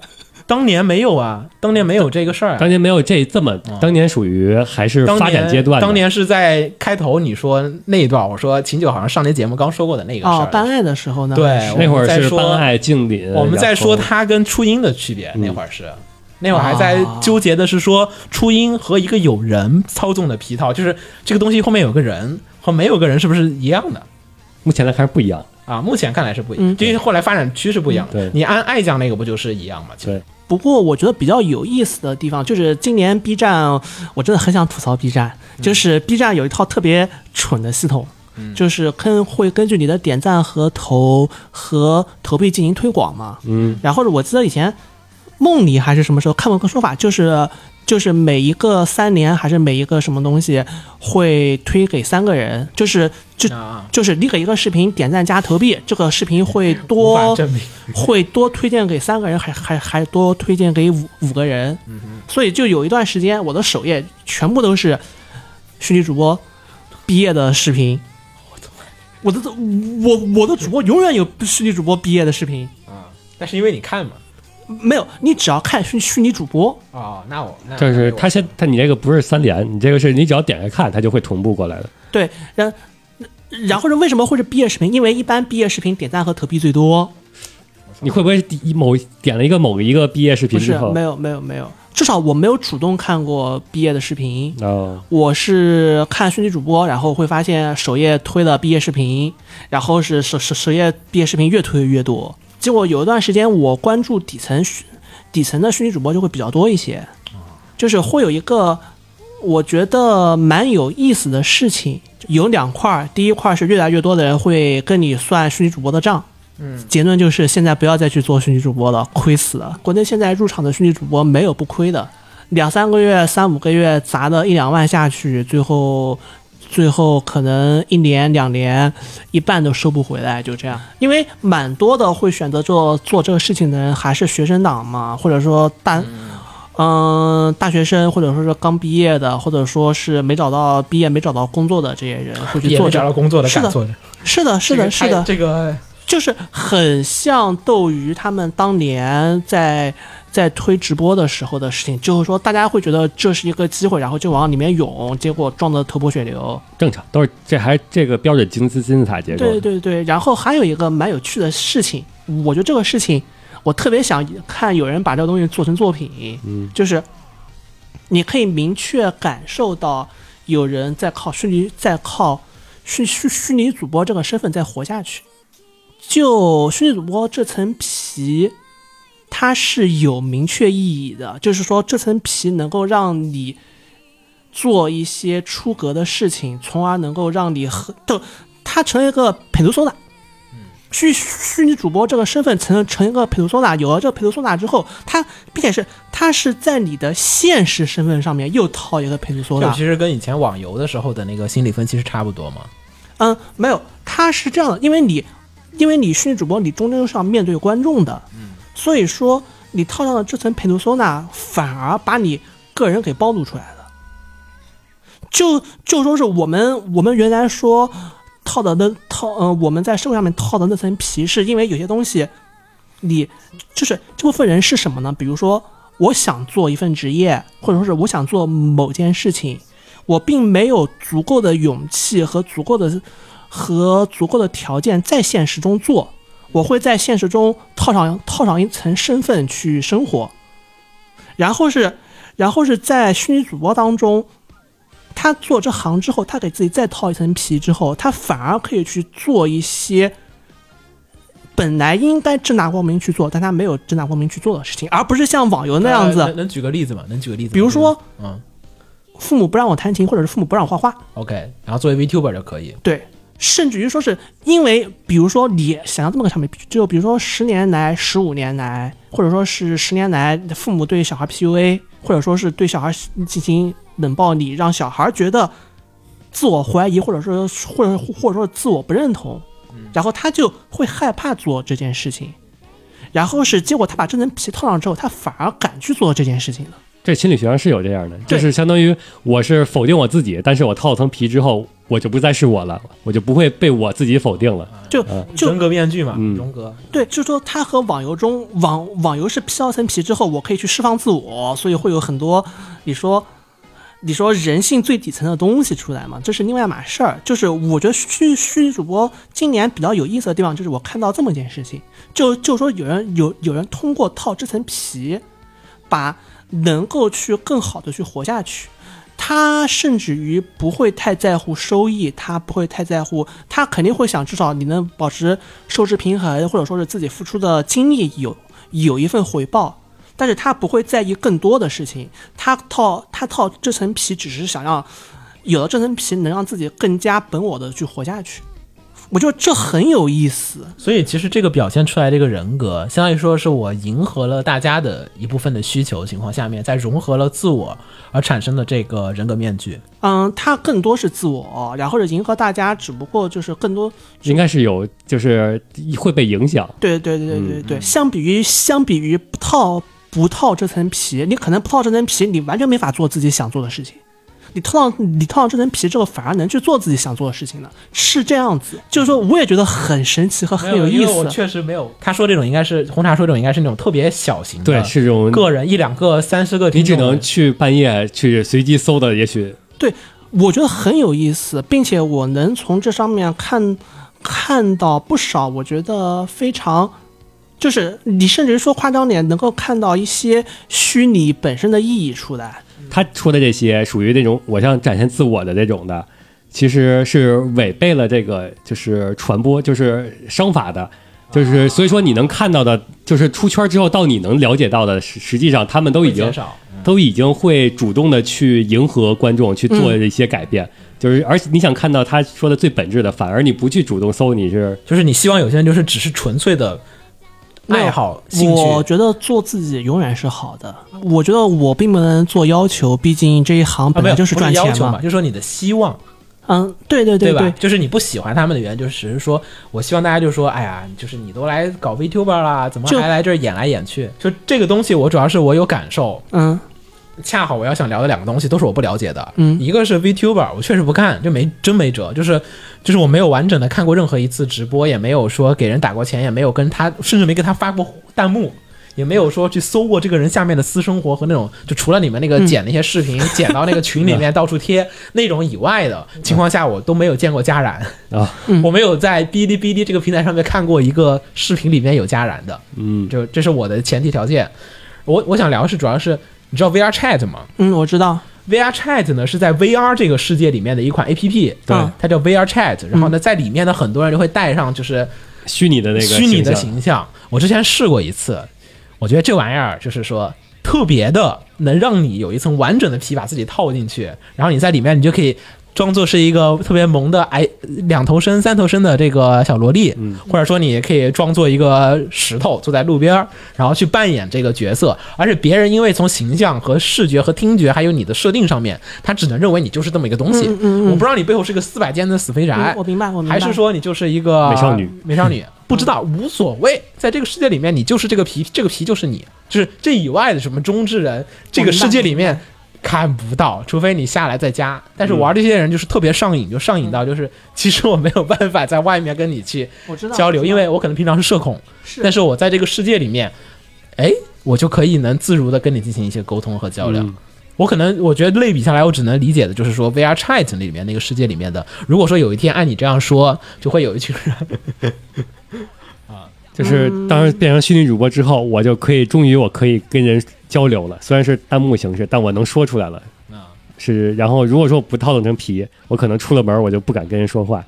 Speaker 1: 当年没有啊，当年没有这个事儿、啊
Speaker 2: 当。年没有这这么，当年属于还是
Speaker 1: 当
Speaker 2: 发
Speaker 1: 年
Speaker 2: 展阶段的
Speaker 1: 当年是在开头你说那一段，我说秦九好像上节节目刚说过的那个事儿、
Speaker 5: 哦，办案的时候呢？
Speaker 1: 对
Speaker 2: 那会儿
Speaker 1: 在
Speaker 2: 是
Speaker 1: 说
Speaker 2: 班爱敬礼，
Speaker 1: 我们在
Speaker 2: 呃然后嗯
Speaker 1: 说它跟初音的区别，那会儿是。那会儿还在
Speaker 5: 啊
Speaker 1: 纠结的是说初音和一个有人操纵的皮套，就是这个东西后面有个人和没有个人是不是一样的
Speaker 2: 目前来看是不一样。
Speaker 1: 啊？目前看来是不一样，
Speaker 5: 嗯
Speaker 1: 因为后来发展趋势不一样。
Speaker 2: 嗯对
Speaker 1: 你按爱酱那个不就是一样吗？其实
Speaker 2: 对，
Speaker 5: 不过我觉得比较有意思的地方就是今年 B 站，我真的很想吐槽 B 站，
Speaker 1: 嗯
Speaker 5: 就是 B 站有一套特别蠢的系统，就是根会根据你的点赞和投和投币进行推广嘛。
Speaker 2: 嗯，
Speaker 5: 然后我记得以前梦里还是什么时候看过个说法，就是就是每一个三连还是每一个什么东西会推给三个人，就是就
Speaker 1: 啊，
Speaker 5: 就是你给一个视频点赞加投币，这个视频会
Speaker 1: 无法
Speaker 5: 多
Speaker 1: 证明。
Speaker 5: 会多推荐给三个人，还还还多推荐给五五个人。所以就有一段时间，我的首页全部都是虚拟主播毕业的视频。我的我我的主播永远有虚拟主播毕业的视频，
Speaker 1: 但是因为你看嘛，
Speaker 5: 没有，你只要看虚虚拟主播，
Speaker 1: 哦，那我那
Speaker 2: 就是
Speaker 1: 那我
Speaker 2: 它现它你这个不是三连，你这个是你只要点开看，它就会同步过来的。
Speaker 5: 对，然然后是为什么会是毕业视频？因为一般毕业视频点赞和投币最多，
Speaker 2: 你会不会第一某点了一个某一个毕业视频
Speaker 5: 不
Speaker 2: 之
Speaker 5: 是
Speaker 2: 后
Speaker 5: 没，有没有没有，至少我没有主动看过毕业的视频，
Speaker 2: 哦，
Speaker 5: 我是看虚拟主播，然后会发现首页推的毕业视频，然后是首首首页毕业视频越推越多。结果有一段时间我关注底层虚底层的虚拟主播就会比较多一些，就是会有一个我觉得蛮有意思的事情，有两块儿，第一块儿是越来越多的人会跟你算虚拟主播的账。嗯，结论就是现在不要再去做虚拟主播了，亏死了。国内现在入场的虚拟主播没有不亏的，两三个月、三五个月砸了一两万下去，最后最后可能一年两年一半都收不回来，就这样。因为蛮多的会选择做做这个事情的人还是学生党嘛，或者说大。嗯，大学生或者说是刚毕业的，或者说是没找到毕业没找到工作的这些人，会去
Speaker 1: 也
Speaker 5: 做
Speaker 1: 没
Speaker 5: 这
Speaker 1: 找
Speaker 5: 个
Speaker 1: 到工作的
Speaker 5: 是的
Speaker 1: 敢做的，
Speaker 5: 是的，是的，是的，
Speaker 1: 这个
Speaker 5: 就是很像斗鱼他们当年在在推直播的时候的事情，就是说大家会觉得这是一个机会，然后就往里面涌，结果撞得头破血流。
Speaker 2: 正常都是这还这个标准金字金字塔结构。
Speaker 5: 对对对，然后还有一个蛮有趣的事情，我觉得这个事情我特别想看有人把这个东西做成作品，嗯，就是你可以明确感受到有人在靠虚拟在靠虚虚虚拟主播这个身份在活下去。就虚拟主播这层皮，它是有明确意义的，就是说这层皮能够让你做一些出格的事情，从而能够让你和都它成了一个陪读搜打。虚虚拟主播这个身份成成一个陪读搜打，有了这个陪读搜打之后，它并且是它是在你的现实身份上面又套一个陪读搜
Speaker 1: 这
Speaker 5: 打
Speaker 1: 其，实跟以前网游的时候的那个心理分析是差不多嘛。
Speaker 5: 嗯，没有，他是这样的，因为你，因为你虚拟主播，你终究是要面对观众的，所以说你套上了这层陪读搜呢，反而把你个人给暴露出来了。就就说是我们我们原来说套的那套，呃，我们在社会上面套的那层皮，是因为有些东西，你就是这部分人是什么呢？比如说，我想做一份职业，或者说是我想做某件事情，我并没有足够的勇气和足够的和足够的条件在现实中做，我会在现实中套上套上一层身份去生活，然后是然后是在虚拟主播当中，他做这行之后，他给自己再套一层皮之后，他反而可以去做一些。本来应该正大光明去做，但他没有正大光明去做的事情，而不是像网游那样子，
Speaker 1: 呃能能举个例子吗？能举个例子吗？
Speaker 5: 比如说
Speaker 1: 就是，嗯
Speaker 5: 父母不让我弹琴，或者是父母不让我画画，
Speaker 1: ，OK，然后作为 VTuber 就可以，
Speaker 5: 对，甚至于说是因为，比如说你想要这么个产品，就比如说十年来、十五年来，或者说是十年来，父母对小孩 PUA，或者说是对小孩进行冷暴力，让小孩觉得自我怀疑，或者说或者或者说自我不认同，然后他就会害怕做这件事情。然后是，结果他把这层皮套上之后，他反而敢去做这件事情了。
Speaker 2: 这心理学上是有这样的，
Speaker 5: 对
Speaker 2: 就是相当于我是否定我自己，但是我套了层皮之后，我就不再是我了，我就不会被我自己否定
Speaker 1: 啊
Speaker 2: 了。
Speaker 5: 就就
Speaker 1: 人格面具嘛，荣格。
Speaker 5: 对，就是说它和网游中网网游是披了层皮之后，我可以去释放自我，所以会有很多你说你说人性最底层的东西出来嘛，这是另外一码事儿。就是我觉得虚虚拟主播今年比较有意思的地方，就是我看到这么一件事情，就就说有人有有人通过套这层皮，把能够去更好的去活下去。他甚至于不会太在乎收益，他不会太在乎，他肯定会想至少你能保持收支平衡，或者说是自己付出的精力有有一份回报，但是他不会在意更多的事情。他套他套这层皮，只是想让有了这层皮，能让自己更加本我的去活下去。我觉得这很有意思，
Speaker 1: 所以其实这个表现出来这个人格，相当于说是我迎合了大家的一部分的需求情况下面，再融合了自我而产生的这个人格面具。
Speaker 5: 嗯，他更多是自我，然后是迎合大家，只不过就是更多
Speaker 2: 应该是有，就是会被影响。
Speaker 1: 嗯
Speaker 5: 对对对对对对，相比于相比于不套不套这层皮，你可能不套这层皮，你完全没法做自己想做的事情。你套上你套上这层皮之后，反而能去做自己想做的事情了，是这样子。就是说，我也觉得很神奇和很
Speaker 1: 没有因
Speaker 5: 意
Speaker 1: 为我
Speaker 5: 思。
Speaker 1: 确实没有。他说这种应该是红茶说这种应该是那种特别小型的，
Speaker 2: 对，是这种
Speaker 1: 啊个人一两个、三四个
Speaker 2: 你
Speaker 1: 听
Speaker 2: 只
Speaker 1: 众的，
Speaker 2: 能去半夜去随机搜的，也许
Speaker 5: 对，我觉得很有意思，并且我能从这上面看看到不少，我觉得非常。就是你甚至于说夸张点，能够看到一些虚拟本身的意义出来。
Speaker 1: 嗯
Speaker 2: 他说的这些属于那种我想展现自我的这种的，其实是违背了这个就是传播就是商法的，
Speaker 1: 啊
Speaker 2: 就是所以说你能看到的，就是出圈之后到你能了解到的，实实际上他们都
Speaker 1: 会
Speaker 2: 已经
Speaker 1: 减少。
Speaker 2: 都已经会主动的去迎合观众去做一些改变，就是而且你想看到他说的最本质的，反而你不去主动搜，你是
Speaker 1: 就是你希望有些人就是只是纯粹的
Speaker 5: 没有
Speaker 1: 爱好、兴
Speaker 5: 我
Speaker 1: 趣，
Speaker 5: 觉得做自己永远是好的。我觉得我并不能做要求，毕竟这一行
Speaker 1: 啊，
Speaker 5: 本
Speaker 1: 没
Speaker 5: 来
Speaker 1: 有
Speaker 5: 就是
Speaker 1: 不
Speaker 5: 赚
Speaker 1: 要
Speaker 5: 钱
Speaker 1: 求嘛，就是说你的希望，
Speaker 5: 嗯，对对
Speaker 1: 吧
Speaker 5: 对，？
Speaker 1: 就是你不喜欢他们的原因，就是只是说我希望大家就说，哎呀，就是你都来搞 VTuber 啦，怎么
Speaker 5: 就
Speaker 1: 还来这儿演来演去？就这个东西，我主要是我有感受，
Speaker 5: 嗯，
Speaker 1: 恰好我要想聊的两个东西都是我不了解的，
Speaker 5: 嗯
Speaker 1: 一个是 VTuber，我确实不看，这没真没辙，就是就是我没有完整的看过任何一次直播，也没有说给人打过钱，也没有跟他，甚至没给他发过弹幕。也没有说去搜过这个人下面的私生活和那种，就除了你们那个剪那些视频，剪到那个群里面到处贴那种以外的情况下，我都没有见过家染
Speaker 2: 啊，
Speaker 1: 我没有在哔哩哔哩这个平台上面看过一个视频里面有家染的，
Speaker 2: 嗯，
Speaker 1: 就这是我的前提条件。我我想聊的是，主要是你知道 VR Chat 吗？
Speaker 5: 嗯，我知道，
Speaker 1: VR Chat 呢是在 VR 这个世界里面的一款 APP，
Speaker 5: 对
Speaker 1: 它叫 VR Chat。然后呢，在里面呢，很多人就会带上就是
Speaker 2: 虚拟的那个
Speaker 1: 虚拟的
Speaker 2: 形象
Speaker 1: 形象。我之前试过一次，我觉得这玩意儿就是说特别的能让你有一层完整的皮把自己套进去，然后你在里面你就可以。装作是一个特别萌的哎两头身、三头身的这个小萝莉，
Speaker 2: 嗯
Speaker 1: 或者说你也可以装作一个石头坐在路边儿，然后去扮演这个角色。而且别人因为从形象和视觉和听觉，还有你的设定上面，他只能认为你就是这么一个东西。
Speaker 5: 嗯嗯嗯
Speaker 1: 我不知道你背后是个四百肩的死肥宅，
Speaker 5: 嗯我明白我明白
Speaker 1: 还是说你就是一个
Speaker 2: 美少女
Speaker 1: 美少 女，不知道无所谓，在这个世界里面，你就是这个皮，这个皮就是你，就是这以外的什么中之人，这个世界里面看不到，除非你下来再加。但是玩这些人就是特别上
Speaker 5: 嗯
Speaker 1: 瘾，就上瘾到就是，其实我没有办法在外面跟你去
Speaker 5: 我知道
Speaker 1: 交流，因为我可能平常是社恐，
Speaker 5: 是
Speaker 1: 但是我在这个世界里面，哎，我就可以能自如的跟你进行一些沟通和交流。
Speaker 2: 嗯
Speaker 1: 我可能我觉得类比下来，我只能理解的就是说，VR Chat 里面那个世界里面的，如果说有一天按你这样说，就会有一群人，
Speaker 2: 就是当变成虚拟主播之后，我就可以终于我可以跟人交流了，虽然是弹幕形式，但我能说出来了。
Speaker 1: 啊
Speaker 2: 是，然后如果说不套弄成皮，我可能出了门我就不敢跟人说话。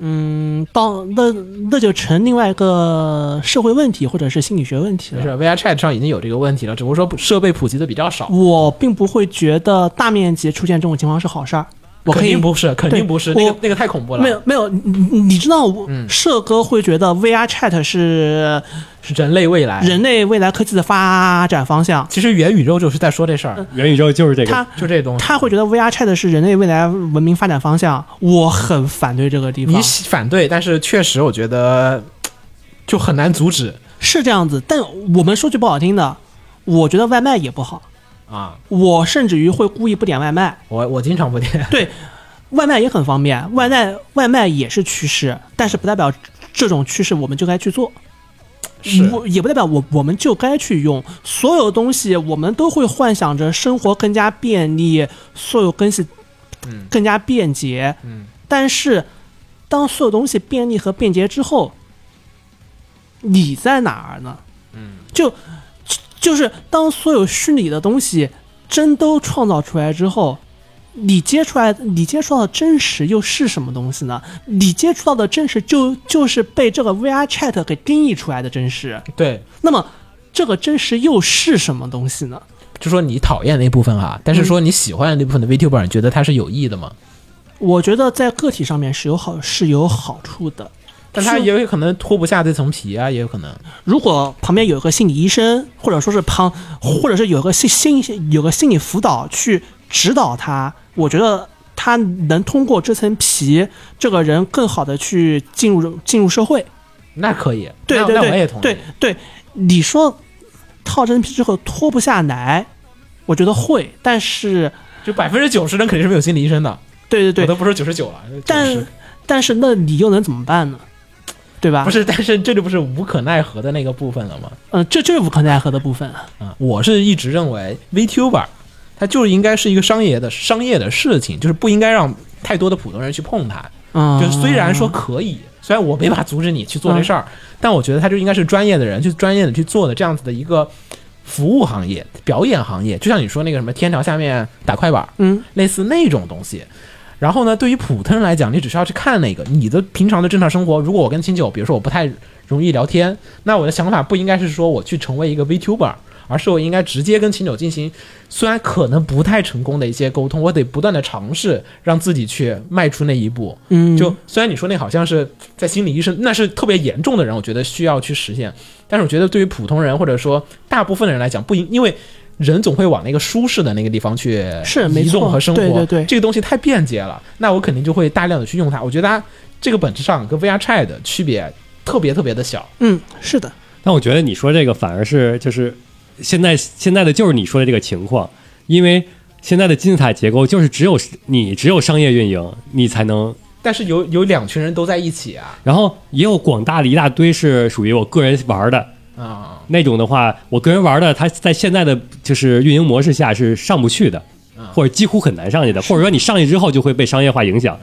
Speaker 5: 嗯，到那那就成另外一个社会问题或者是心理学问题
Speaker 1: 就是
Speaker 5: 了。
Speaker 1: VR Chat 上已经有这个问题了，只不过说设备普及的比较少。
Speaker 5: 我并不会觉得大面积出现这种情况是好事儿，我可
Speaker 1: 肯
Speaker 5: 以
Speaker 1: 定不是，肯定不是，
Speaker 5: 对
Speaker 1: 那
Speaker 5: 我
Speaker 1: 个那个太恐怖了，
Speaker 5: 没有没有，你你你知道我，
Speaker 1: 嗯
Speaker 5: 社哥会觉得 VR Chat 是
Speaker 1: 是人类未来。
Speaker 5: 人类未来科技的发展方向，
Speaker 1: 其实元宇宙就是在说这事儿，
Speaker 2: 元宇宙就是这
Speaker 5: 他
Speaker 2: 个，
Speaker 1: 就这东西。
Speaker 5: 嗯他会觉得 VR Chat 是人类未来文明发展方向，我很反对这个地
Speaker 1: 你
Speaker 5: 方。
Speaker 1: 喜反对，但是确实我觉得就很难阻止
Speaker 5: 是这样子，但我们说句不好听的，我觉得外卖也不好，
Speaker 1: 啊。
Speaker 5: 我甚至于会故意不点外卖。
Speaker 1: 我我经常不点，
Speaker 5: 对，外卖也很方便，外卖外卖也是趋势，但是不代表这种趋势我们就该去做。
Speaker 1: 是
Speaker 5: 我也不代表我我们就该去用所有东西，我们都会幻想着生活更加便利，所有东西更加便捷。
Speaker 1: 嗯
Speaker 5: 但是当所有东西便利和便捷之后，你在哪儿呢？嗯，就就就是当所有虚拟的东西真都创造出来之后。你接触来，你接触到的真实又是什么东西呢？你接触到的真实就就是被这个 VR Chat 给定义出来的真实。
Speaker 1: 对，
Speaker 5: 那么，这个真实又是什么东西呢？
Speaker 1: 就说你讨厌那部分哈，但是
Speaker 5: 嗯
Speaker 1: 说你喜欢的那部分的 VTuber，你觉得它是有益的吗？
Speaker 5: 我觉得在个体上面是有好是有好处的。
Speaker 1: 但它也有可能脱不下这层皮啊，也有可能。
Speaker 5: 如果旁边有个心理医生，或者说是旁，或者是有个心心有个心理辅导去指导他，我觉得他能通过这层皮，这个人更好的去进入进入社会。
Speaker 1: 那可以，
Speaker 5: 对
Speaker 1: 那
Speaker 5: 对
Speaker 1: 那我也
Speaker 5: 对
Speaker 1: 同意。
Speaker 5: 对对，你说套真皮之后脱不下来，我觉得会，但是
Speaker 1: 就百分之九十人肯定是没有心理医生的，
Speaker 5: 对对对
Speaker 1: 我，都不说九十九了，90
Speaker 5: 但但是那你又能怎么办呢？对吧？
Speaker 1: 不，是，但是这就不是无可奈何的那个部分了吗？
Speaker 5: 嗯、这就是无可奈何的部分。
Speaker 1: 啊，我是一直认为 VTuber 它就是应该是一个商业的商业的事情，就是不应该让太多的普通人去碰它。
Speaker 5: 嗯，
Speaker 1: 就是虽然说可以，虽然我没法阻止你去做这
Speaker 5: 嗯
Speaker 1: 事儿，但我觉得它就应该是专业的人去专业的去做的这样子的一个服务行业、表演行业，就像你说那个什么天桥下面打快板，
Speaker 5: 嗯，
Speaker 1: 类似那种东西。然后呢，对于普通人来讲，你只需要去看那个你的平常的正常生活。如果我跟清酒，比如说我不太容易聊天，那我的想法不应该是说我去成为一个 VTuber，而是我应该直接跟清酒进行，虽然可能不太成功的一些沟通，我得不断的尝试让自己去迈出那一步。
Speaker 5: 嗯，
Speaker 1: 就虽然你说那好像是在心理医生，那是特别严重的人，我觉得需要去实现。但是我觉得对于普通人或者说大部分的人来讲，不应因为人总会往那个舒适的那个地方去
Speaker 5: 是没
Speaker 1: 移动
Speaker 5: 错
Speaker 1: 和生活，
Speaker 5: 对对对
Speaker 1: 这个东西太便捷了，那我肯定就会大量的去用它。我觉得它这个本质上跟 VR Chat 的区别特别特别的小，
Speaker 5: 嗯，是的，
Speaker 1: 啊
Speaker 2: 但我觉得你说这个反而是就是现在现在的就是你说的这个情况，因为现在的金字塔结构就是只有你只有商业运营，你才能，
Speaker 1: 但是有有两群人都在一起啊
Speaker 2: 然后也有广大的一大堆是属于我个人玩的
Speaker 1: 啊、
Speaker 2: 那种的话，我个人玩的，它在现在的就是运营模式下是上不去的，
Speaker 1: 啊
Speaker 2: 或者几乎很难上去的，或者说你上去之后就会被商业化影响，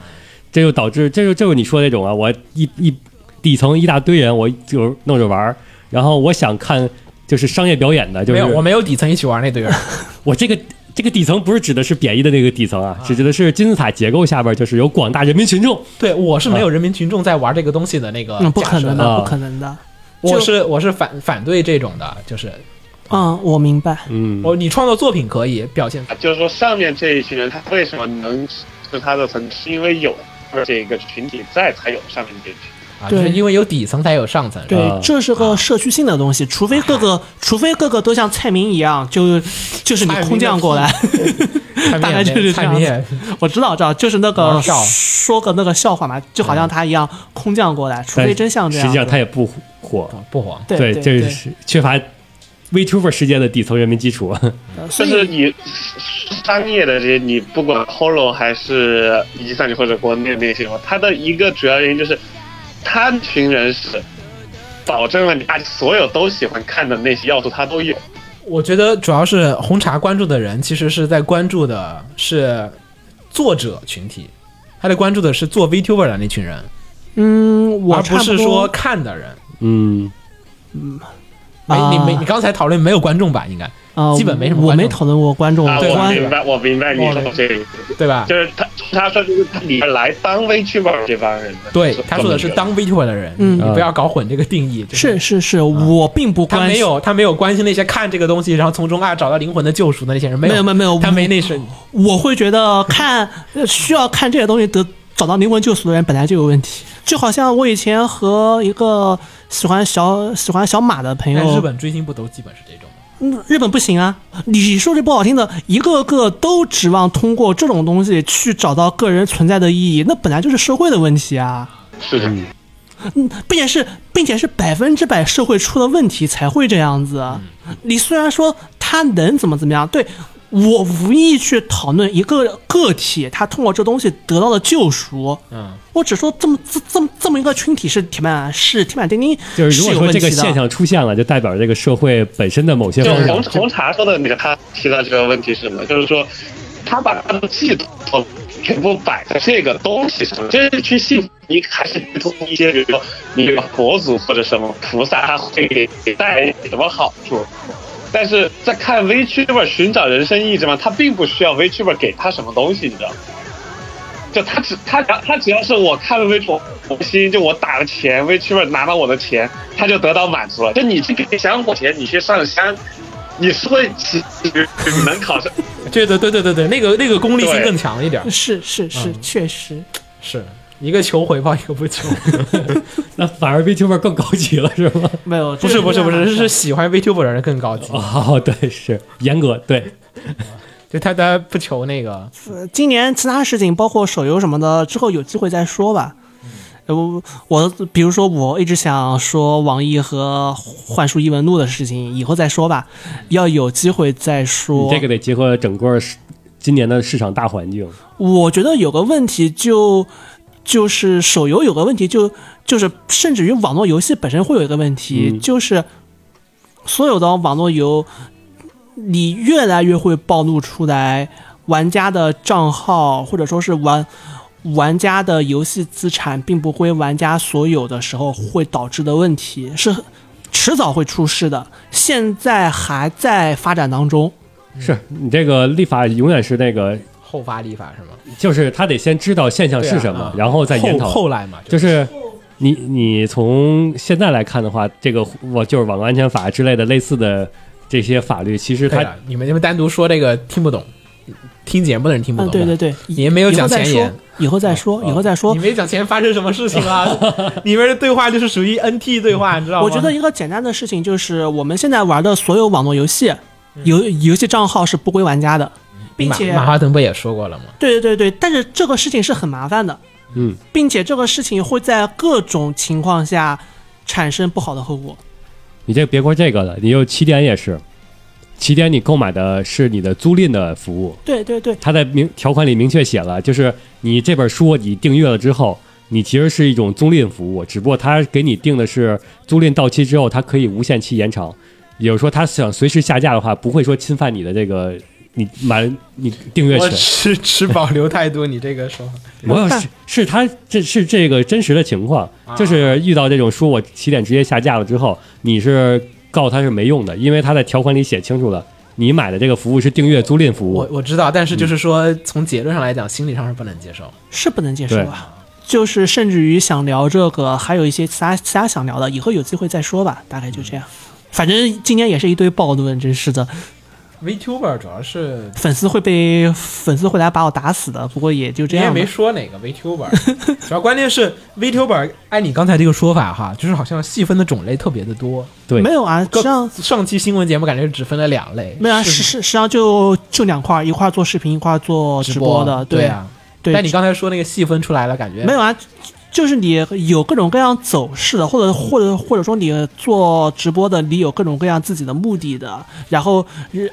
Speaker 2: 这就导致这就这就是你说的那种啊，我一一底层一大堆人，我就弄着玩儿，然后我想看就是商业表演的，就
Speaker 1: 没
Speaker 2: 是
Speaker 1: 有，我没有底层一起玩那队人，
Speaker 2: 我这个这个底层不是指的是贬义的那个底层啊，指的是金字塔结构下边就是有广大人民群众，
Speaker 1: 对我是没有人民群众在玩这个东西的那个假设、
Speaker 5: 嗯，不可能
Speaker 2: 啊
Speaker 5: 的，不可能的。
Speaker 1: 我
Speaker 5: 就是
Speaker 1: 我是反反对这种的，就是
Speaker 5: 嗯，我明白。
Speaker 2: 嗯，
Speaker 1: 我哦你创作作品可以表现
Speaker 6: 就是说上面这一群人他为什么能是他的层，是因为有这个群体在才有上面这一群。
Speaker 1: 啊，就
Speaker 5: 对
Speaker 1: 是因为有底层才有上层。是吧
Speaker 5: 对，这是
Speaker 1: 啊
Speaker 5: 个社区性的东西，除非各个，除非各个都像蔡明一样，就就是你
Speaker 1: 蔡明
Speaker 5: 空降过来。
Speaker 1: 蔡明也
Speaker 5: 大概就是这
Speaker 1: 蔡
Speaker 5: 样
Speaker 1: 明也
Speaker 5: 我知道，我知道，就是那
Speaker 1: 玩
Speaker 5: 个
Speaker 1: 笑嗯
Speaker 5: 说个那个笑话嘛，就好像他一样空降过来，除
Speaker 2: 但
Speaker 5: 非真像这样
Speaker 2: 实
Speaker 5: 子。
Speaker 2: 际上它也不火，
Speaker 1: 不黄。
Speaker 5: 对对
Speaker 2: 这是缺乏 VTuber 世界的底层人民基础，
Speaker 5: 呃所
Speaker 6: 就是
Speaker 5: 以
Speaker 6: 你商业的这些，你不管 Holo 还是一三九或者国内那些什么，它的一个主要原因就是，他那群人是保证了你大家所有都喜欢看的那些要素，它都有。
Speaker 1: 我觉得主要是红茶关注的人，其实是在关注的是作者群体，他在关注的是做 VTuber 的那群人，
Speaker 5: 嗯，我
Speaker 1: 而
Speaker 5: 差
Speaker 1: 不
Speaker 5: 多
Speaker 1: 是说看的人。
Speaker 2: 嗯，
Speaker 1: 没你
Speaker 5: 啊
Speaker 1: 没你刚才讨论没有观众吧？应该
Speaker 5: 啊
Speaker 1: 基本没什么
Speaker 5: 我
Speaker 1: 观众
Speaker 5: 没讨论过观众
Speaker 6: 啊，我
Speaker 5: 观
Speaker 6: 明白，我明白你说的这个，
Speaker 1: 对吧？
Speaker 6: 就是他他说就是你来当 VTuber 这帮人的。
Speaker 1: 对
Speaker 6: 是，
Speaker 1: 他说的是当 VTuber 的人，
Speaker 5: 嗯
Speaker 1: 你不要搞混这个定义。就是
Speaker 5: 是是，我并不
Speaker 1: 他
Speaker 5: 关
Speaker 1: 没
Speaker 5: 心。
Speaker 1: 啊有他没有关心那些看这个东西，然后从中啊找到灵魂的救赎的那些人，没
Speaker 5: 没有没有没有
Speaker 1: 他没那是
Speaker 5: 我会觉得看呃需要看这些东西得找到灵魂救赎的人本来就有问题，就好像我以前和一个喜欢小喜欢小马的朋
Speaker 1: 但
Speaker 5: 友，
Speaker 1: 哎日本追星不都基本是这种吗？
Speaker 5: 嗯日本不行啊！你说句不好听的，一个个都指望通过这种东西去找到个人存在的意义，那本来就是社会的问题啊，嗯
Speaker 6: 是的，
Speaker 2: 嗯
Speaker 5: 并且是并且是百分之百社会出了问题才会这样子。啊
Speaker 2: 嗯
Speaker 5: 你虽然说他能怎么怎么样，对我无意去讨论一个个体他通过这东西得到的救赎，
Speaker 1: 嗯，
Speaker 5: 我只说这么这这么这么一个群体是铁板是铁板钉钉，
Speaker 2: 就是如果
Speaker 5: 有
Speaker 2: 说
Speaker 5: 问
Speaker 2: 这个
Speaker 5: 题的。
Speaker 2: 现象出现了，就代表这个社会本身的某些
Speaker 6: 就
Speaker 2: 方
Speaker 6: 红
Speaker 2: 面，
Speaker 6: 红茶说的那个，他提到这个问题是什么？就是说，他把他的寄托全部摆在这个东西上，这是去信，你还是通过一些，比如说你有佛祖或者什么菩萨，他会给你带来什么好处？但是在看 VTuber 寻找人生意义嘛，他并不需要 VTuber 给他什么东西，你知道吗？就他只他只要他只要是我看了 VTuber，我心就我打了钱，VTuber 拿到我的钱，他就得到满足了。就你去给香火钱，你去上香，你是会其实能考上，
Speaker 1: 对对对对对对，那个那个功利性
Speaker 6: 对
Speaker 1: 更强一点儿，
Speaker 5: 是是
Speaker 2: 嗯
Speaker 5: 是，确实。
Speaker 1: 是一个求回报，一个不 求。
Speaker 2: 那反而 VTuber 更高级了，是 吗？
Speaker 5: 没有，
Speaker 1: 不是不是不是，是喜欢 VTuber 的人更高级，
Speaker 2: 哦，对，是严格对，
Speaker 1: 就他他不求那个
Speaker 5: 呃今年其他事情，包括手游什么的，之后有机会再说吧。呃我我比如说，我一直想说网易和幻术异闻录的事情，以后再说吧，要有机会再
Speaker 2: 你
Speaker 5: 说。
Speaker 2: 这个得结合整个今年的市场大环境。
Speaker 1: 嗯
Speaker 5: 我觉得有个问题就就是手游有个问题就就是甚至于网络游戏本身会有一个问题，
Speaker 2: 嗯
Speaker 5: 就是所有的网络游，你越来越会暴露出来玩家的账号或者说是玩。玩家的游戏资产并不归玩家所有的时候，会导致的问题是迟早会出事的，现在还在发展当中。
Speaker 2: 是你这个立法永远是那个，
Speaker 1: 后发立法是吗？
Speaker 2: 就是他得先知道现象是什么，
Speaker 1: 对啊
Speaker 2: 然后再研
Speaker 1: 后
Speaker 2: 讨。
Speaker 1: 后来嘛，
Speaker 2: 就是是你你从现在来看的话，这个我就是网络安全法之类的类似的这些法律，其实
Speaker 1: 对
Speaker 2: 它
Speaker 1: 了，你们你们单独说这个听不懂，听节目的人听不
Speaker 5: 嗯，
Speaker 1: 懂。
Speaker 5: 对对对，
Speaker 1: 你没有讲前言啊
Speaker 5: 以后再说，以后再说，以后再说
Speaker 1: 你。没讲前发生什么事情 啊？里面的对话就是属于 NT 对话，你知道吗？
Speaker 5: 我觉得一个简单的事情就是，我们现在玩的所有网络游戏，游游戏账号是不归玩家的，并且
Speaker 1: 嗯马马化腾不也说过了吗？
Speaker 5: 对对对对，但是这个事情是很麻烦的，
Speaker 2: 嗯，
Speaker 5: 并且这个事情会在各种情况下产生不好的后果。
Speaker 2: 你这别说这个了，你就起点也是，起点你购买的是你的租赁的服务，
Speaker 5: 对对对，
Speaker 2: 它在明条款里明确写了，就是你这本书你订阅了之后，你其实是一种租赁服务，只不过它给你定的是租赁到期之后，它可以无限期延长。也就是说，它想随时下架的话，不会说侵犯你的这个你买你订阅
Speaker 1: 我
Speaker 2: 权。
Speaker 1: 持持保留态度，你这个说法，
Speaker 2: 我有是是他这是这个真实的情况，
Speaker 1: 啊
Speaker 2: 就是遇到这种书我起点直接下架了之后，你是告他是没用的，因为他在条款里写清楚了，你买的这个服务是订阅租赁服
Speaker 1: 我嗯
Speaker 2: 务。
Speaker 1: 我知道，但是就是说，从结论上来讲，心理上是不能接受。
Speaker 5: 是不能接受
Speaker 2: 对
Speaker 5: 啊。就是甚至于想聊这个，还有一些其他其他想聊的，以后有机会再说吧。大概就这样，反正今年也是一堆暴论，真是的。
Speaker 1: VTuber 主要是
Speaker 5: 粉丝会被粉丝会来把我打死的，不过也就这
Speaker 1: 你也
Speaker 5: 样吧。
Speaker 1: 没说哪个 VTuber，主要 关键是 VTuber，按你刚才这个说法哈，就是好像细分的种类特别的多。
Speaker 2: 对
Speaker 5: 没有啊，实际上
Speaker 1: 上上期新闻节目感觉只分了两类，
Speaker 5: 没有啊，实
Speaker 1: 是
Speaker 5: 实实际上就就两块儿，一块儿做视频，一块儿做
Speaker 1: 直
Speaker 5: 播的，
Speaker 1: 对
Speaker 5: 对
Speaker 1: 啊。
Speaker 5: 对
Speaker 1: 但你刚才说那个细分出来了，感觉
Speaker 5: 没有啊，就是你有各种各样走势的，或者或者或者说你做直播的，你有各种各样自己的目的的，然后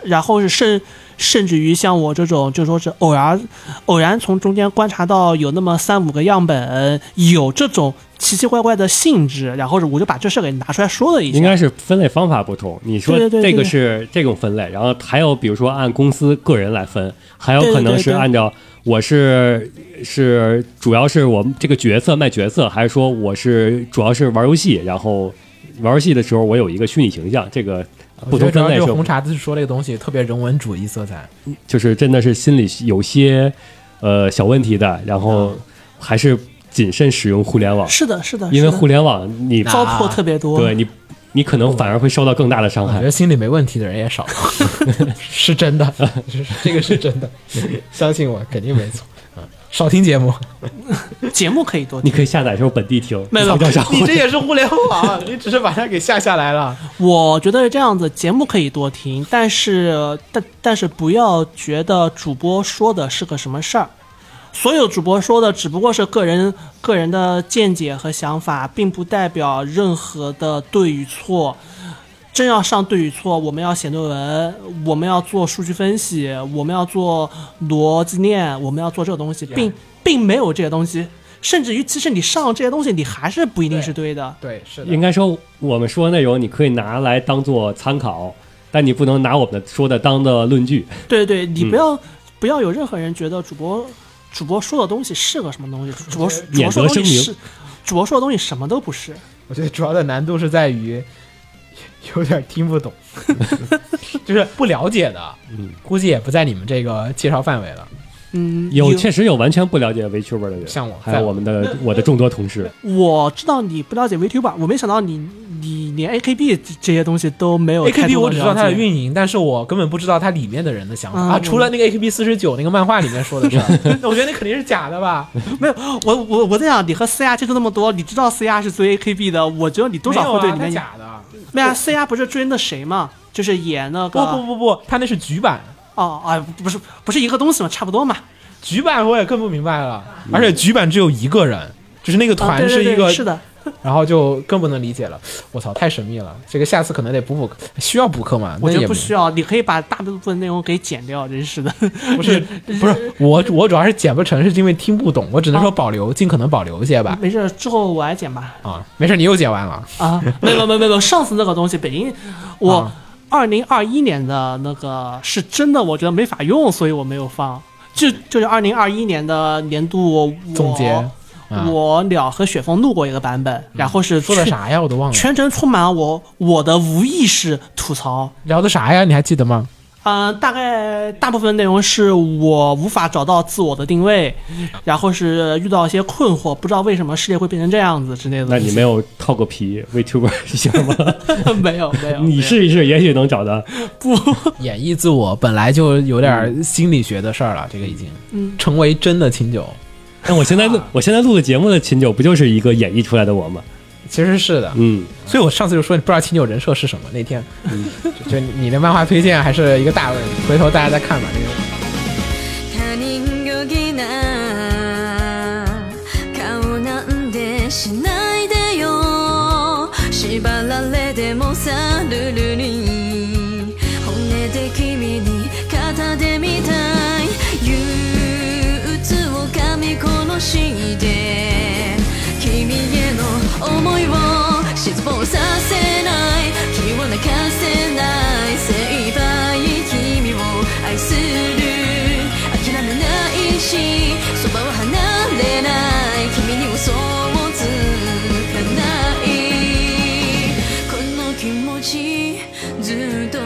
Speaker 5: 然后是甚甚至于像我这种，就说是偶然偶然从中间观察到有那么三五个样本有这种奇奇怪怪的性质，然后我就把这事儿给拿出来说了一下。
Speaker 2: 应该是分类方法不同，你说
Speaker 5: 对对对
Speaker 2: 这个是这种分类，然后还有比如说按公司个人来分，还有
Speaker 5: 对对
Speaker 2: 可能
Speaker 5: 对
Speaker 2: 是
Speaker 5: 对
Speaker 2: 按照我是是主要是我这个角色卖角色，还是说我是主要是玩游戏，然后玩游戏的时候我有一个虚拟形象，这个不
Speaker 1: 我觉
Speaker 2: 同
Speaker 1: 得主
Speaker 2: 分
Speaker 1: 要
Speaker 2: 类
Speaker 1: 就是是
Speaker 2: 有
Speaker 1: 红茶自己说这个东西特别人文主义色 彩。
Speaker 2: 就是真的是心里有些呃小问题的，然后还是谨慎使用互联网，
Speaker 5: 啊是的，是的，
Speaker 2: 因为
Speaker 5: 是的
Speaker 2: 互联网你
Speaker 1: 那
Speaker 5: 糟粕特别多。
Speaker 2: 对你你可能反而会受到更大的伤
Speaker 1: 我觉
Speaker 2: 害
Speaker 1: 得。心理没问题的人也 少，是真的，是这个是真 的，相信我，肯定没错。嗯少听节目，
Speaker 5: 节目可以多
Speaker 2: 你
Speaker 5: 听。
Speaker 2: 可以下载时候本地听，
Speaker 5: 没有
Speaker 2: 早教上
Speaker 1: 你这也是互联网，你只是把它给下下来了。
Speaker 5: 我觉得是这样子，节目可以多听，但是但但是不要觉得主播说的是个什么事儿。所有主播说的只不过是个人个人的见解和想法，并不代表任何的对与错。真要上对与错，我们要写论文，我们要做数据分析，我们要做逻辑链，我们要做这个东西，并并没有这些东西。甚至于，其实你上这些东西，你还是不一定是对的。
Speaker 1: 对，是
Speaker 2: 应
Speaker 1: 的，
Speaker 2: 该说我们说的内容你可以拿来当做参考，但你不能拿我们的说的当的论据。
Speaker 5: 对对，你
Speaker 2: 嗯
Speaker 5: 不要、不要有任何人觉得主播主播说的东西是个什么东西，主播主播
Speaker 2: 免
Speaker 5: 说的
Speaker 2: 责
Speaker 5: 东西
Speaker 2: 声明
Speaker 5: 是主播说的东西什么都不是。
Speaker 1: 我觉得主要的难度是在于 有点听不懂， 就是不了解的，
Speaker 2: 嗯，
Speaker 1: 估计也不在你们这个介绍范围了。
Speaker 5: 嗯，
Speaker 2: 有确实有完全不了解 VTuber 的人，
Speaker 1: 像我
Speaker 2: 还有
Speaker 1: 在我
Speaker 2: 我们的我的众多同事，
Speaker 5: 我知道你不了解 VTuber，我没想到你你连 AKB 这这些东西都没有
Speaker 1: A K
Speaker 5: 哦太
Speaker 1: B 我
Speaker 5: 多
Speaker 1: 只
Speaker 5: 地
Speaker 1: 知
Speaker 5: 了解。
Speaker 1: 道它的运营，但是我根本不知道它里面的人的想法
Speaker 5: 嗯
Speaker 1: 啊。
Speaker 5: 我
Speaker 1: 除了那个 A K B 四十九那个漫画里面说的事儿， 那我觉得那肯定是假的吧？
Speaker 5: 没有，我我我在想，你和思雅接触那么多，你知道思雅是追 AKB 的，我觉得你多
Speaker 1: 没
Speaker 5: 少
Speaker 1: 有
Speaker 5: 会对
Speaker 1: 啊，
Speaker 5: 里
Speaker 1: 那
Speaker 5: 面、
Speaker 1: 假的。
Speaker 5: 没有啊，思雅不是追那谁嘛，就是演那个
Speaker 1: 不不不不，他那是局版，
Speaker 5: 哦啊、不是不是一个东西嘛，差不多嘛。嗯
Speaker 1: 局版我也更不明白了。而且局版只有一个人，就是那个
Speaker 5: 啊，
Speaker 1: 团
Speaker 5: 对对
Speaker 1: 是
Speaker 5: 对，
Speaker 1: 一个
Speaker 5: 是的，
Speaker 1: 然后就更不能理解了。我操，太神秘了，这个下次可能得补补，需要补课吗？
Speaker 5: 我
Speaker 1: 那
Speaker 5: 觉
Speaker 1: 也
Speaker 5: 得不需要，你可以把大部分内容给剪掉，真是的。
Speaker 1: 不是不是 我，我主要是剪不成，是因为听不懂，我只能说保留，尽可能保留一些吧。
Speaker 5: 没事儿，之后我来剪吧。
Speaker 1: 啊，没事，你又剪完了，
Speaker 5: 啊， 没有没有没有，上次那个东西，北京，我
Speaker 1: 啊
Speaker 5: 二零二一年的那个是真的，我觉得没法用，所以我没有放。就就是二零二一年的年度我
Speaker 1: 总结啊嗯
Speaker 5: 我鸟和雪峰录过一个版本，然后是
Speaker 1: 说的
Speaker 5: 全？
Speaker 1: 啥呀？我都忘了，
Speaker 5: 全程充满了我我的无意识吐槽。
Speaker 1: 聊的啥呀？你还记得吗？
Speaker 5: 嗯、大概大部分内容是我无法找到自我的定位，然后是遇到一些困惑，不知道为什么世界会变成这样子之类的
Speaker 2: 那
Speaker 5: 东西。
Speaker 2: 你没有套个皮 Vtuber 一下吗？
Speaker 5: 有 没有没有？
Speaker 2: 你试一试，也许能找到。
Speaker 5: 不？
Speaker 1: 演绎自我本来就有点心理学的事儿了，这个已经成为真的清酒，
Speaker 2: 但哎我现在录，我现在录的节目的秦九，不就是一个演绎出来的我吗？
Speaker 1: 其实是的。
Speaker 2: 嗯，
Speaker 1: 所以我上次就说你不知道清酒人设是什么，那天 就就你的漫画推荐还是一个大问题，回头大家再看吧。这个
Speaker 7: 他人行儀な顔なんてしないでよ縛られてもさルルに骨で君に肩でみたい憂鬱を噛み殺して君への思いを失望させない気を泣かせない精一杯君を愛する諦めないしそばは離れない君に嘘をつかないこの気持ちずっと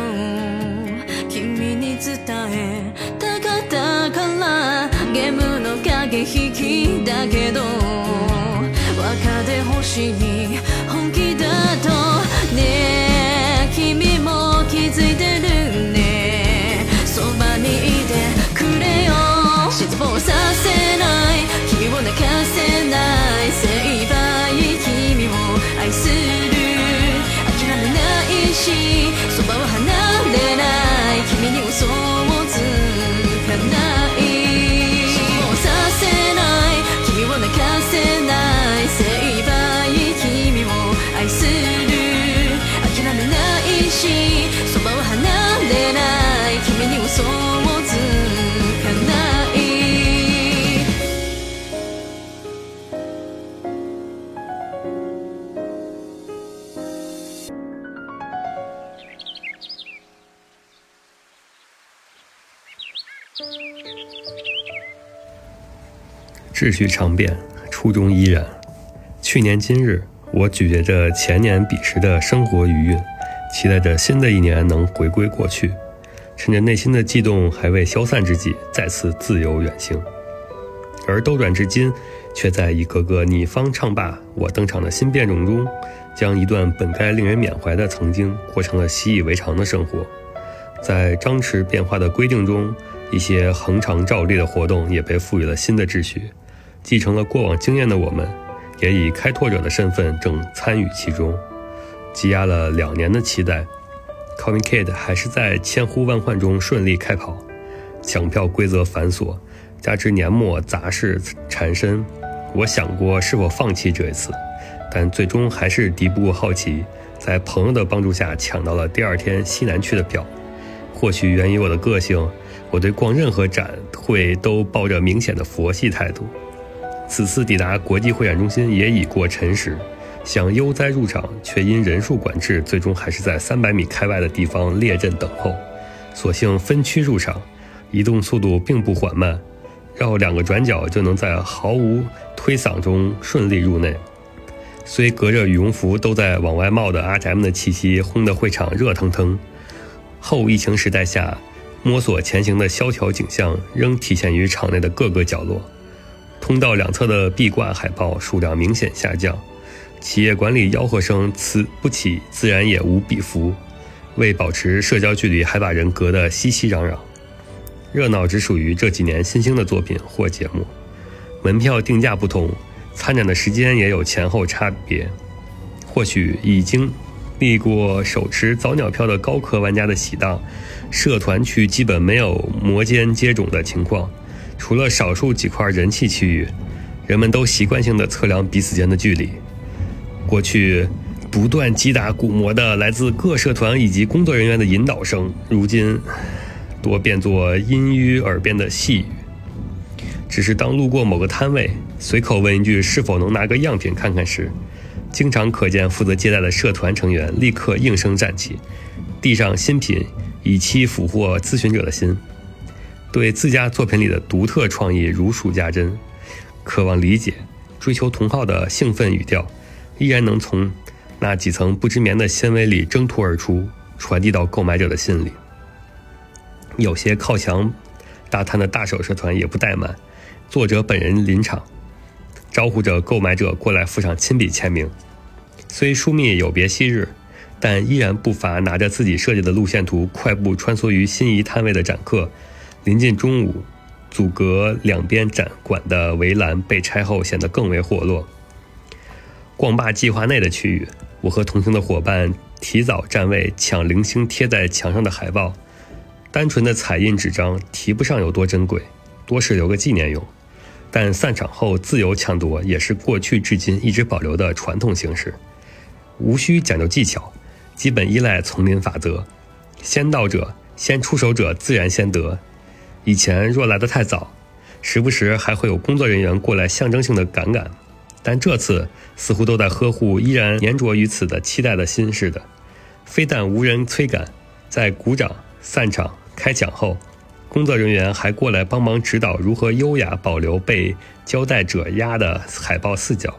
Speaker 7: 君に伝えたかったからゲームの駆け引きだけど若で星に本気だとねえ君も気づいてるねそばにいてくれよ失望させない気を泣かせない精一杯君を愛する諦めないしそばは離れない君に嘘をつかない失望させない気を泣かせない精一杯君を愛する諦めないしそばは離れない君に嘘をつかない
Speaker 8: 秩序常变，初衷依然。去年今日，我咀嚼着前年彼时的生活余韵，期待着新的一年能回归过去。趁着内心的悸动还未消散之际，再次自由远行。而兜转至今，却在一个个你方唱罢我登场的新变种中，将一段本该令人缅怀的曾经，过成了习以为常的生活。在张弛变化的规定中，一些恒常照例的活动也被赋予了新的秩序。继承了过往经验的我们，也以开拓者的身份正参与其中。积压了两年的期待，Comic Kid 还是在千呼万唤中顺利开跑。抢票规则繁琐，加之年末杂事缠身，我想过是否放弃这一次，但最终还是敌不过好奇，在朋友的帮助下抢到了第二天西南区的票。或许源于我的个性，我对逛任何展会都抱着明显的佛系态度。此次抵达国际会展中心也已过辰时，想悠哉入场，却因人数管制，最终还是在三百米开外的地方列阵等候。所幸分区入场，移动速度并不缓慢，绕两个转角就能在毫无推搡中顺利入内。虽隔着羽绒服都在往外冒的阿宅们的气息，轰得会场热腾腾。后疫情时代下，摸索前行的萧条景象仍体现于场内的各个角落。通道两侧的壁挂海报数量明显下降，企业管理吆喝声此不起，自然也无彼伏。为保持社交距离，还把人隔得熙熙攘攘。热闹只属于这几年新兴的作品或节目。门票定价不同，参展的时间也有前后差别。或许已经历过手持早鸟票的高科玩家的喜当，社团区基本没有摩肩接踵的情况。除了少数几块人气区域，人们都习惯性的测量彼此间的距离。过去不断击打鼓膜的来自各社团以及工作人员的引导声，如今多变作阴于耳边的细语。只是当路过某个摊位，随口问一句是否能拿个样品看看时，经常可见负责接待的社团成员立刻应声站起，递上新品，以期俘获咨询者的心。对自家作品里的独特创意如数家珍，渴望理解，追求同好的兴奋语调，依然能从那几层不知眠的纤维里挣脱而出，传递到购买者的心里。有些靠墙大摊的大手社团也不怠慢，作者本人临场，招呼着购买者过来附上亲笔签名。虽疏密有别昔日，但依然不乏拿着自己设计的路线图快步穿梭于心仪摊位的展客。临近中午，阻隔两边展馆的围栏被拆后，显得更为活络。逛罢计划内的区域，我和同行的伙伴提早占位，抢零星贴在墙上的海报。单纯的彩印纸张提不上有多珍贵，多是留个纪念用。但散场后自由抢夺也是过去至今一直保留的传统形式，无需讲究技巧，基本依赖丛林法则：先到者、先出手者自然先得。以前若来得太早，时不时还会有工作人员过来象征性的赶赶，但这次似乎都在呵护依然粘着于此的期待的心似的。非但无人催赶，在鼓掌、散场、开抢后，工作人员还过来帮忙指导如何优雅保留被交代者压的海报四角。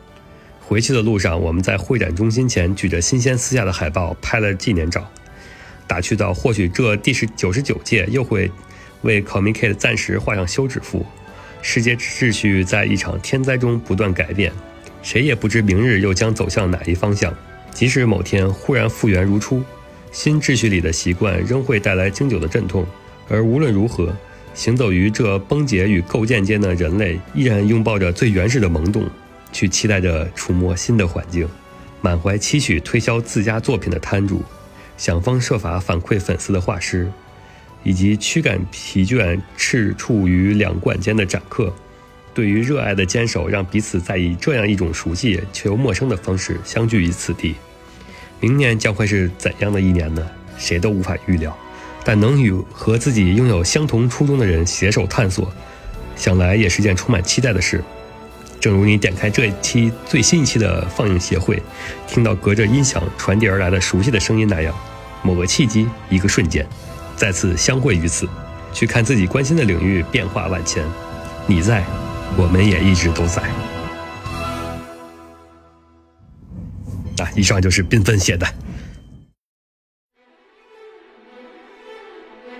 Speaker 8: 回去的路上，我们在会展中心前举着新鲜撕下的海报拍了纪念照，打趣道：“或许这第十九十九届又会为 Communicate 暂时画上休止符。世界秩序在一场天灾中不断改变，谁也不知明日又将走向哪一方向。即使某天忽然复原如初，新秩序里的习惯仍会带来经久的阵痛。而无论如何，行走于这崩解与构建间的人类，依然拥抱着最原始的萌动，去期待着触摸新的环境，满怀期许推销自家作品的摊主，想方设法反馈粉丝的画师，以及驱赶疲倦、赤处于两馆间的展客。对于热爱的坚守，让彼此在以这样一种熟悉却又陌生的方式相聚于此地。明年将会是怎样的一年呢？谁都无法预料，但能与和自己拥有相同初衷的人携手探索，想来也是件充满期待的事。正如你点开这一期最新一期的放映协会，听到隔着音响传递而来的熟悉的声音那样，某个契机，一个瞬间，再次相会于此，去看自己关心的领域变化万千。你在，我们也一直都在。啊，以上就是缤纷写的。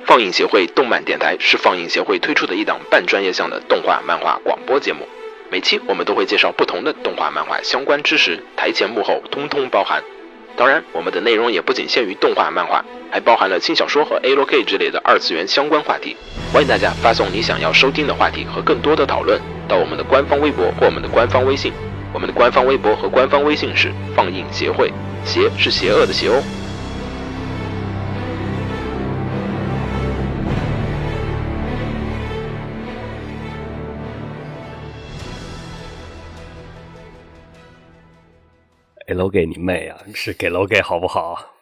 Speaker 9: 放映协会动漫电台是放映协会推出的一档半专业向的动画、漫画广播节目。每期我们都会介绍不同的动画、漫画相关知识，台前幕后通通包含。当然，我们的内容也不仅限于动画、漫画，还包含了轻小说和 A l o K 之类的二次元相关话题。欢迎大家发送你想要收听的话题和更多的讨论到我们的官方微博或我们的官方微信。我们的官方微博和官方微信是放映协会，邪是邪恶的邪哦。
Speaker 8: 给楼给你妹啊！是给楼给好不好？